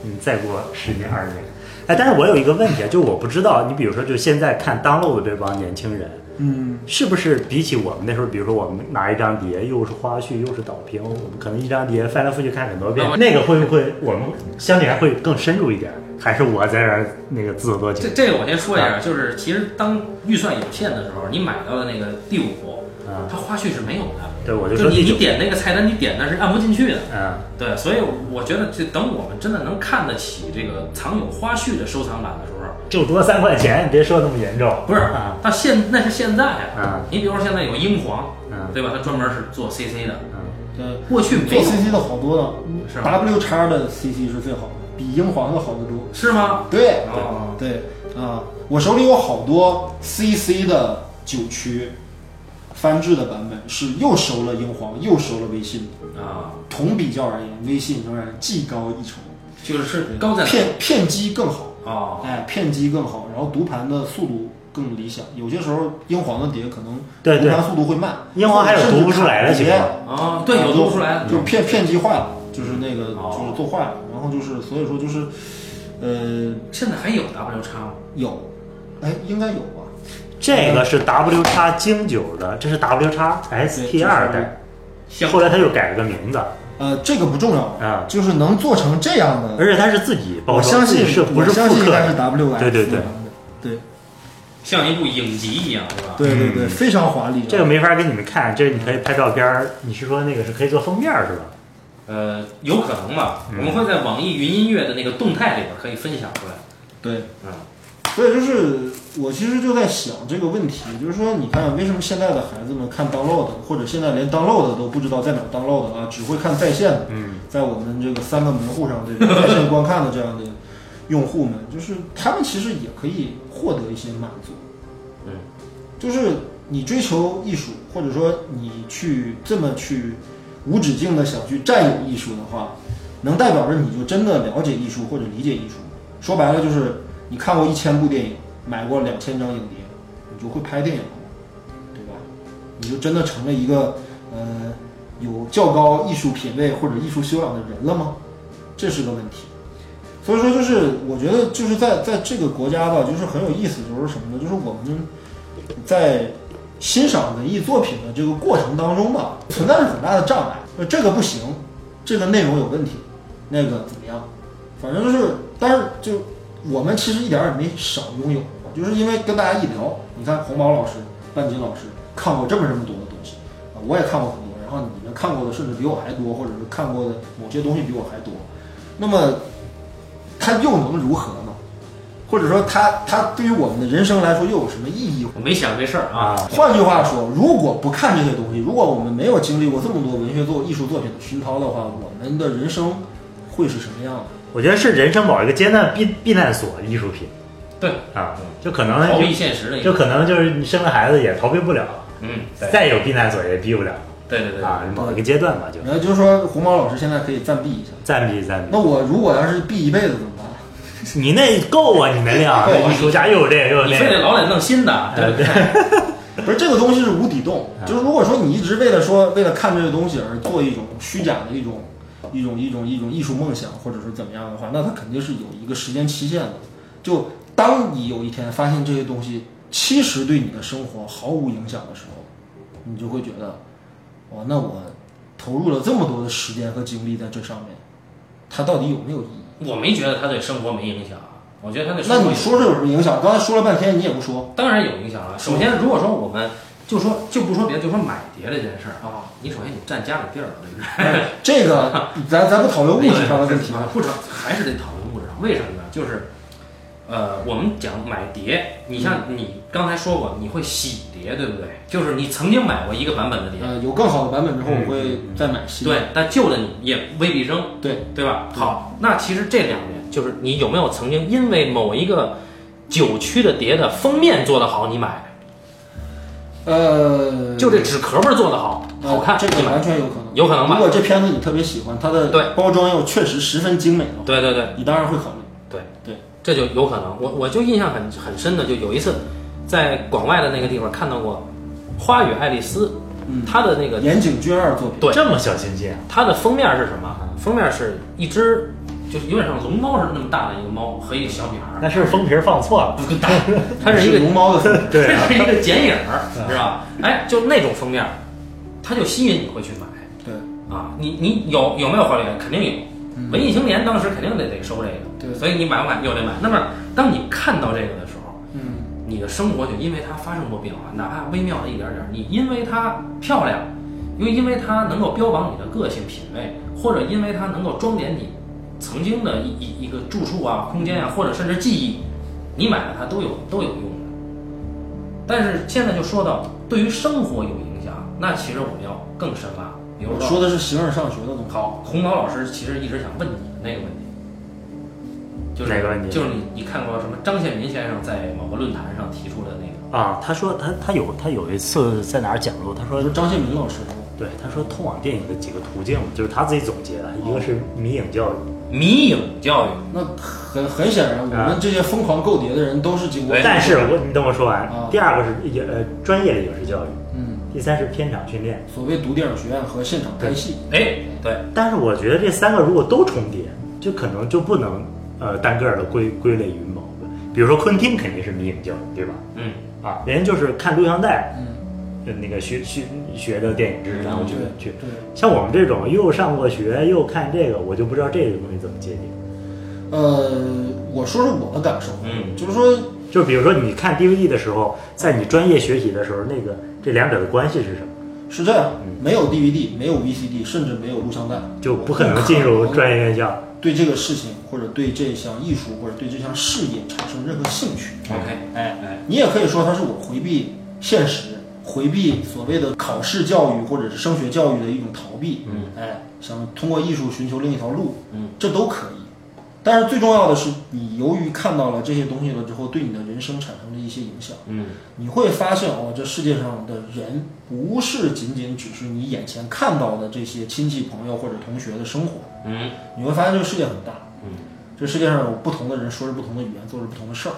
你再过十年二十年，哎，但是我有一个问题啊，就我不知道，你比如说，就现在看 download 这帮年轻人，
嗯，
是不是比起我们那时候，比如说我们拿一张碟，又是花絮又是导评，我们可能一张碟翻来覆去看很多遍
那我，
那个会不会我们相对来会更深入一点？还是我在这儿那个自作多
这
情
这个我先说一下，就是其实当预算有限的时候，你买到的那个第五，
啊？
它花絮是没有的。
对，我就
就
说
你
第
你
九，
点那个菜单，你点那是按不进去的。
嗯，
对，所以我觉得，就等我们真的能看得起这个藏有花絮的收藏版的时候，
就多三块钱，你别说那么严重，
不是
啊，
到现那是现在啊
啊。
你比如说现在有英皇，
嗯
对吧？它专门是做 CC 的，
嗯，
对，
过去没
做
有
CC 的好多了
是吧
，W 叉的 CC 是最好的，比英皇的好得多。
是吗？
对，
哦，
对啊、我手里有好多 CC 的九曲翻制的版本，是又收了英皇，又收了微信的。
啊，
同比较而言，微信仍然技高一筹，
就是高在哪？
片片机更好，
哦，
哎，片机更好，然后读盘的速度更理想。有些时候英皇的碟可能
对
读
对
盘速度会慢，
英皇还有读不出来的啊情况
甚至卡碟
哦，对，有读不出来的。
就片片机坏了，就是那个
哦
就是做坏了，然后就是所以说就是，呃，
现在还有 W 叉吗？
有，哎，应该有吧。
这个是 W 叉精九的，这是 W 叉 ST 二代，
行
后来他又改了个名字
呃，这个不重要了，
啊，
就是能做成这样的，
而且他是自己包
我
装，
相
自己
信
是不
我
是
相
复
信应
刻
该是
的？
W 嗯 S
对对对
对
像一部影集一样，是吧？
对对对，
嗯
非常华丽啊。
这个没法给你们看，这你可以拍照片儿。你是说那个是可以做封面儿是吧？
呃，有可能吧。我
嗯
们会在网易云音乐的那个动态里边可以分享出来。
对，
嗯，
所以就是我其实就在想这个问题，就是说，你看为什么现在的孩子们看 download，或者现在连 download 都不知道在哪儿 download 啊，只会看在线的，
嗯，
在我们这个三个门户上这个在线观看的这样的用户们，就是他们其实也可以获得一些满足。
嗯，
就是你追求艺术，或者说你去这么去无止境的想去占有艺术的话，能代表着你就真的了解艺术或者理解艺术吗。说白了就是你看过一千部电影，买过两千张影碟，你就会拍电影了吗，对吧？你就真的成了一个呃有较高艺术品位或者艺术修养的人了吗？这是个问题。所以说，就是我觉得就是在在这个国家吧，就是很有意思，就是什么呢？就是我们在欣赏文艺作品的这个过程当中吧，存在着很大的障碍。呃这个不行，这个内容有问题，那个怎么样？反正就是，但是就我们其实一点儿也没少拥有，就是因为跟大家一聊，你看洪宝老师、半斤老师看过这么这么多的东西，啊，我也看过很多，然后你们看过的甚至比我还多，或者是看过的某些东西比我还多，那么它又能如何呢？或者说它它对于我们的人生来说又有什么意义？
我没想这事儿啊。
换句话说，如果不看这些东西，如果我们没有经历过这么多文学作、艺术作品的熏陶的话，我们的人生会是什么样的？
我觉得是人生某一个阶段避避难所艺术品
对，
啊
嗯，
就可能
逃避
就
现实的一
就
个。
可能就是你生了孩子也逃避不了，
嗯，对，
再有避难所也避不了
对对对。
啊，某一个阶段吧，就
然呃后就是说，红毛老师现在可以暂避一下。
暂避暂避。
那我如果要是避一辈子怎么办？
你那够啊，你那量，
够啊
那艺术家又有这个又有
你
那
非得
个，
啊老得弄新的，对不对？
不是这个东西是无底洞，就是如果说你一直为了说为了看这个东西而做一种虚假的一种一种一种一种艺术梦想，或者是怎么样的话，那它肯定是有一个时间期限的。就当你有一天发现这些东西其实对你的生活毫无影响的时候，你就会觉得，哦，那我投入了这么多的时间和精力在这上面，它到底有没有意义？
我没觉得他对生活没影响，啊我觉得他对生
那
活
你
有
说这有嗯什么影响？刚才说了半天，你也不说
当然有影响了。首先，如果说我们就说就不说别的，就说买碟这件事儿啊，你首先你占家里地儿了，对不对？
哎这个，咱咱不讨论物质上的问题啊。
不成，还是得讨论物质啊上。为什么呢？就是，呃，我们讲买碟，你像你刚才说过，你会洗碟，对不对？就是你曾经买过一个版本的碟，
呃，有更好的版本之后，
嗯
我会再买新的。
对，但旧的你也未必扔，
对
对吧？
嗯
好，那其实这两点就是你有没有曾经因为某一个九曲的碟的封面做得好，你买，
呃，
就这纸壳儿做得好，
呃
好看，
这个
你买
完全有可能。
有可能
如
吧？
果这片子你特别喜欢，它
对
的包装又确实十分精美的话，
对对对。
你当然会考虑。
这就有可能。我我就印象很很深的，就有一次在广外的那个地方看到过《花与爱丽丝》，
嗯，
它的那个
岩井俊二作品，
对
这么小心机啊？
它的封面是什么？
嗯
封面是一只就是有点像龙猫似的那么大的一个猫和一个小女孩儿，
那是封皮儿放错了，
不大， 它是一个
龙猫 的粉，
对啊
它是一个剪影儿，是吧？哎，就那种封面，它就吸引你会去买
对
啊。你你有有没有花园？肯定有。
嗯
文艺青年当时肯定得得收这个，
对
所以你买不买又得买。那么当你看到这个的时候，
嗯，
你的生活就因为它发生过变化，哪怕微妙的一点点儿，你因为它漂亮，又因为它能够标榜你的个性品味，或者因为它能够装点你曾经的一一一个住处啊、空间啊，或者甚至记忆，你买了它都有都有用的。但是现在就说到对于生活有影响，那其实我们要更深挖。比如
我说的是形而上学的东西。
好，红毛老师其实一直想问你的那个问题，就是
哪个问题
就是你你看过什么张献民先生在某个论坛上提出的那个。
啊！他说他他有他有一次在哪儿讲过，他说
我说张献民老师，
对，他说通往电影的几个途径，就是他自己总结的，一个是迷影教育，
迷影教育，
那很很显然，我们这些疯狂购碟的人都是经过，
啊对
但是我你等我说完
啊，
第二个是也呃专业的影视教育，
嗯，
第三是片场训练。
所谓读电影学院和现场拍戏，
哎，对，
但是我觉得这三个如果都重叠，就可能就不能呃单个儿的归归类于某个。比如说昆汀肯定是迷影教育，对吧？
嗯，
啊，人家就是看录像带，
嗯，
呃那个学学学的电影知识，然后去
对
去。
对。
像我们这种又上过学又看这个，我就不知道这个东西怎么界定。
呃，我说说我的感受，
嗯，
就是说，
就比如说你看 DVD 的时候，在你专业学习的时候，那个这两者的关系是什么？
是这样，没有 DVD，没有 VCD，甚至没有录像带，
就不可能进入专业院校。
对这个事情或者对这项艺术或者对这项事业产生任何兴趣。
，OK，
哎，
哎，
你也可以说它是我回避现实、回避所谓的考试教育或者是升学教育的一种逃避。
嗯，
哎，想通过艺术寻求另一条路，
嗯，
这都可以。但是最重要的是，你由于看到了这些东西了之后，对你的人生产生了一些影响。
嗯，
你会发现哦，这世界上的人不是仅仅只是你眼前看到的这些亲戚朋友或者同学的生活，
嗯，
你会发现这个世界很大，
嗯，
这世界上有不同的人说着不同的语言，做着不同的事儿。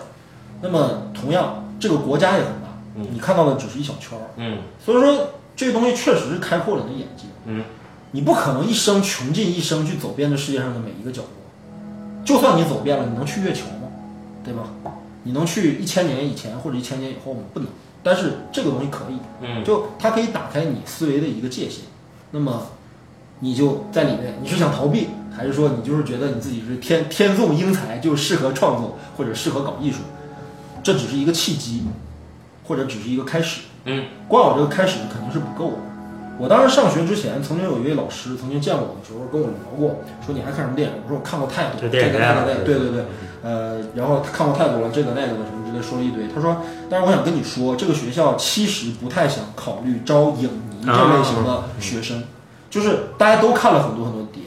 那么同样，这个国家也很大，
嗯
你看到的只是一小圈儿，
嗯，
所以说这个东西确实是开阔了你的眼界，
嗯，
你不可能一生穷尽一生去走遍这世界上的每一个角落，就算你走遍了，你能去月球吗？对吧？你能去一千年以前或者一千年以后吗？不能。但是这个东西可以，
嗯，
就它可以打开你思维的一个界限。那么，你就在里面，你是想逃避，还是说你就是觉得你自己是天天纵英才，就适合创作或者适合搞艺术？这只是一个契机，或者只是一个开始。
嗯，
光有这个开始肯定是不够的。我当时上学之前，曾经有一位老师曾经见过我的时候跟我聊过，说你还看什么电影？我说我看过太多，
这
这
电影
个
这样
那个那
的
个，对对对，呃，然后他看过太多了，这个那个的什么之类，说了一堆。他说，但是我想跟你说，这个学校其实不太想考虑招影迷这类型的学生，就是大家都看了很多很多碟，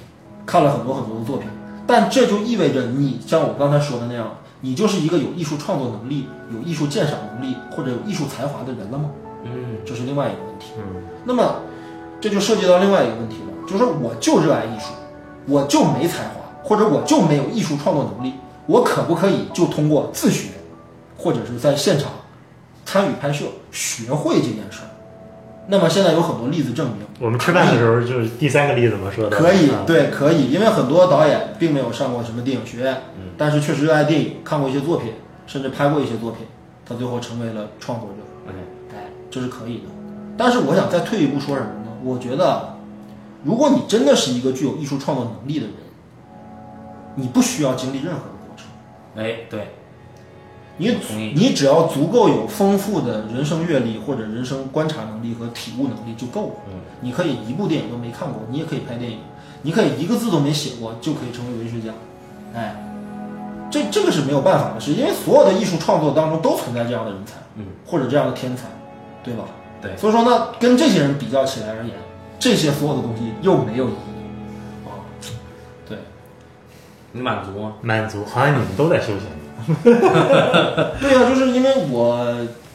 看了很多很多的作品，但这就意味着你像我刚才说的那样，你就是一个有艺术创作能力、有艺术鉴赏能力或者有艺术才华的人了吗？
嗯，
这是另外一个问题。
嗯，
那么这就涉及到另外一个问题了，就是我就热爱艺术，我就没才华，或者我就没有艺术创作能力，我可不可以就通过自学，或者是在现场参与拍摄，学会这件事儿。那么现在有很多例子证明，
我们吃饭的时候就是第三个例子嘛，说的
可以
啊，
对，可以，因为很多导演并没有上过什么电影学院，
嗯
但是确实热爱电影，看过一些作品，甚至拍过一些作品，他最后成为了创作者，
哎，
哎，这是可以的。但是我想再退一步说什么呢？我觉得，如果你真的是一个具有艺术创作能力的人，你不需要经历任何的过程，
哎，对，
你
同意
你只要足够有丰富的人生阅历或者人生观察能力和体悟能力就够了。
嗯
你可以一部电影都没看过，你也可以拍电影；你可以一个字都没写过，就可以成为文学家。哎，这这个是没有办法的事，因为所有的艺术创作当中都存在这样的人才，
嗯，
或者这样的天才，对吧？
对，
所以说呢，跟这些人比较起来而言，这些所有的东西又没有意义啊。对，
你满足吗？
满足，好像你们都在休闲。
对呀、就是因为我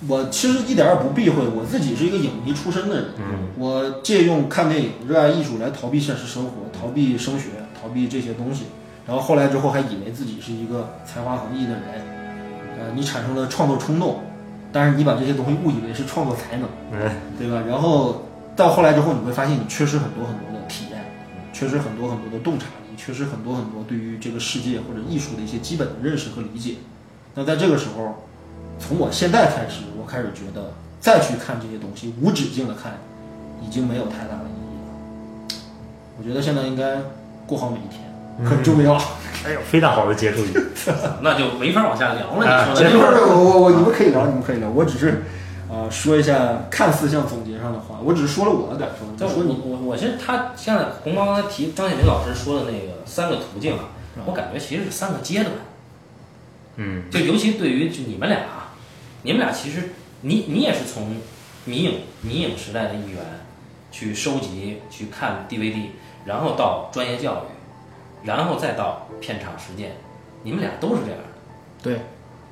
我其实一点儿也不避讳，我自己是一个影迷出身的人，
嗯，
我借用看电影、热爱艺术来逃避现实生活、逃避升学、逃避这些东西，然后后来之后还以为自己是一个才华横溢的人，呃，你产生了创作冲动，但是你把这些东西误以为是创作才能，
嗯，
对吧？然后到后来之后，你会发现你缺失很多很多的体验，
嗯
缺失很多很多的洞察力，缺失很多很多对于这个世界或者艺术的一些基本的认识和理解。那在这个时候，从我现在开始，我开始觉得再去看这些东西，无止境的看，已经没有太大的意义了。我觉得现在应该过好每一天，
嗯
很重要。
哎呦，非常好的结束语。
那就没法往下聊
啊
了。你说
这
的
没
这个，
事儿，我我我，你们可以聊，你们可以聊。我只是，呃，说一下看似像总结上的话，我只是说了我的感受。
但
你
我
说你，
我我其实他现在红毛刚才提张铁林老师说的那个三个途径啊，我感觉其实是三个阶段，
嗯，
就尤其对于就你们俩啊，你们俩其实你你也是从迷影迷影时代的一员，去收集去看 DVD，然后到专业教育，然后再到片场实践，你们俩都是这样的，
对，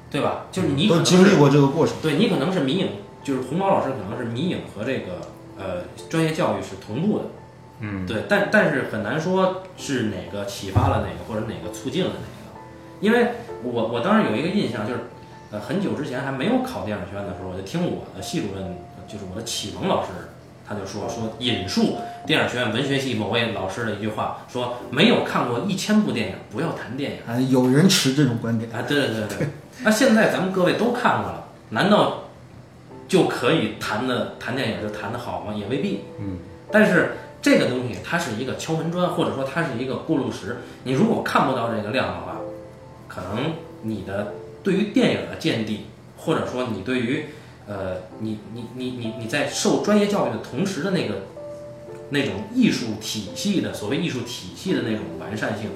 对吧？就是你可
都
能
经历
是
过这个过程。
对你可能是迷影，就是红毛老师可能是迷影和这个呃专业教育是同步的，
嗯，
对，但但是很难说是哪个启发了哪个，或者哪个促进了哪个，因为我我当时有一个印象就是，呃，很久之前还没有考电影学院的时候，我就听我的系主任，就是我的启蒙老师，他就说说引述电影学院文学系某位老师的一句话，说没有看过一千部电影，不要谈电影。
啊，有人持这种观点，
啊，对对对对。那现在咱们各位都看过了，难道就可以谈的谈电影就谈得好吗？也未必。
嗯。
但是这个东西它是一个敲门砖，或者说它是一个过路石。你如果看不到这个量的话，可能你的对于电影的见地，或者说你对于呃，你你你你你在受专业教育的同时的那个那种艺术体系的所谓艺术体系的那种完善性，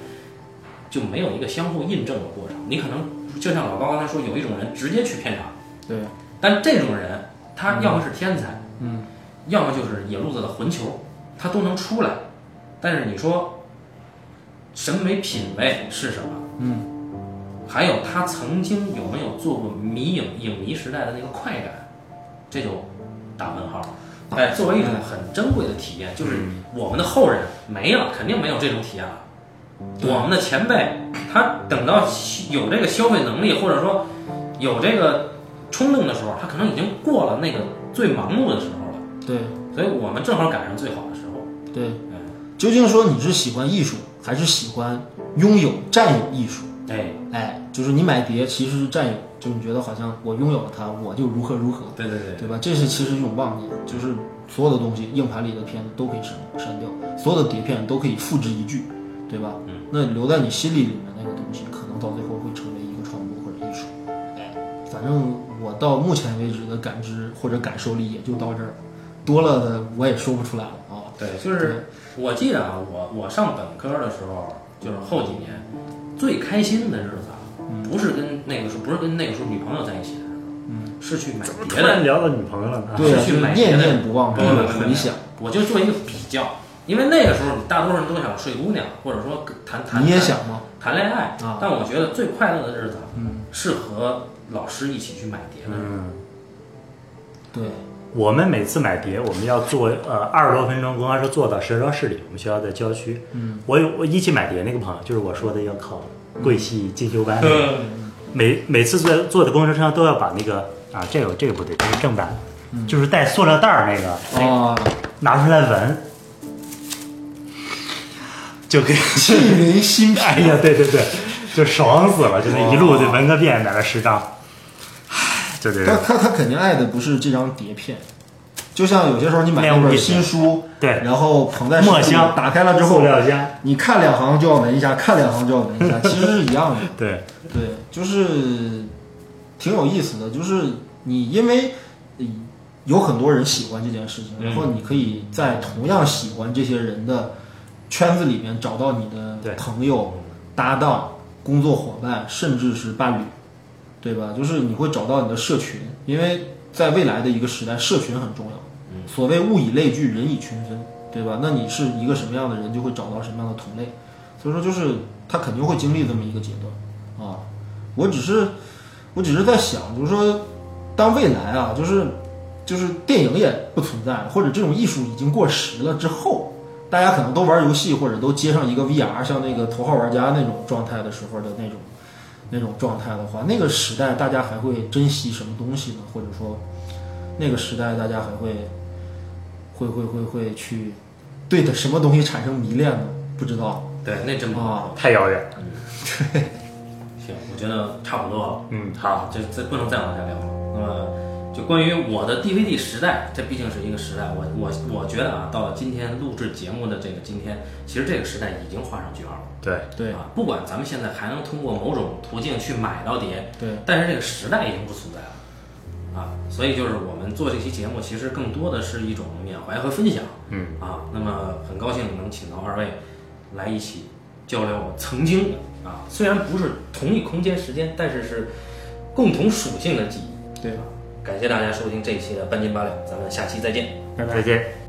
就没有一个相互印证的过程。你可能就像老高刚才说，有一种人直接去片场，
对，
但这种人他要么是天才，
嗯，
要么就是野路子的混球，他都能出来。但是你说审美品味是什么？
嗯，
还有他曾经有没有做过迷影影迷时代的那个快感，这就打问号了。哎，作为一种很珍贵的体验，就是
嗯
我们的后人没了，肯定没有这种体验了。
对
我们的前辈，他等到有这个消费能力，或者说有这个冲动的时候，他可能已经过了那个最盲目的时候了。
对
所以我们正好赶上最好的时候。
对。
嗯，
究竟说你是喜欢艺术，还是喜欢拥有、占有艺术？
哎，
哎，就是你买碟其实是占有，就是你觉得好像我拥有了它，我就如何如何，
对对对，
对吧？这是其实一种妄念，就是所有的东西，硬盘里的片子都可以删删掉，所有的碟片都可以付之一炬，对吧？
嗯
那留在你心里里面那个东西，可能到最后会成为一个创作或者艺术。哎，反正我到目前为止的感知或者感受力也就到这儿了，多了的我也说不出来了啊。
对，就是我记得啊，我我上本科的时候，就是后几年最开心的日子啊，不是跟那个时候，不是跟那个时候女朋友在一起的日子，
嗯，
是去买
突
别的。
然聊到女朋友了呢？
对啊，
是去
就是
买
念
别的
念不忘，
不
不
不
有
不不
回响。
我就做一个比较，因为那个时候你大多数人都想睡姑娘，或者说谈谈
你也想吗？
谈恋爱
啊
但我觉得最快乐的日子啊
嗯，
是和老师一起去买碟的日子。
嗯，
对，
我们每次买碟，我们要坐呃二十多分钟，公交车坐到石家庄市里，我们学校在郊区。
嗯，
我有我一起买碟那个朋友，就是我说的要考贵系进修班那个，
嗯
每每次坐坐在公交车上都要把那个啊，这个这个不对，这是正版，
嗯
就是带塑料袋儿那个，
哎
啊，
拿出来闻， 就给，
气人心脾。
哎呀，对对对，就爽死了，就那一路得闻个遍，买了十张，唉就这
他
个，
他他肯定爱的不是这张碟片，就像有些时候你买那
恋物
本
癖
新书，
对
然后捧在
哎墨
手里
香
打开了之后
塑，料箱，
你看两行就要闻一下，看两行就要闻一下，其实是一样的。
对，
对，就是挺有意思的，就是你因为呃有很多人喜欢这件事情，然后你可以在同样喜欢这些人的圈子里面找到你
对
的朋友、搭档、工作伙伴，甚至是伴侣，对吧？就是你会找到你的社群，因为在未来的一个时代，社群很重要。所谓物以类聚，人以群分，对吧？那你是一个什么样的人，就会找到什么样的同类。所以说，就是他肯定会经历这么一个阶段啊。我只是，我只是在想，就是说，当未来啊，就是就是电影也不存在了，或者这种艺术已经过时了之后，大家可能都玩游戏，或者都接上一个 VR，像那个头号玩家那种状态的时候的那种那种状态的话，那个时代大家还会珍惜什么东西呢？或者说，那个时代大家还会会会会会去对的什么东西产生迷恋呢？不知道
对，那真不
啊。
太遥远，
行，我觉得差不多了。
嗯，
好，这这不能再往下聊了。那么，就关于我的 DVD 时代，这毕竟是一个时代。我我我觉得啊，到了今天录制节目的这个今天，其实这个时代已经画上句号了。
对，
对
啊，不管咱们现在还能通过某种途径去买到碟，
对，
但是这个时代已经不存在了啊。所以就是我们做这期节目，其实更多的是一种缅怀和分享。
嗯
啊，那么很高兴能请到二位来一起交流我曾经的啊，虽然不是同一空间时间，但是是共同属性的记忆。
对，
感谢大家收听这一期的半斤八两，咱们下期再见。
拜拜
再。见。